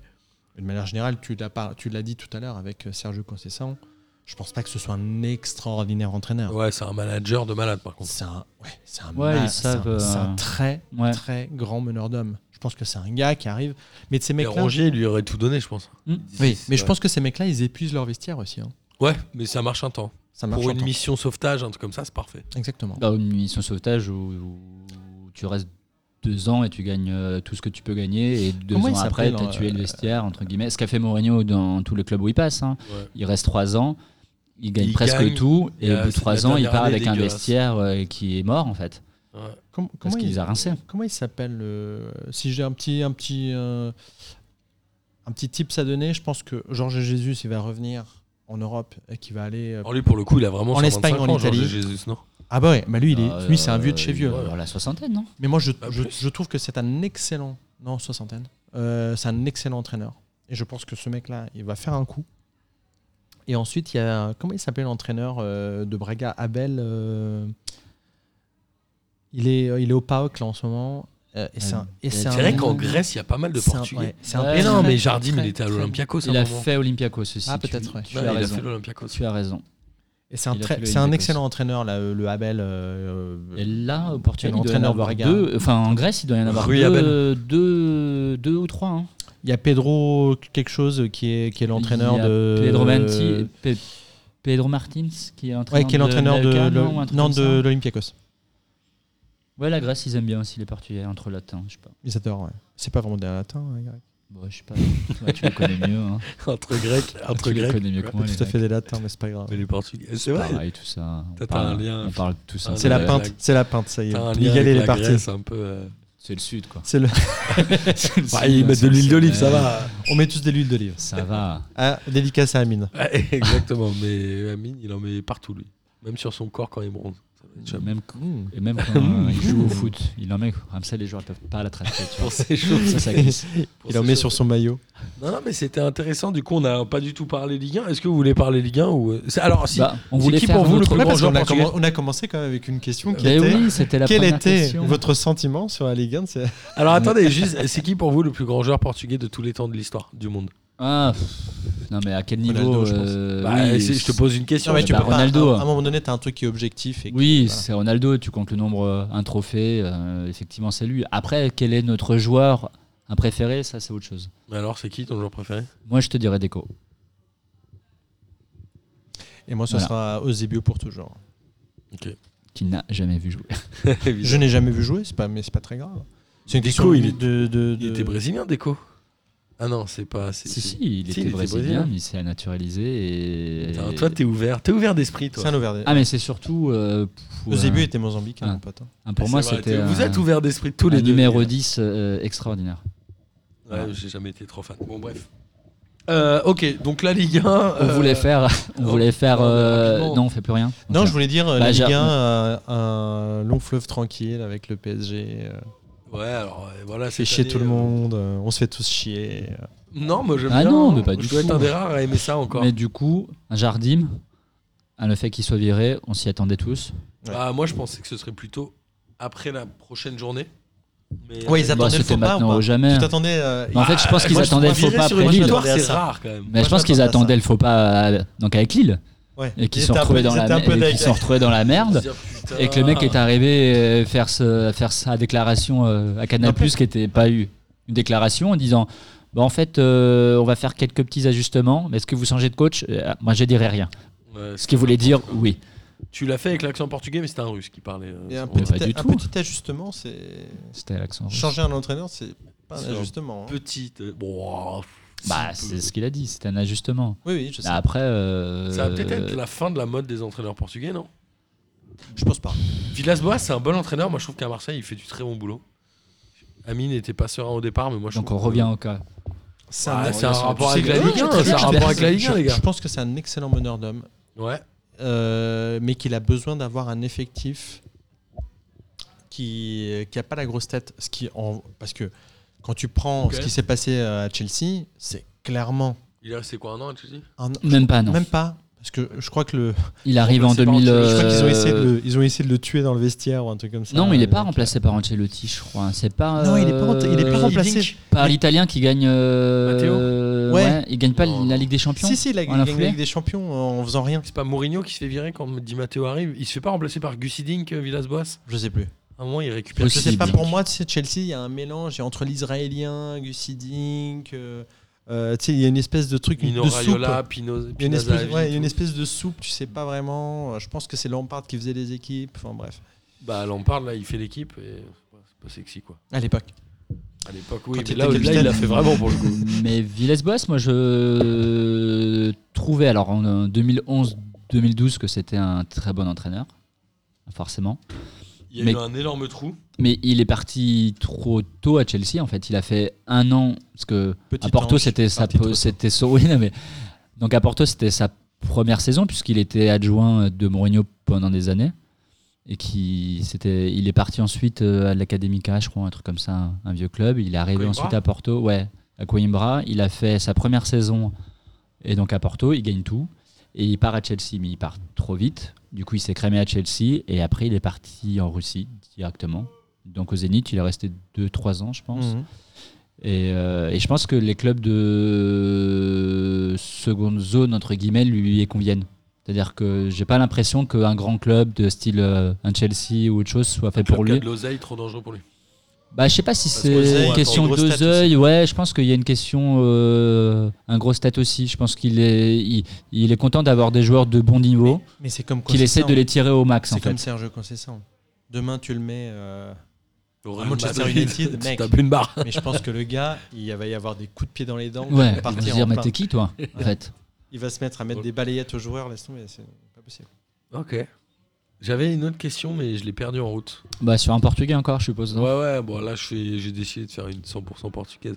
B: de manière générale, tu l'as, pas, tu l'as dit tout à l'heure avec euh, Sergio Conceição, je pense pas que ce soit un extraordinaire entraîneur.
D: Ouais, c'est un manager de malade par contre.
B: C'est un, ouais, c'est un,
E: Ouais,
B: ma-
E: ils savent,
B: c'est un- c'est un
E: euh,
B: très,
E: Ouais.
B: très grand meneur d'homme. Je pense que c'est un gars qui arrive. Mais de ces
D: Et
B: mecs-là.
D: Rongier, il lui aurait tout donné, je pense.
E: Hmm.
B: Oui, mais je
D: Ouais.
B: pense que ces mecs-là, ils épuisent leur vestiaire aussi. hein.
D: Ouais, mais ça marche un temps.
B: Ça marche
D: Pour
B: en
D: une
B: temps.
D: mission sauvetage, un truc comme ça, c'est parfait.
B: Exactement.
E: Bah, une mission sauvetage où, où tu restes deux ans et tu gagnes euh, tout ce que tu peux gagner et deux
B: Comment il
E: ans après
B: s'appelle,
E: tu as
B: euh,
E: tué le vestiaire entre guillemets ce qu'a fait Mourinho dans tous les clubs où il passe hein.
D: Ouais.
E: il reste trois ans il gagne
D: Il
E: presque
D: gagne,
E: tout et
D: et,
E: au
D: euh,
E: bout de
D: c'est la
E: trois ans il
D: dernière
E: part
D: année
E: avec un
D: dégueulasse.
E: vestiaire euh, qui est mort en fait
D: Ouais.
B: Com-
E: parce
B: comment
E: qu'il
B: il-
E: les a rincés
B: Comment il s'appelle le- Si j'ai un petit, un petit, euh, un petit tips à donner, je pense que Georges Jesus, il va revenir en Europe et qu'il va aller. euh,
D: Alors lui, pour le coup, il a vraiment.
B: En
D: 125
B: Espagne, en
D: ans, Jorge
B: Italie.
D: Jesus, non
B: Ah bah ouais, bah lui, il est,
E: Euh,
B: lui, c'est un vieux de chez
E: il
B: vieux.
E: doit avoir la soixantaine non
B: Mais moi, je,
D: Pas
B: je,
D: plus.
B: je trouve que c'est un excellent, non soixantaine, Euh, c'est un excellent entraîneur. Et je pense que ce mec-là, il va faire un coup. Et ensuite, il y a comment il s'appelle l'entraîneur euh, de Braga, Abel. euh, il est, il est au PAOK là en ce moment. Euh, et c'est un- et c'est
E: C'est
B: un-
D: C'est vrai qu'en Grèce, il y a pas mal de
B: C'est un-
D: Portugais.
B: ouais, c'est un
E: Ouais,
D: Mais
B: très,
D: non, mais
B: très,
D: Jardim,
B: très,
D: il était à
B: très bon.
D: l'Olympiakos à
E: il
D: un
E: a
D: moment.
E: fait Olympiakos aussi
B: Ah,
E: tu-
B: peut-être, ouais.
E: tu,
D: Ouais,
E: as
D: il a
E: raison
D: fait l'Olympiakos.
E: tu as raison
B: Et c'est un,
E: Il a
B: très-
E: fait le
B: c'est un
E: Olympiakos.
B: excellent entraîneur, là, euh, le Abel. euh, euh,
E: et là au
B: Quel
E: Portugal il doit y en
B: entraîneur
E: avoir
B: Braga.
E: deux enfin en Grèce il doit y en avoir
D: Rui
E: deux, deux, deux ou trois hein.
B: Il y a Pedro quelque chose euh, qui est, qui est l'entraîneur
E: Il y a
B: de.
E: Pedro Manti, Pe- Pedro Martins qui est
B: Ouais,
E: entraîneur,
B: qui est l'entraîneur de,
E: l'AEK,
B: le-
E: non, ou un truc
B: non,
E: comme
B: de
E: ça
B: l'Olympiakos.
E: Ouais, la Grèce, ils aiment bien aussi les Portugais entre latins, je sais pas.
B: Ils adorent, ouais. C'est pas vraiment des latins, hein, Greg.
E: Bon, je sais pas. Ouais, tu les connais mieux. Hein.
D: Entre Grecs, entre
E: tu les
D: Grecs.
E: connais mieux que moi.
B: tout à fait des latins, mais c'est pas grave.
D: Mais les Portugais, c'est vrai.
E: Pareil, tout ça. On
D: T'as
E: parle-
D: un lien.
E: On parle tout ça.
D: Un
B: C'est la
D: Ouais,
B: peinte,
D: ouais.
B: c'est la peinte, ça y
D: T'as un
B: est.
D: lien
B: Miguel, il
D: avec
B: est
D: la
B: parti.
D: Grèce, un peu. euh,
E: C'est le Sud, quoi.
B: C'est le-
E: C'est le
D: Bah,
E: Sud,
D: ils mettent
E: hein,
D: de
E: c'est-
D: l'huile d'olive, ça
E: Ouais,
D: va.
B: On met tous de l'huile d'olive.
E: Ça va.
B: Ah, dédicace à Amine.
D: Ouais, Exactement, mais euh, Amine, il en met partout, lui. Même sur son corps quand il bronze. Ça va être chum.
E: Même, et même quand euh, il joue au foot, il en met. Comme ça, les joueurs ils peuvent pas l'attraper. tu vois.
D: Pour ses choses.
E: Ça, ça glisse.
D: Pour
B: Il en
D: ses
B: met
D: choses.
B: sur son maillot.
D: Non, non, mais c'était intéressant. Du coup, on n'a pas du tout parlé Ligue 1. Est-ce que vous voulez parler Ligue 1 ou... euh, c'est- Alors, si.
E: Bah, on
D: C'est
E: voulait
D: qui
E: faire
D: pour vous le
E: notre-
D: plus
B: Ouais,
D: grand
B: parce
D: joueur
B: qu'on a
D: portugais
B: commen- on a commencé quand même avec une question qui
E: Mais
B: était.
E: Bah Ben oui, c'était la
B: Quel
E: première
B: était
E: question.
B: votre sentiment sur la Ligue 1 c'est-
D: Alors, attendez, juste, c'est qui pour vous le plus grand joueur portugais de tous les temps de l'histoire du monde
E: Ah, pff, non mais à quel niveau
B: Ronaldo, je pense.
E: euh,
D: Bah,
E: oui,
D: c'est- Je te pose une question.
B: Non, mais tu
E: Bah,
B: peux pas.
E: Ronaldo.
B: À un moment donné, tu as un truc qui est objectif. Et qui-
E: Oui,
B: voilà.
E: c'est Ronaldo, tu comptes le nombre, euh, un trophée, euh, effectivement c'est lui. Après, quel est notre joueur un préféré Ça c'est autre chose.
D: Mais alors, c'est qui ton joueur préféré
E: Moi je te dirais Deco.
B: Et moi, ce
E: Voilà.
B: sera Eusebio pour toujours.
E: Qui n'a jamais vu jouer.
B: Je n'ai jamais vu jouer, c'est pas, mais c'est pas très grave. C'est une
D: Deco,
B: question
D: il est-
B: de, de-
D: Il
B: de-
D: était brésilien, Deco Ah non, c'est pas. c'est-
E: Euh. si,
D: c'est-
E: si, il
D: si,
E: était brésilien,
D: brésilien.
E: mais il s'est naturalisé. Et...
D: Putain, Toi, t'es ouvert. T'es ouvert d'esprit,
B: C'est
D: toi.
B: un overdé.
E: Ah mais c'est surtout... euh, pour,
B: Eusebio
E: euh,
B: était Mozambique, hein,
E: ah.
B: mon pote. hein.
E: un- pour
D: C'est
E: moi
D: vrai,
E: c'était
D: t'es- Vous
E: un-
D: êtes ouvert d'esprit tous les
E: un
D: deux.
E: numéro 10 euh, extraordinaire.
D: Ouais, j'ai jamais été trop fan. Bon, bref. Euh, ok, donc la Ligue 1.
E: On voulait faire... On
D: non,
E: voulait faire
D: non, mais
E: euh,
D: Euh, oh, bah, rapidement.
E: non, on fait plus rien.
B: Non,
E: Ok.
B: je voulais dire euh,
E: Bah,
B: la Ligue
E: j'ai-
B: 1, euh, un long fleuve tranquille avec le PSG. euh,
D: Ouais, alors euh, voilà.
B: fait
D: cette
B: chier
D: année,
B: tout le
D: euh,
B: monde, euh, on se fait tous chier. euh.
D: Non, moi j'aime
E: Ah
D: bien,
E: non,
D: hein.
E: mais pas du
D: Je dois
E: tout.
D: être un des rares à aimer ça encore.
E: Mais du coup, un Jardim, à le fait qu'il soit viré, on s'y attendait tous.
D: Ah, moi je pensais que ce serait plutôt après la prochaine journée. Mais euh,
B: Ouais, ils
E: Bah,
B: attendaient le
E: C'était
B: faux pas ou
E: maintenant
B: pas
E: ou jamais. hein.
B: Tu t'attendais euh,
E: Mais en fait, je pense
D: Ah,
E: qu'ils
D: moi,
E: attendaient le
D: trouve
E: faux
D: virer
E: pas
D: sur
E: après
D: une
E: Lille.
D: victoire, c'est
B: Attendez à ça.
D: rare quand même.
E: Mais
B: Moi,
E: je pense
B: je
E: qu'ils
B: m'attendais à ça.
E: attendaient le faux pas euh, donc avec Lille
B: ouais.
E: et qu'ils
B: Ils
E: se sont
B: étaient un peu-
E: retrouvés dans
B: ils
E: la
B: étaient un
E: mer-
B: peu
E: et qu'ils
B: deg.
E: se sont retrouvés dans la
D: Se
E: merde
D: dire, putain.
E: et que le mec est arrivé euh, faire ce- faire sa déclaration euh, à Canal
B: Un peu.
E: qui était pas eu une déclaration en disant Bah, en fait, euh, on va faire quelques petits ajustements. Mais est-ce que vous changez de coach Euh, Moi, je dirais rien.
D: Ouais,
E: Ce qui voulait dire oui.
D: Tu l'as fait avec l'accent portugais, mais c'était un russe qui parlait. euh,
B: Et un
D: sans-
E: petit-
B: petit,
E: pas du
B: un
E: tout.
B: petit ajustement, c'est.
E: C'était l'accent. russe.
B: Changer un entraîneur, c'est pas un
D: C'est un
B: ajustement. hein.
D: Petite. euh, bon, c'est
E: Bah,
D: peu-
E: c'est ce qu'il a dit. C'était un ajustement.
B: Oui, oui, je sais.
E: Bah, après, euh,
D: Ça va peut-être être la fin de la mode des entraîneurs portugais, non
B: Je pense pas.
D: Villas-Boas, c'est un bon entraîneur. Moi, je trouve qu'à Marseille, il fait du très bon boulot. Amine n'était pas serein au départ, mais moi, je
E: donc on
D: trouve que-
B: euh,
E: revient au cas.
B: C'est
D: Ah, c'est un
B: tu sais
D: rapport
B: que
D: avec la
B: je-
D: Ligue 1,
B: je-
D: c'est un
B: je-
D: rapport avec la Ligue 1,
B: je-
D: les gars.
B: Je pense que c'est un excellent meneur d'hommes,
D: Ouais.
B: euh, mais qu'il a besoin d'avoir un effectif qui n'a pas la grosse tête. Ce qui en- parce que quand tu prends
D: Ok.
B: ce qui s'est passé euh, à Chelsea, c'est clairement.
D: Il est resté quoi un an, tu dis
B: un-
E: Même pas, Ah non.
B: Même pas. Parce que je crois que le.
E: Il arrive en
D: remplacé par
E: 2000.
D: Ancelotti.
B: Je crois qu'ils ont
E: euh,
B: essayé de le, ils ont essayé de le tuer dans le vestiaire ou un truc comme ça.
E: Non, il n'est
B: est
E: pas remplacé par Ancelotti, je crois. C'est pas.
B: Non, il est pas,
E: euh,
B: rem- il est pas remplacé.
E: Par l'Italien qui gagne. euh,
D: Matteo
E: ouais.
B: Ouais. Oh.
E: il gagne pas
D: Non,
E: la Ligue des Champions.
B: Si, si, il a
E: On
B: gagné
E: l'a
B: la
E: foulé
B: Ligue des Champions en faisant rien.
D: C'est pas Mourinho qui se fait virer quand Di Matteo arrive. Il se fait pas remplacer par Gussie Dink, euh, Villas-Boas
B: Je sais plus.
D: À un moment, il récupère.
B: Je
E: Aussi.
B: sais pas,
E: Sidink.
B: pour moi, tu sais, Chelsea, il y a un mélange et entre l'israélien, Gussidink, euh, euh, tu sais, il y a une espèce de truc
D: Mino
B: de
D: Raiola,
B: soupe.
D: Pino,
B: Il y, a une
D: Pinazza
B: espèce, ouais, il y a
D: Avi,
B: une
D: tout.
B: espèce de soupe, tu sais pas vraiment. Euh, Je pense que c'est Lampard qui faisait les équipes. Enfin bref,
D: Bah, Lampard, là, il fait l'équipe et ouais, c'est pas sexy, quoi.
B: à l'époque.
D: À l'époque, oui,
B: Quand il
D: mais là,
B: était
D: là, il
B: capitaine.
D: l'a fait vraiment pour le coup.
E: Mais Villas-Boas, moi je trouvais alors en euh, 2011-2012 que c'était un très bon entraîneur, forcément.
D: Il y a
E: Mais-
D: eu un énorme trou.
E: Mais il est parti trop tôt à Chelsea en fait. Il a fait un an parce que
B: Petit
E: à Porto
B: ange,
E: c'était sa
B: parti trop
E: pe-
B: tôt.
E: c'était son- oui, non, mais donc à Porto c'était sa première saison puisqu'il était adjoint de Mourinho pendant des années et qui c'était il est parti ensuite euh, à l'Académica je crois un truc comme ça un, un vieux club il est arrivé
D: Coimbra
E: ensuite à Porto ouais à Coimbra il a fait sa première saison et donc à Porto il gagne tout et il part à Chelsea mais il part trop vite du coup il s'est cramé à Chelsea et après il est parti en Russie directement donc au Zénith il est resté 2-3 ans je pense
B: Mhm.
E: et, euh, et je pense que les clubs de seconde zone, entre guillemets, lui y conviennent. C'est-à-dire que j'ai pas l'impression qu'un grand club de style euh, un Chelsea ou autre chose soit fait pour
D: Le cas
E: lui.
D: de l'oseille, trop dangereux pour lui.
E: Bah, je sais pas si
D: Parce
E: c'est
D: que
B: Zay,
E: une question
B: attends, grosse tête
E: deux œils. Ouais, je pense qu'il y a une question, euh, un gros stat aussi. Je pense qu'il est, il, il est content d'avoir des joueurs de bon niveau,
B: Mais c'est comme
E: qu'il essaie
B: Conceição.
E: de les tirer au max en
B: C'est
E: fait.
B: comme Serge Conceição. Demain, tu le mets. euh,
D: Au
B: À
D: Real
B: Manchester
D: Madrid,
B: United,
D: tu
B: mec.
D: tapes une barre.
B: mais je pense que le gars, il va y avoir des coups de pied dans les dents.
E: Ouais,
B: il, va
E: il va
B: partir
E: se dire,
B: en
E: mais
B: plein.
E: t'es qui toi en fait
B: il va se mettre à mettre des balayettes aux joueurs. Laisse tomber, c'est pas possible.
D: Ok. J'avais une autre question, mais je l'ai perdue en route.
E: Bah, sur un Portugais encore, je suppose.
D: Ouais,
E: non
D: ouais, bon, là, je fais- j'ai décidé de faire une 100% portugaise.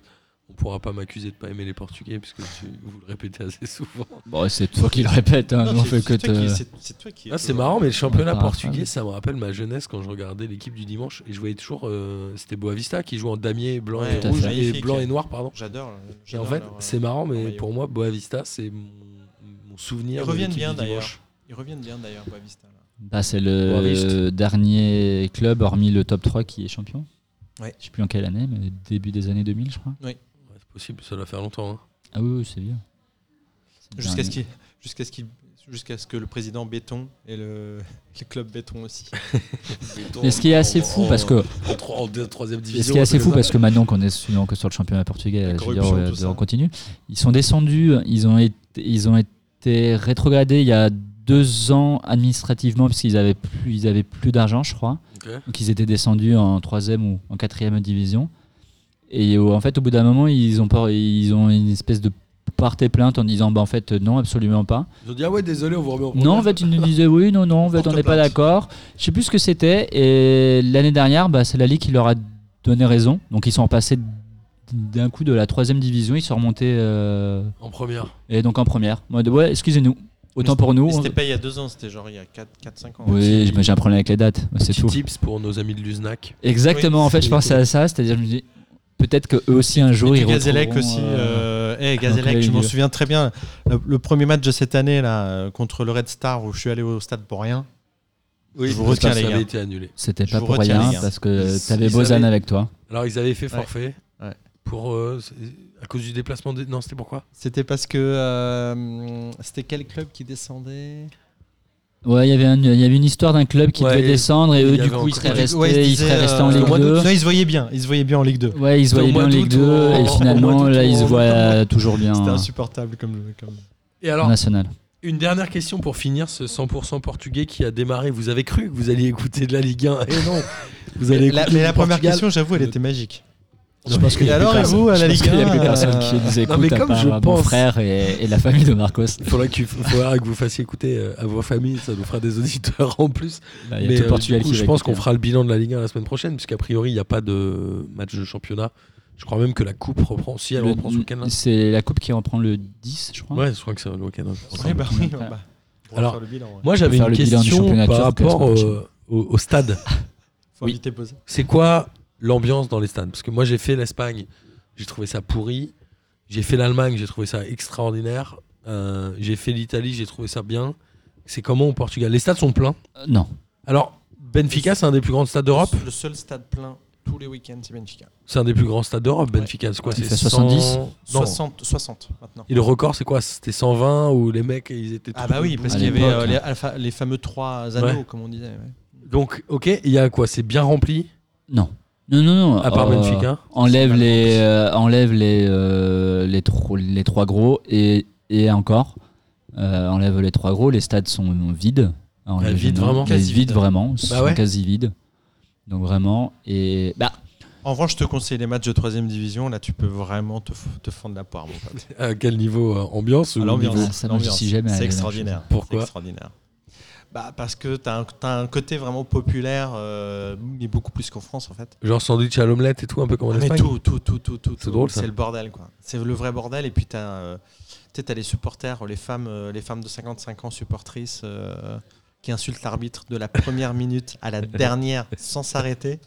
D: On pourra pas m'accuser de pas aimer les Portugais, puisque tu, vous le répétez assez souvent.
E: Bon, c'est toi qui le répète, hein, nous, on fait que
B: c'est toi,
E: te-
B: qui- c'est- c'est toi qui.
D: Ah, c'est marrant, mais le championnat
E: Enfin,
D: portugais,
E: ouais.
D: ça me rappelle ma jeunesse quand je regardais l'équipe du dimanche et je voyais toujours. euh, C'était Boavista qui jouait en damier blanc
B: Ouais,
D: et
E: tout à
D: rouge
B: fait.
D: et
B: Magnifique.
D: blanc et noir, pardon.
B: J'adore.
D: Et en
B: j'adore
D: fait,
B: leur, euh,
D: c'est marrant, mais
B: maillot.
D: pour moi, Boavista, c'est mon, mon souvenir.
B: Ils
D: de
B: reviennent
D: l'équipe
B: bien,
D: du dimanche.
B: Ils reviennent bien d'ailleurs, Boavista. là.
E: Bah, c'est
D: Boavista.
E: le dernier club, hormis le top 3, qui est champion.
B: Ouais.
E: Je sais plus en quelle année, mais début des années 2000, je crois.
D: Ouais, c'est possible, ça doit faire longtemps. hein.
E: Ah oui, oui, c'est vieux. C'est le
B: Jusqu'à
E: dernier.
B: ce, qu'il- jusqu'à ce, qu'il- jusqu'à ce que le président béton et le, le club béton aussi.
E: Mais ce qui est
D: Oh,
E: assez fou,
B: Oh.
E: parce que,
D: En, trois- en deux- troisième
E: mais
D: division.
E: ce qui est assez
D: c'est
E: fou,
D: comme
E: parce que maintenant qu'on est souvent que sur le championnat portugais, je veux dire,
B: corruption,
E: euh,
B: tout ça.
E: on continue. Ils sont descendus, ils ont été, ils ont été rétrogradés il y a deux ans administrativement, parce qu'ils avaient plus, ils avaient plus d'argent, je crois.
D: ça. Ok.
E: Donc ils étaient descendus en troisième ou en quatrième division. Et au- en fait, au bout d'un moment, ils ont, pas- ils ont une espèce de porte et plainte en disant bah en fait non absolument pas
D: Ils ont dit, ah ouais, désolé, on vous remet en
E: non
D: première.
E: en fait ils nous disaient oui non non en fait on n'est
B: Porte-plainte.
E: pas d'accord je sais plus ce que c'était et l'année dernière bah, c'est la ligue qui leur a donné raison donc ils sont passés d'un coup de la troisième division ils sont remontés euh,
D: En première.
E: et donc en première Moi, de- ouais excusez-nous autant pour nous
B: Mais
E: on-
B: C'était pas il y a deux ans, c'était genre il y a 4-5 ans.
E: oui j'ai un problème avec les dates Bah, c'est
D: Petit
E: tout
D: tips pour nos amis de Luznac.
E: Exactement,
B: Oui,
E: en fait, je
B: c'est-
E: pensais à ça, c'est-à-dire, je me dis, peut-être que eux aussi un jour
B: Et
E: ils
B: Gazelec
E: retrouveront,
B: aussi.
E: euh,
B: Euh... eh,
E: donc, là,
B: Gazelec, je
E: il-
B: m'en souviens très bien. Le, le premier match de cette année là euh, contre le Red Star où je suis allé au stade pour rien.
D: Oui,
B: Je vous retiens, les
D: Ça
B: gars.
D: avait été annulé.
E: C'était
B: je
E: pas
B: vous
E: pour
B: retiens,
E: rien
B: les gars.
E: parce que
D: Ils-
E: t'avais
D: ils
E: Bozan
D: avaient-
E: avec toi.
D: Alors ils avaient fait forfait
B: Ouais.
D: pour euh, c'est- à cause du déplacement des non c'était pourquoi
B: C'était parce que euh, c'était quel club qui descendait
E: Ouais, il y avait un- il y avait une histoire d'un club qui
D: Ouais,
E: devait
D: et-
E: descendre et
D: il y
E: eux,
D: avait
E: du coup,
D: encore-
E: ils seraient restés,
B: Ouais, ils
E: ils
B: disaient,
E: seraient restés en
B: euh,
D: au
E: Ligue Ah.
D: mois
E: 2.
D: d'août,
B: Non, ils se voyaient bien, ils se voyaient bien en Ligue 2.
E: Ouais, ils se
D: Au
E: voyaient
D: mois
E: bien en Ligue
D: d'août,
E: 2
D: au- au
E: et
D: mois
E: finalement,
D: d'août,
E: là, ils se
D: au-
E: voient euh, toujours bien
B: C'était
E: euh,
B: insupportable comme. comme...
D: Et
E: en
D: alors,
E: national.
D: Une dernière question pour finir ce 100% portugais qui a démarré. Vous avez cru que vous alliez écouter de la Ligue 1 et non. Vous allez
B: La-
D: écouter
B: mais
D: du
B: la première
D: Portugal.
B: question, j'avoue, elle était magique.
E: Je pense qu'il
B: Et
E: y a plus
B: alors, et
E: personne-
B: vous, à
E: je
B: la
E: pense
B: Ligue
E: qu'il y a
B: 1,
E: plus personne
B: euh,
E: qui nous écoute,
D: mais
E: à
D: comme
E: part
D: je
E: mon
D: pense-
E: frère et, et la famille de Marcos.
D: Il faudra qu'il faut faudra que vous fassiez écouter euh, à vos familles, ça nous fera des auditeurs en plus.
E: Là, Il y
D: Mais,
E: a
D: euh,
E: tout
D: du
E: Portugal
D: coup,
E: qui
D: je
E: va
D: pense qu'on
E: écouter.
D: fera le bilan de la Ligue 1 la semaine prochaine, puisqu'a priori, il n'y a pas de match de championnat. Je crois même que la Coupe reprend, si elle
E: Le-
D: reprend ce week-end. là.
E: C'est la coupe qui reprend le 10 je crois.
D: Ouais, je crois que c'est le week-end.
B: Ouais, bah oui, bah, on va
D: Alors,
B: faire le bilan. ouais.
D: Moi, j'avais
E: faire
D: une
E: le bilan du
D: question
E: championnat
D: par
E: turc la
D: rapport
E: semaine
D: euh, au, au stade.
B: Faut
E: oui.
B: inviter poser.
D: C'est quoi l'ambiance dans les stades Parce que moi j'ai fait l'Espagne, j'ai trouvé ça pourri. J'ai fait l'Allemagne, j'ai trouvé ça extraordinaire. Euh, j'ai fait l'Italie, j'ai trouvé ça bien. C'est comment au Portugal Les stades sont pleins.
E: Euh, Non.
D: Alors, Benfica, c'est un des plus grands stades d'Europe.
B: Le seul stade plein tous les week-ends, c'est Benfica.
D: C'est un des plus grands stades d'Europe, Benfica. C'est quoi
E: Il
D: C'est
E: fait
D: 100
E: 70?
D: Non.
B: 60, 60 maintenant.
D: Et le record, c'est quoi C'était 120 où les mecs, ils étaient
B: Ah
D: tous
B: bah oui,
D: debout.
B: parce
E: À
B: qu'il y avait
E: l'époque,
B: euh, les, alpha- les fameux trois anneaux, comme on disait. ouais.
D: Donc, ok, il y a quoi C'est bien rempli,
E: Non. Non, non, non.
D: à part
E: euh,
D: Benfica.
E: Enlève les, euh, enlève les, euh, les, tro- les trois gros et, et encore. euh, enlève les trois gros. Les stades sont vides. Enlève-
D: Ah, vides, vraiment.
E: les
B: Quasi
E: vides,
B: vides.
E: vraiment. Ils sont
D: ouais.
E: quasi vides. Donc vraiment. Et bah,
B: En revanche, je te conseille les matchs de 3ème division. Là, tu peux vraiment te, f- te fendre la poire, mon pote.
D: À quel niveau euh, Ambiance ou
B: Ah, l'ambiance,
E: niveau- ça, moi, j'y
B: l'ambiance,
E: suis jamais allé,
B: C'est
E: la
B: extraordinaire.
D: Pourquoi
B: C'est extraordinaire. Bah, Parce que tu as, un côté vraiment populaire, euh, mais beaucoup plus qu'en France, en fait.
D: Genre sandwich à l'omelette et tout, un peu comme en
B: Ah, mais
D: Espagne
B: tout, tout, tout, tout, tout.
D: C'est
B: tout.
D: drôle, ça.
B: C'est le bordel, quoi. C'est le vrai bordel. Et puis, tu as, les supporters, les femmes, euh, les femmes de 55 ans supportrices euh, qui insultent l'arbitre de la première minute à la dernière sans s'arrêter.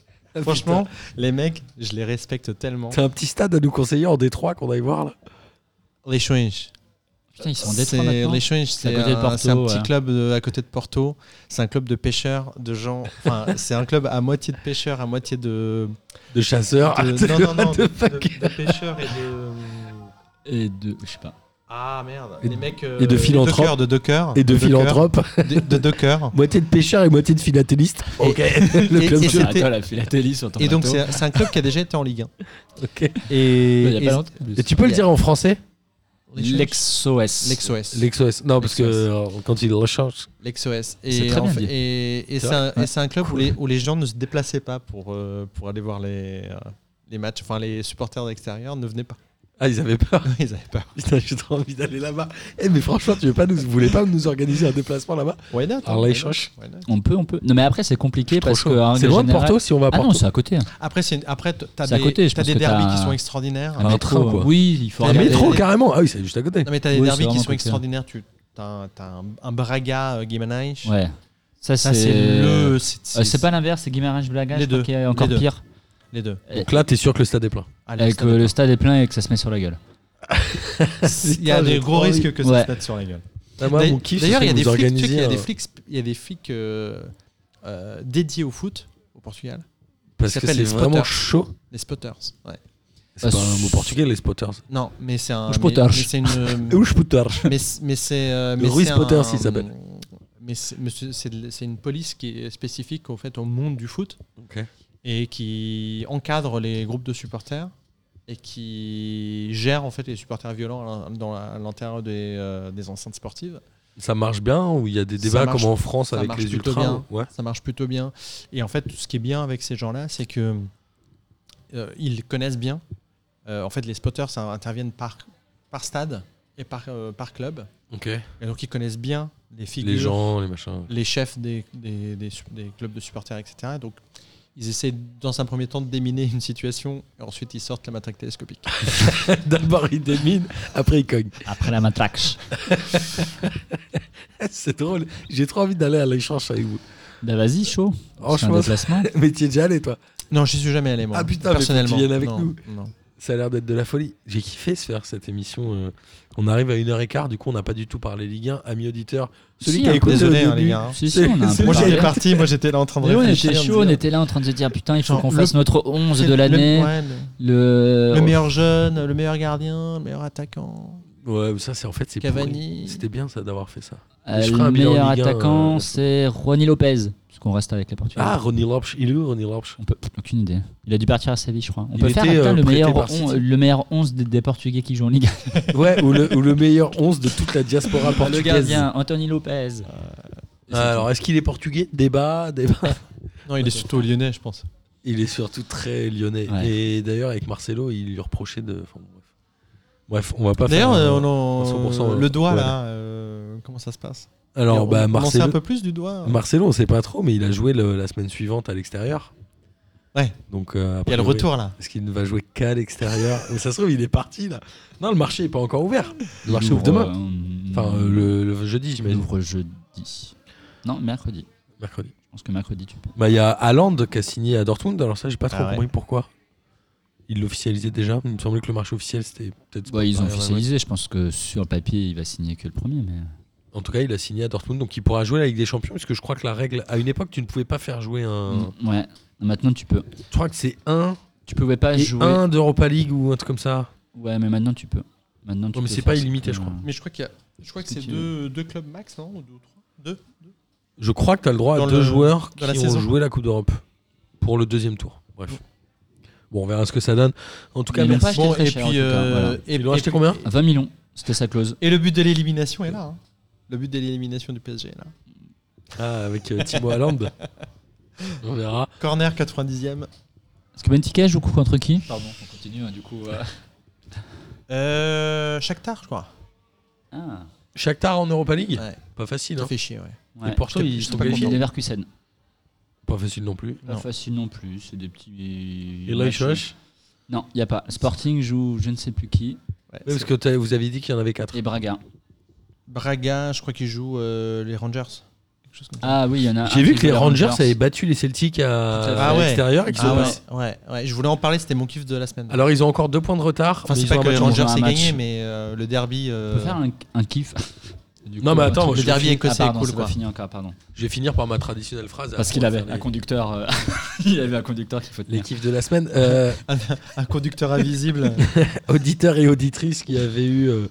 B: Franchement, les mecs, je les respecte tellement.
D: T'as hein. un petit stade à nous conseiller en Détroit qu'on aille voir là
B: Les Chouinches.
E: putain, ils sont en Détroit
B: C'est
E: maintenant.
B: les Chouinches,
E: à
B: c'est
E: côté de
B: un,
E: Porto,
B: c'est un petit
E: ouais.
B: club de- à côté de Porto. C'est un club de pêcheurs, de gens. Enfin, c'est un club à moitié de pêcheurs, à moitié de.
D: De chasseurs
F: Ah,
B: de- non, non, non, de,
D: de
B: de-
D: fuck.
B: de pêcheurs et de.
E: Et de, je sais pas.
B: Ah merde,
D: Et-
B: les mecs. euh,
D: et de
B: les
D: philanthropes.
B: dockers, De dockers.
D: et de
B: dockers,
D: philanthropes,
B: De, de dockers.
D: moitié de pêcheurs et moitié de philatélistes. Ok, le
B: et-
D: club
B: et
D: turc.
B: c'était-
E: Attends, la philatélie sur ton
B: Et donc,
E: bateau.
B: c'est c'est un club qui a déjà été en Ligue 1.
D: Ok. Et,
B: Et.
E: Il y a pas
B: et-
E: longtemps, en plus.
D: tu peux le dire en français
B: les Chouinches.
E: L'Exos.
B: L'Exos.
D: L'XOS. Non, parce que
B: L'XOS.
D: euh, quand il recharge.
B: L'Exos.
E: C'est
B: Et,
E: très
B: en
E: bien
B: fait-
E: dit.
B: et, et
D: C'est
B: c'est un, et c'est un club où, les, où les gens ne se déplaçaient pas pour, euh, pour aller voir les, euh, les matchs. Enfin, les supporters d'extérieur ne venaient pas.
D: Ah, ils avaient peur.
B: Ils avaient peur.
D: Putain, j'ai trop envie d'aller là-bas. Eh, mais franchement, tu veux pas nous, vous voulez pas nous organiser un déplacement là-bas
B: Why not,
D: Alors,
B: Ah, why
D: les
B: not,
D: Chouinches.
B: why not
E: On peut, on peut. Non, mais après, c'est compliqué
D: Trop
E: parce
D: chaud.
E: que. en
D: C'est
E: règle
D: loin hein, de
E: générale-
D: Porto si on va à
E: Ah
D: Porto.
E: non, c'est à côté.
B: Après, c'est une- après t- t'as
E: C'est à
B: des,
E: côté, je
B: t'as
E: pense
B: des
E: que
B: derbys
E: t'as
B: qui sont
E: un-
B: extraordinaires.
D: Un métro, quoi.
E: Oui, il faut
B: Un
D: un
B: Regardez.
E: regarder.
D: métro carrément. Ah oui, c'est juste à côté.
B: Non, mais t'as des
E: Oui, c'est
B: derbys qui
E: vraiment
B: sont
E: côté,
B: extraordinaires. Tu t'as un, t'as un, un Braga euh, Guimarães.
E: Ouais. Ça,
B: Ça, c'est le. c'est-
E: Euh,
B: c'est-
E: c'est pas l'inverse, c'est Guimarães Blaga,
B: Les
E: je crois
B: deux.
E: qu'il y a encore
B: Les deux.
E: pire.
B: les deux.
D: Donc là, t'es sûr que le stade est plein.
B: Allez,
E: Avec
B: ça va.
E: euh, le stade est plein et que ça se met sur la gueule.
B: il y a
D: Putain, j'ai
B: des gros
D: trop envie.
B: risques que ça
E: Ouais.
B: se mette sur la gueule.
D: Ah, Oh, moi, mon kiff, ce
B: D'ailleurs, il y a
D: serait
B: des
D: que vous
B: flics, tu sais qu'il y a
D: organisiez
B: des
D: un-
B: flics, sp- il y a des flics euh, euh, dédiés au foot au Portugal,
D: Parce
B: ça
D: que
B: s'appelle
D: c'est
B: les
D: vraiment
B: spotters.
D: chaud.
B: les spotters. Ouais.
D: C'est pas
E: Parce-
D: un mot portugais, les spotters.
B: Non, mais c'est un.
E: Os
B: mais-
E: spotters.
B: mais c'est une.
D: Ou spotters.
B: mais c'est- mais c'est. euh,
D: Le
B: mais
D: Ruiz
B: c'est
D: Potter,
B: un- euh,
D: s'il s'appelle.
B: Mais c'est mais c'est- c'est de- c'est une police qui est spécifique au fait au monde du foot
D: Ok.
B: et qui encadre les groupes de supporters et qui gère en fait les supporters violents à l'in- dans la- à l'intérieur des, euh, des enceintes sportives.
D: Ça marche bien ou il y a des
B: Ça
D: débats
B: marche-
D: comme en France
B: ça
D: avec
B: marche
D: les
B: plutôt
D: ultras
B: bien.
D: ou- ouais.
B: ça marche plutôt bien. Et en fait, ce qui est bien avec ces gens-là, c'est que euh, ils connaissent bien. Euh, en fait, les spotters ça, interviennent par, par stade et par, euh, par club. Et donc, ils connaissent bien les figures,
D: Les gens, les machins.
B: les chefs des, des- des su- des clubs de supporters, etc. Et donc, ils essaient, dans un premier temps, de déminer une situation. Et ensuite, ils sortent la matraque télescopique.
D: D'abord ils déminent, après ils cognent.
E: Après la matraque.
D: C'est drôle. J'ai trop envie d'aller à l'échange avec vous.
E: Bah vas-y, chaud.
F: Oh,
E: C'est un
D: Franchement,
E: déplacement.
D: mais t'y es déjà allé toi.
B: Non, j'y suis jamais allé, moi.
D: Ah, putain, mais faut que tu
B: personnellement.
D: viennes avec
B: Non,
D: nous.
B: non.
D: Ça a l'air d'être de la folie. J'ai kiffé se faire cette émission. euh, On arrive à 1h15, du coup on n'a pas du tout parlé Ligue 1. Ami auditeur, celui
E: Si,
D: qui a
E: un peu,
D: écouté
B: désolé,
D: au
B: hein, les
D: début-
B: gars, hein.
E: Si, si, on a un
D: C'est-
E: peu
B: Moi,
E: parlé.
B: j'étais parti, moi, j'étais là en train de
E: Mais ouais, on
B: réfléchir,
E: était
B: me
E: chaud, on
B: dire,
E: était là en train de se dire putain, il faut
B: Genre,
E: qu'on fasse
B: le-
E: notre 11
B: c'est
E: de
B: le-
E: l'année. Euh,
B: ouais, le-
E: Le,
B: Le meilleur jeune, le meilleur gardien, le meilleur attaquant.
F: Ouais, mais ça, c'est en fait, c'est
B: Cavani.
F: pourri. C'était bien ça d'avoir fait ça.
E: Euh,
F: Je
E: le
F: ferai un bilan
E: meilleur
F: Ligue un,
E: attaquant,
F: euh,
E: c'est Ronny Lopez, parce qu'on reste avec les Portugais.
F: Ah, Ronny Lopsch, il est où Ronny Lopsch
E: On peut, aucune idée. Il a dû partir à Séville, je crois. On
F: Il
E: peut faire
F: était,
E: attends,
F: euh,
E: le,
F: prêté
E: meilleur
F: par
E: on-
F: City.
E: le meilleur 11 des, des Portugais qui jouent en Ligue.
F: Ouais, ou le, ou le meilleur 11 de toute la diaspora portugaise. Ah,
E: Le gardien, Anthony Lopez.
F: Alors, est-ce qu'il est portugais Débat, débat.
B: Non, il est surtout lyonnais, je pense.
F: Il est surtout très lyonnais.
E: Ouais.
F: Et d'ailleurs, avec Marcelo, il lui reprochait de. enfin, bref. bref. on va pas
B: D'ailleurs,
F: faire. euh,
B: euh, on
F: 100%,
B: en... le
F: euh,
B: doigt,
F: ouais.
B: là, euh, comment ça se passe
F: Alors,
B: on,
F: bah,
B: on en sait
F: Marcelo,
B: un peu plus du doigt.
F: Marcelo, on sait pas trop, mais il a joué le- la semaine suivante à l'extérieur.
B: Ouais.
F: Donc, euh, a
B: Il y a le
F: priori,
B: retour, là.
F: Est-ce qu'il ne va jouer qu'à l'extérieur Mais ça se trouve, il est parti là. Non, le marché n'est pas encore ouvert. Le marché ouvre demain. Enfin, euh, le, le jeudi,
E: Il
F: j'imagine.
E: ouvre jeudi. Non, mercredi.
F: Mercredi.
E: Je pense que mercredi, tu peux.
F: Bah, il y a Haaland qui a signé à Dortmund. Alors, ça, j'ai pas trop
B: Ah ouais.
F: compris pourquoi. Il l'officialisait déjà. Il me semblait que le marché officiel, c'était peut-être.
E: Ouais, Bah, ils
F: Bayern
E: ont
F: Munich.
E: officialisé. Je pense que sur le papier, il va signer que le premier. Mais...
F: En tout cas, il a signé à Dortmund, donc il pourra jouer la Ligue des Champions, puisque je crois que la règle, à une époque, tu ne pouvais pas faire jouer un.
E: Mm, Ouais. Maintenant, tu peux.
F: Je crois que c'est un
E: Tu pouvais pas
F: et
E: jouer.
F: un d'Europa League ou un truc comme ça.
E: Ouais, mais maintenant, tu peux. Maintenant, tu
F: mais
E: peux
F: c'est
E: faire
F: pas
E: ce
F: illimité,
E: que-
F: je crois.
B: Mais je crois qu'il y a- je crois que
E: Si
B: c'est
E: tu
B: deux, deux clubs max, non Ou deux ou trois Deux
F: Je crois que tu as le droit
B: Dans
F: à deux
B: le-
F: joueurs qui
B: dans la
F: ont
B: saison.
F: joué la Coupe d'Europe pour le deuxième tour. Bref. Bon, on verra ce que ça donne. En tout cas,
E: Ils l'ont
F: merci.
E: pas acheté
B: Bon,
E: très
B: et
E: cher, en
B: puis,
E: tout cas,
B: euh,
E: voilà.
B: et-
F: Ils l'ont
B: et
F: acheté
B: puis-
F: combien
E: À 20 Euh, millions, c'était sa clause.
B: Et le but de l'élimination est là. hein. Le but de l'élimination du PSG est là.
F: Ah, avec euh, Thibaut Haaland. on verra.
B: Corner 90e.
E: Est-ce que Benfica joue coup contre qui Pardon, on continue
F: hein,
E: du coup.
B: Euh, Shakhtar, je crois.
E: Ah,
F: Shakhtar en Europa League
B: Ouais.
F: Pas facile,
B: Ça
F: hein
B: fait chier, ouais.
E: ouais.
F: Porto,
E: Je
F: ils
E: t'ai- je
F: sont pas
E: t'ai pas
F: contents.
E: Leverkusen.
F: Pas facile non plus.
E: Pas
B: Non.
E: facile non plus, c'est des petits.
F: Et là, il
E: matchs.
F: cherche.
E: Non, il n'y a pas. Sporting joue je ne sais plus qui.
B: Ouais,
F: Ouais, parce
B: c'est-
F: que t'as- vous avez dit qu'il y en avait quatre.
E: Et Braga.
B: Braga, je crois qu'il joue euh, les Rangers. Quelque chose comme ça.
E: Ah oui, il y en a.
F: J'ai
E: un
F: vu
E: qui
F: que les
E: joue
F: Rangers avaient battu les Celtics à,
E: Tout à fait.
F: à
B: Ah ouais.
F: l'extérieur et qu'ils
E: Ah
F: sont
E: ouais.
F: passés.
B: ouais, ouais, je voulais en parler, c'était mon kiff de la semaine.
F: Alors ils ont encore deux points de retard.
B: enfin,
F: mais
B: c'est
F: ils
B: pas
F: ont un
B: que les
F: match en
B: Rangers
F: moins.
E: un
B: aient
E: match.
B: gagné, mais euh, le derby.
E: On
B: euh,
E: peut faire un, un kiff. Du
F: Non,
E: coup,
F: mais
E: euh, on va
F: attends, Euh,
E: trouver-
B: le derby écossais
E: Ah,
B: est
E: pardon,
B: cool,
E: ça doit
B: quoi.
E: finir encore, pardon.
F: Je vais finir par ma traditionnelle phrase.
E: Parce
F: Après,
E: qu'il
F: on va
E: avait
F: faire
E: un
F: les-
E: conducteur. euh, il avait un conducteur qu'il faut
F: les
E: tenir.
F: kiffs de la semaine. Euh,
B: Un conducteur invisible.
F: auditeurs et auditrices qui avaient eu euh,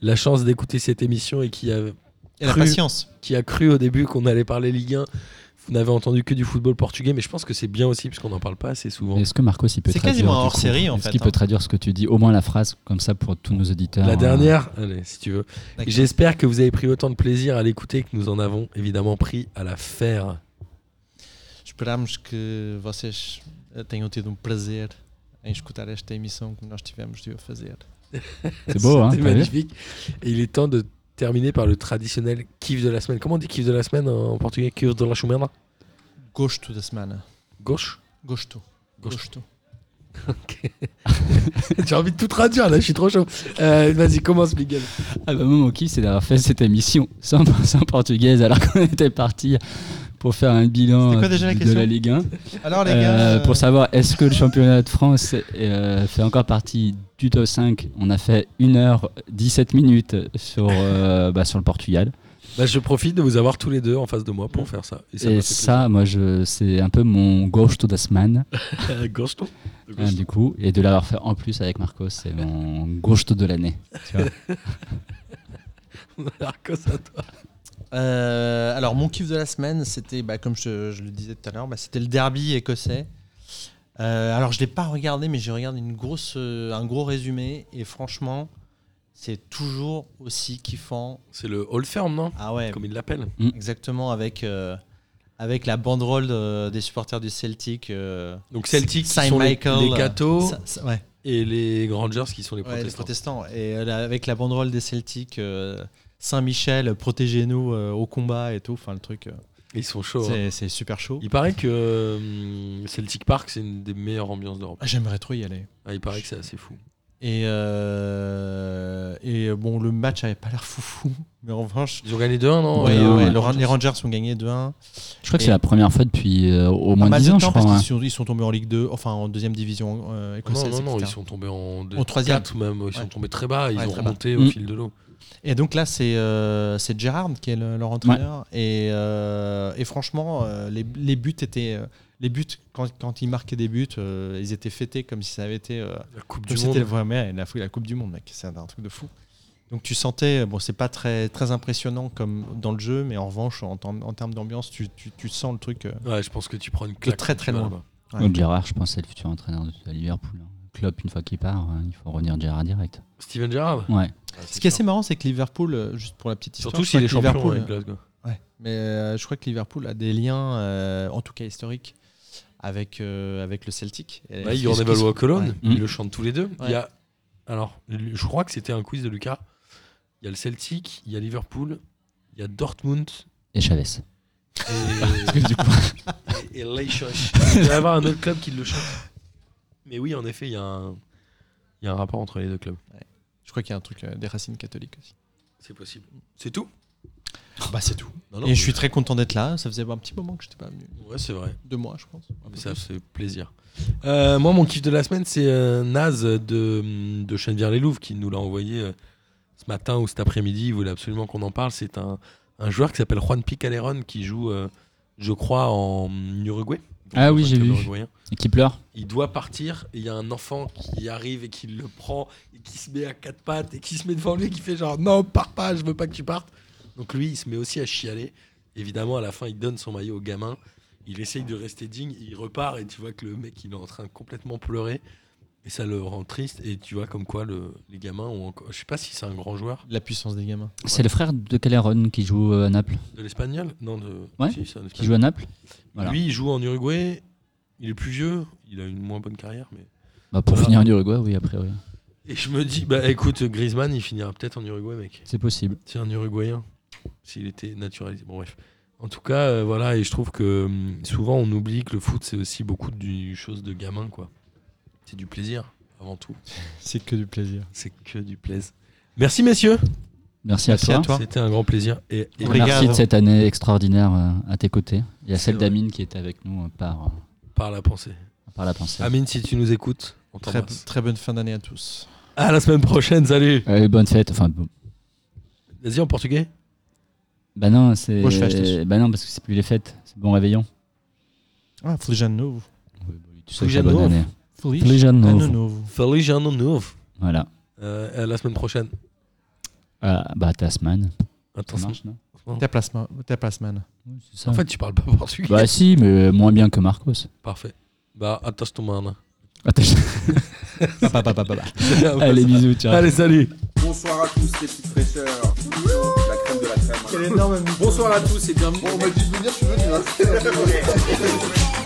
F: la chance d'écouter cette émission et qui a,
B: et la
F: Cru.
B: patience.
F: qui a cru au début qu'on allait parler Ligue 1, vous n'avez entendu que du football portugais, mais je pense que c'est bien aussi parce qu'on n'en parle pas assez souvent.
E: Est-ce que Marcos il peut
B: C'est
E: traduire
B: quasiment un
E: du coup
B: hors-série, en
E: Est-ce
B: fait,
E: qu'il
B: hein.
E: peut traduire ce que tu dis, au moins la phrase, comme ça pour tous nos auditeurs
F: La
E: euh,
F: dernière, allez, si tu veux.
B: D'accord.
F: J'espère que vous avez pris autant de plaisir à l'écouter que nous en avons évidemment pris à la faire.
B: Esperamos que vocês eh, tenham tido um prazer em escutar esta emissão que nós tivemos de a fazer.
E: C'est beau, hein
F: C'était
E: t'as vu
F: magnifique. Et il est temps de terminer par le traditionnel kiff de la semaine. Comment on dit kiff de la semaine en portugais Kiff de la semaine
B: Gosto da semana.
F: Gauche
B: Gosto. Gosto.
F: J'ai envie de tout traduire là, je suis trop chaud. Euh, Vas-y, commence, Miguel.
E: Ah bah moi, mon kiff, c'est d'avoir fait cette émission 100% portugaise alors qu'on était parti pour faire un bilan
B: C'était quoi déjà la
E: euh, de
B: question
E: la Ligue 1.
B: Alors les
E: Euh,
B: gars, euh,
E: pour savoir est-ce que le championnat de France euh, fait encore partie du top 5, on a fait 1h17 minutes sur, euh, bah, sur le Portugal.
F: Bah, je profite de vous avoir tous les deux en face de moi pour faire ça. ça
E: Et
F: m'a fait
E: ça, moi, je, c'est un peu mon gosto da semana,
F: plaisir. Euh, Gosto.
E: hein, du coup. Et de l'avoir fait en plus avec Marcos, c'est mon gosto de l'année.
F: Marcos, à toi.
B: euh, alors mon kiff de la semaine, c'était, bah, comme je, je le disais tout à l'heure, bah, c'était le derby écossais. Euh, alors je l'ai pas regardé, mais j'ai regardé une grosse, euh, un gros résumé et franchement, c'est toujours aussi kiffant.
F: C'est le All Firm, non
B: Ah ouais,
F: Comme il l'appelle.
B: exactement avec euh, avec la banderole de- des supporters du Celtic. euh,
F: Donc Celtic, qui
B: Saint
F: sont les,
B: Michael,
F: les
E: euh,
F: cathos
B: ça- ça- ouais.
F: et les Rangers qui sont les
B: Ouais, les
F: protestants.
B: protestants. Et euh, la- avec la banderole des Celtiques, euh, Saint-Michel, protégez-nous euh, au combat et tout. Enfin, le truc, euh,
F: Ils sont chauds. hein.
B: c'est- c'est super chaud.
F: Il paraît que euh, Celtic Park, c'est une des meilleures ambiances d'Europe.
B: Ah, J'aimerais trop y aller.
F: Ah, il paraît que c'est assez fou.
B: Et, euh, et euh, bon, le match avait pas l'air foufou, mais en revanche,
F: Ils ont gagné 2-1, Oh, non
B: ouais,
E: non,
B: ouais,
E: ouais.
B: le Ran- les Rangers ont gagné 2-1.
E: Je crois que
B: Et-
E: c'est la première fois depuis euh, au
B: Pas
E: moins
B: mal
E: 10
B: de
E: ans,
B: temps
E: je
B: parce
E: crois.
B: qu'ils
E: hein.
B: sont, ils sont tombés en Ligue 2, enfin en deuxième division euh, écossaise.
F: Oh, Non, non, non,
B: etc.
F: ils sont tombés en deux,
B: Au troisième.
F: quatre même. Ils sont
B: Ouais.
F: tombés très bas. Ils
B: Ouais,
F: ont
B: très bas.
F: remonté au
E: Mm.
F: fil de l'eau.
B: Et donc là, c'est euh, c'est Gerrard qui est le- leur entraîneur. Et, euh, et franchement, euh, les, les buts étaient. euh, les buts, quand, quand ils marquaient des buts, euh, ils étaient fêtés comme si ça avait été. euh,
F: La Coupe
B: comme
F: du
B: si c'était
F: Monde.
B: vraiment la, la Coupe du Monde, mec. C'est un, un truc de fou. Donc tu sentais, bon, c'est pas très, très impressionnant comme dans le jeu, mais en revanche, en, term- en termes d'ambiance, tu, tu- tu sens le truc. euh,
F: Ouais, je pense que tu prends une claque.
B: très, très
F: tu vois,
B: loin.
F: là-bas.
B: Ouais.
E: Donc Gérard, je pense, c'est le futur entraîneur de de Liverpool. hein. Klopp, une fois qu'il part, hein, il faut revenir Gérard direct.
F: Steven Gerrard
E: Ouais.
B: Ce qui est assez marrant, c'est que Liverpool, euh, juste pour la petite histoire,
F: Surtout
B: je crois
F: s'il est
B: que
F: champion
B: Liverpool,
F: avec Glasgow.
B: Ouais. Mais euh, je crois que Liverpool a des liens, euh, en tout cas historiques, avec, euh, avec le Celtic. Et
F: Ouais,
B: est-ce
F: You're
B: qu'ils-
F: Never Walk Alone,
B: Ouais.
F: ils
E: Mm.
F: le chantent tous les deux. Il y
B: Ouais.
F: a... Alors, lui- je crois que c'était un quiz de Lucas. Il y a le Celtic, il y a Liverpool, il y a Dortmund
E: Et Chavez.
F: et,
E: Du coup,
F: et Leicester. Il doit y avoir un autre club qui le chante. Mais oui, en effet, il y a un, il y a un rapport entre les deux clubs.
B: Je crois qu'il y a un truc, euh, des racines catholiques aussi.
F: C'est possible. C'est tout
B: Bah, c'est tout.
F: Non, non,
B: Et je
F: mais-
B: suis très content d'être là. Ça faisait un petit moment que je n'étais pas venu.
F: Ouais, c'est vrai.
B: Deux mois, je pense. Un peu
F: Ça
B: plus.
F: fait plaisir. Ah, bah, Euh, moi, mon kiff de la semaine, c'est euh, Naz de, de Chenevière-les-Louves qui nous l'a envoyé euh, ce matin ou cet après-midi. Il voulait absolument qu'on en parle. C'est un, un joueur qui s'appelle Juan Picaleron qui joue, euh, je crois, en Uruguay.
E: Ah
F: Dans
E: oui,
F: un
E: j'ai
F: club
E: vu.
F: uruguayen.
E: et qui pleure
F: Il doit partir et il y a un enfant qui arrive et qui le prend et qui se met à quatre pattes et qui se met devant lui et qui fait genre non, pars pas, je veux pas que tu partes. Donc lui, il se met aussi à chialer. Évidemment, à la fin, il donne son maillot au gamin. Il essaye de rester digne, il repart et tu vois que le mec, il est en train de complètement pleurer. Et ça le rend triste. Et tu vois comme quoi le- les gamins ont encore. Je sais pas si c'est un grand joueur
B: La puissance des gamins.
E: C'est le frère de Caleron qui joue euh, à Naples.
F: de l'espagnol. Non, de.
E: Ouais,
F: si, c'est un
E: Qui
F: Espagnol.
E: joue à Naples voilà.
F: Lui, il joue en Uruguay. Il est plus vieux. Il a une moins bonne carrière, mais.
E: Bah, Pour
F: Voilà.
E: finir en Uruguay, oui, a priori.
F: Et je me dis, bah écoute, Griezmann, il finira peut-être en Uruguay, mec.
E: C'est possible.
F: C'est un Uruguayen, s'il était naturalisé. Bon, bref. En tout cas, euh, voilà, et je trouve que hum, souvent on oublie que le foot, c'est aussi beaucoup de choses de gamin, quoi. C'est du plaisir, avant tout.
B: C'est que du plaisir.
F: C'est que du plaisir. Merci, messieurs.
E: Merci,
B: Merci
E: à toi.
B: à toi.
F: C'était un grand plaisir. Et, et
B: Obrigado.
E: Merci de cette année extraordinaire euh, à tes côtés. Il y a
F: C'est
E: celle
F: vrai.
E: d'Amine qui était avec nous euh, par, euh,
F: par la pensée.
E: par la pensée.
F: Amine, si tu nous écoutes, on
B: Très,
F: t'embrasse.
B: très bonne fin d'année à tous.
F: À la semaine prochaine, salut.
E: Euh, bonne fête. Enfin, bon.
F: Vas-y, en portugais.
E: Bah non, c'est.
B: Moi, je fais acheter.
E: Bah non, parce que c'est plus les fêtes. C'est bon réveillon.
B: Ah, Feliz Ano Novo.
E: Tu
F: sais que Feliz Ano
E: bonne
F: Novo.
E: année. Feliz Ano Novo.
B: Ano Novo.
F: Feliz ano novo.
E: Voilà.
F: Euh, à la semaine prochaine.
E: Ah, bah, Tasman. Ça
F: Attention.
E: marche, non
B: Até a próxima- até a próxima. Ana.
F: En fait, tu parles pas portugais.
E: Bah si, mais moins bien que Marcos.
F: Parfait. Bah, attention, man.
B: Pa, pa, pa, pa, pa, pa.
E: Allez, bisous, ciao.
F: Allez, salut.
G: Bonsoir à tous les petites fraîcheurs. La crème de la crème.
H: Quel énorme
G: Bonsoir à tous et bienvenue.
H: On m'a dit de venir, je suis venu. hein.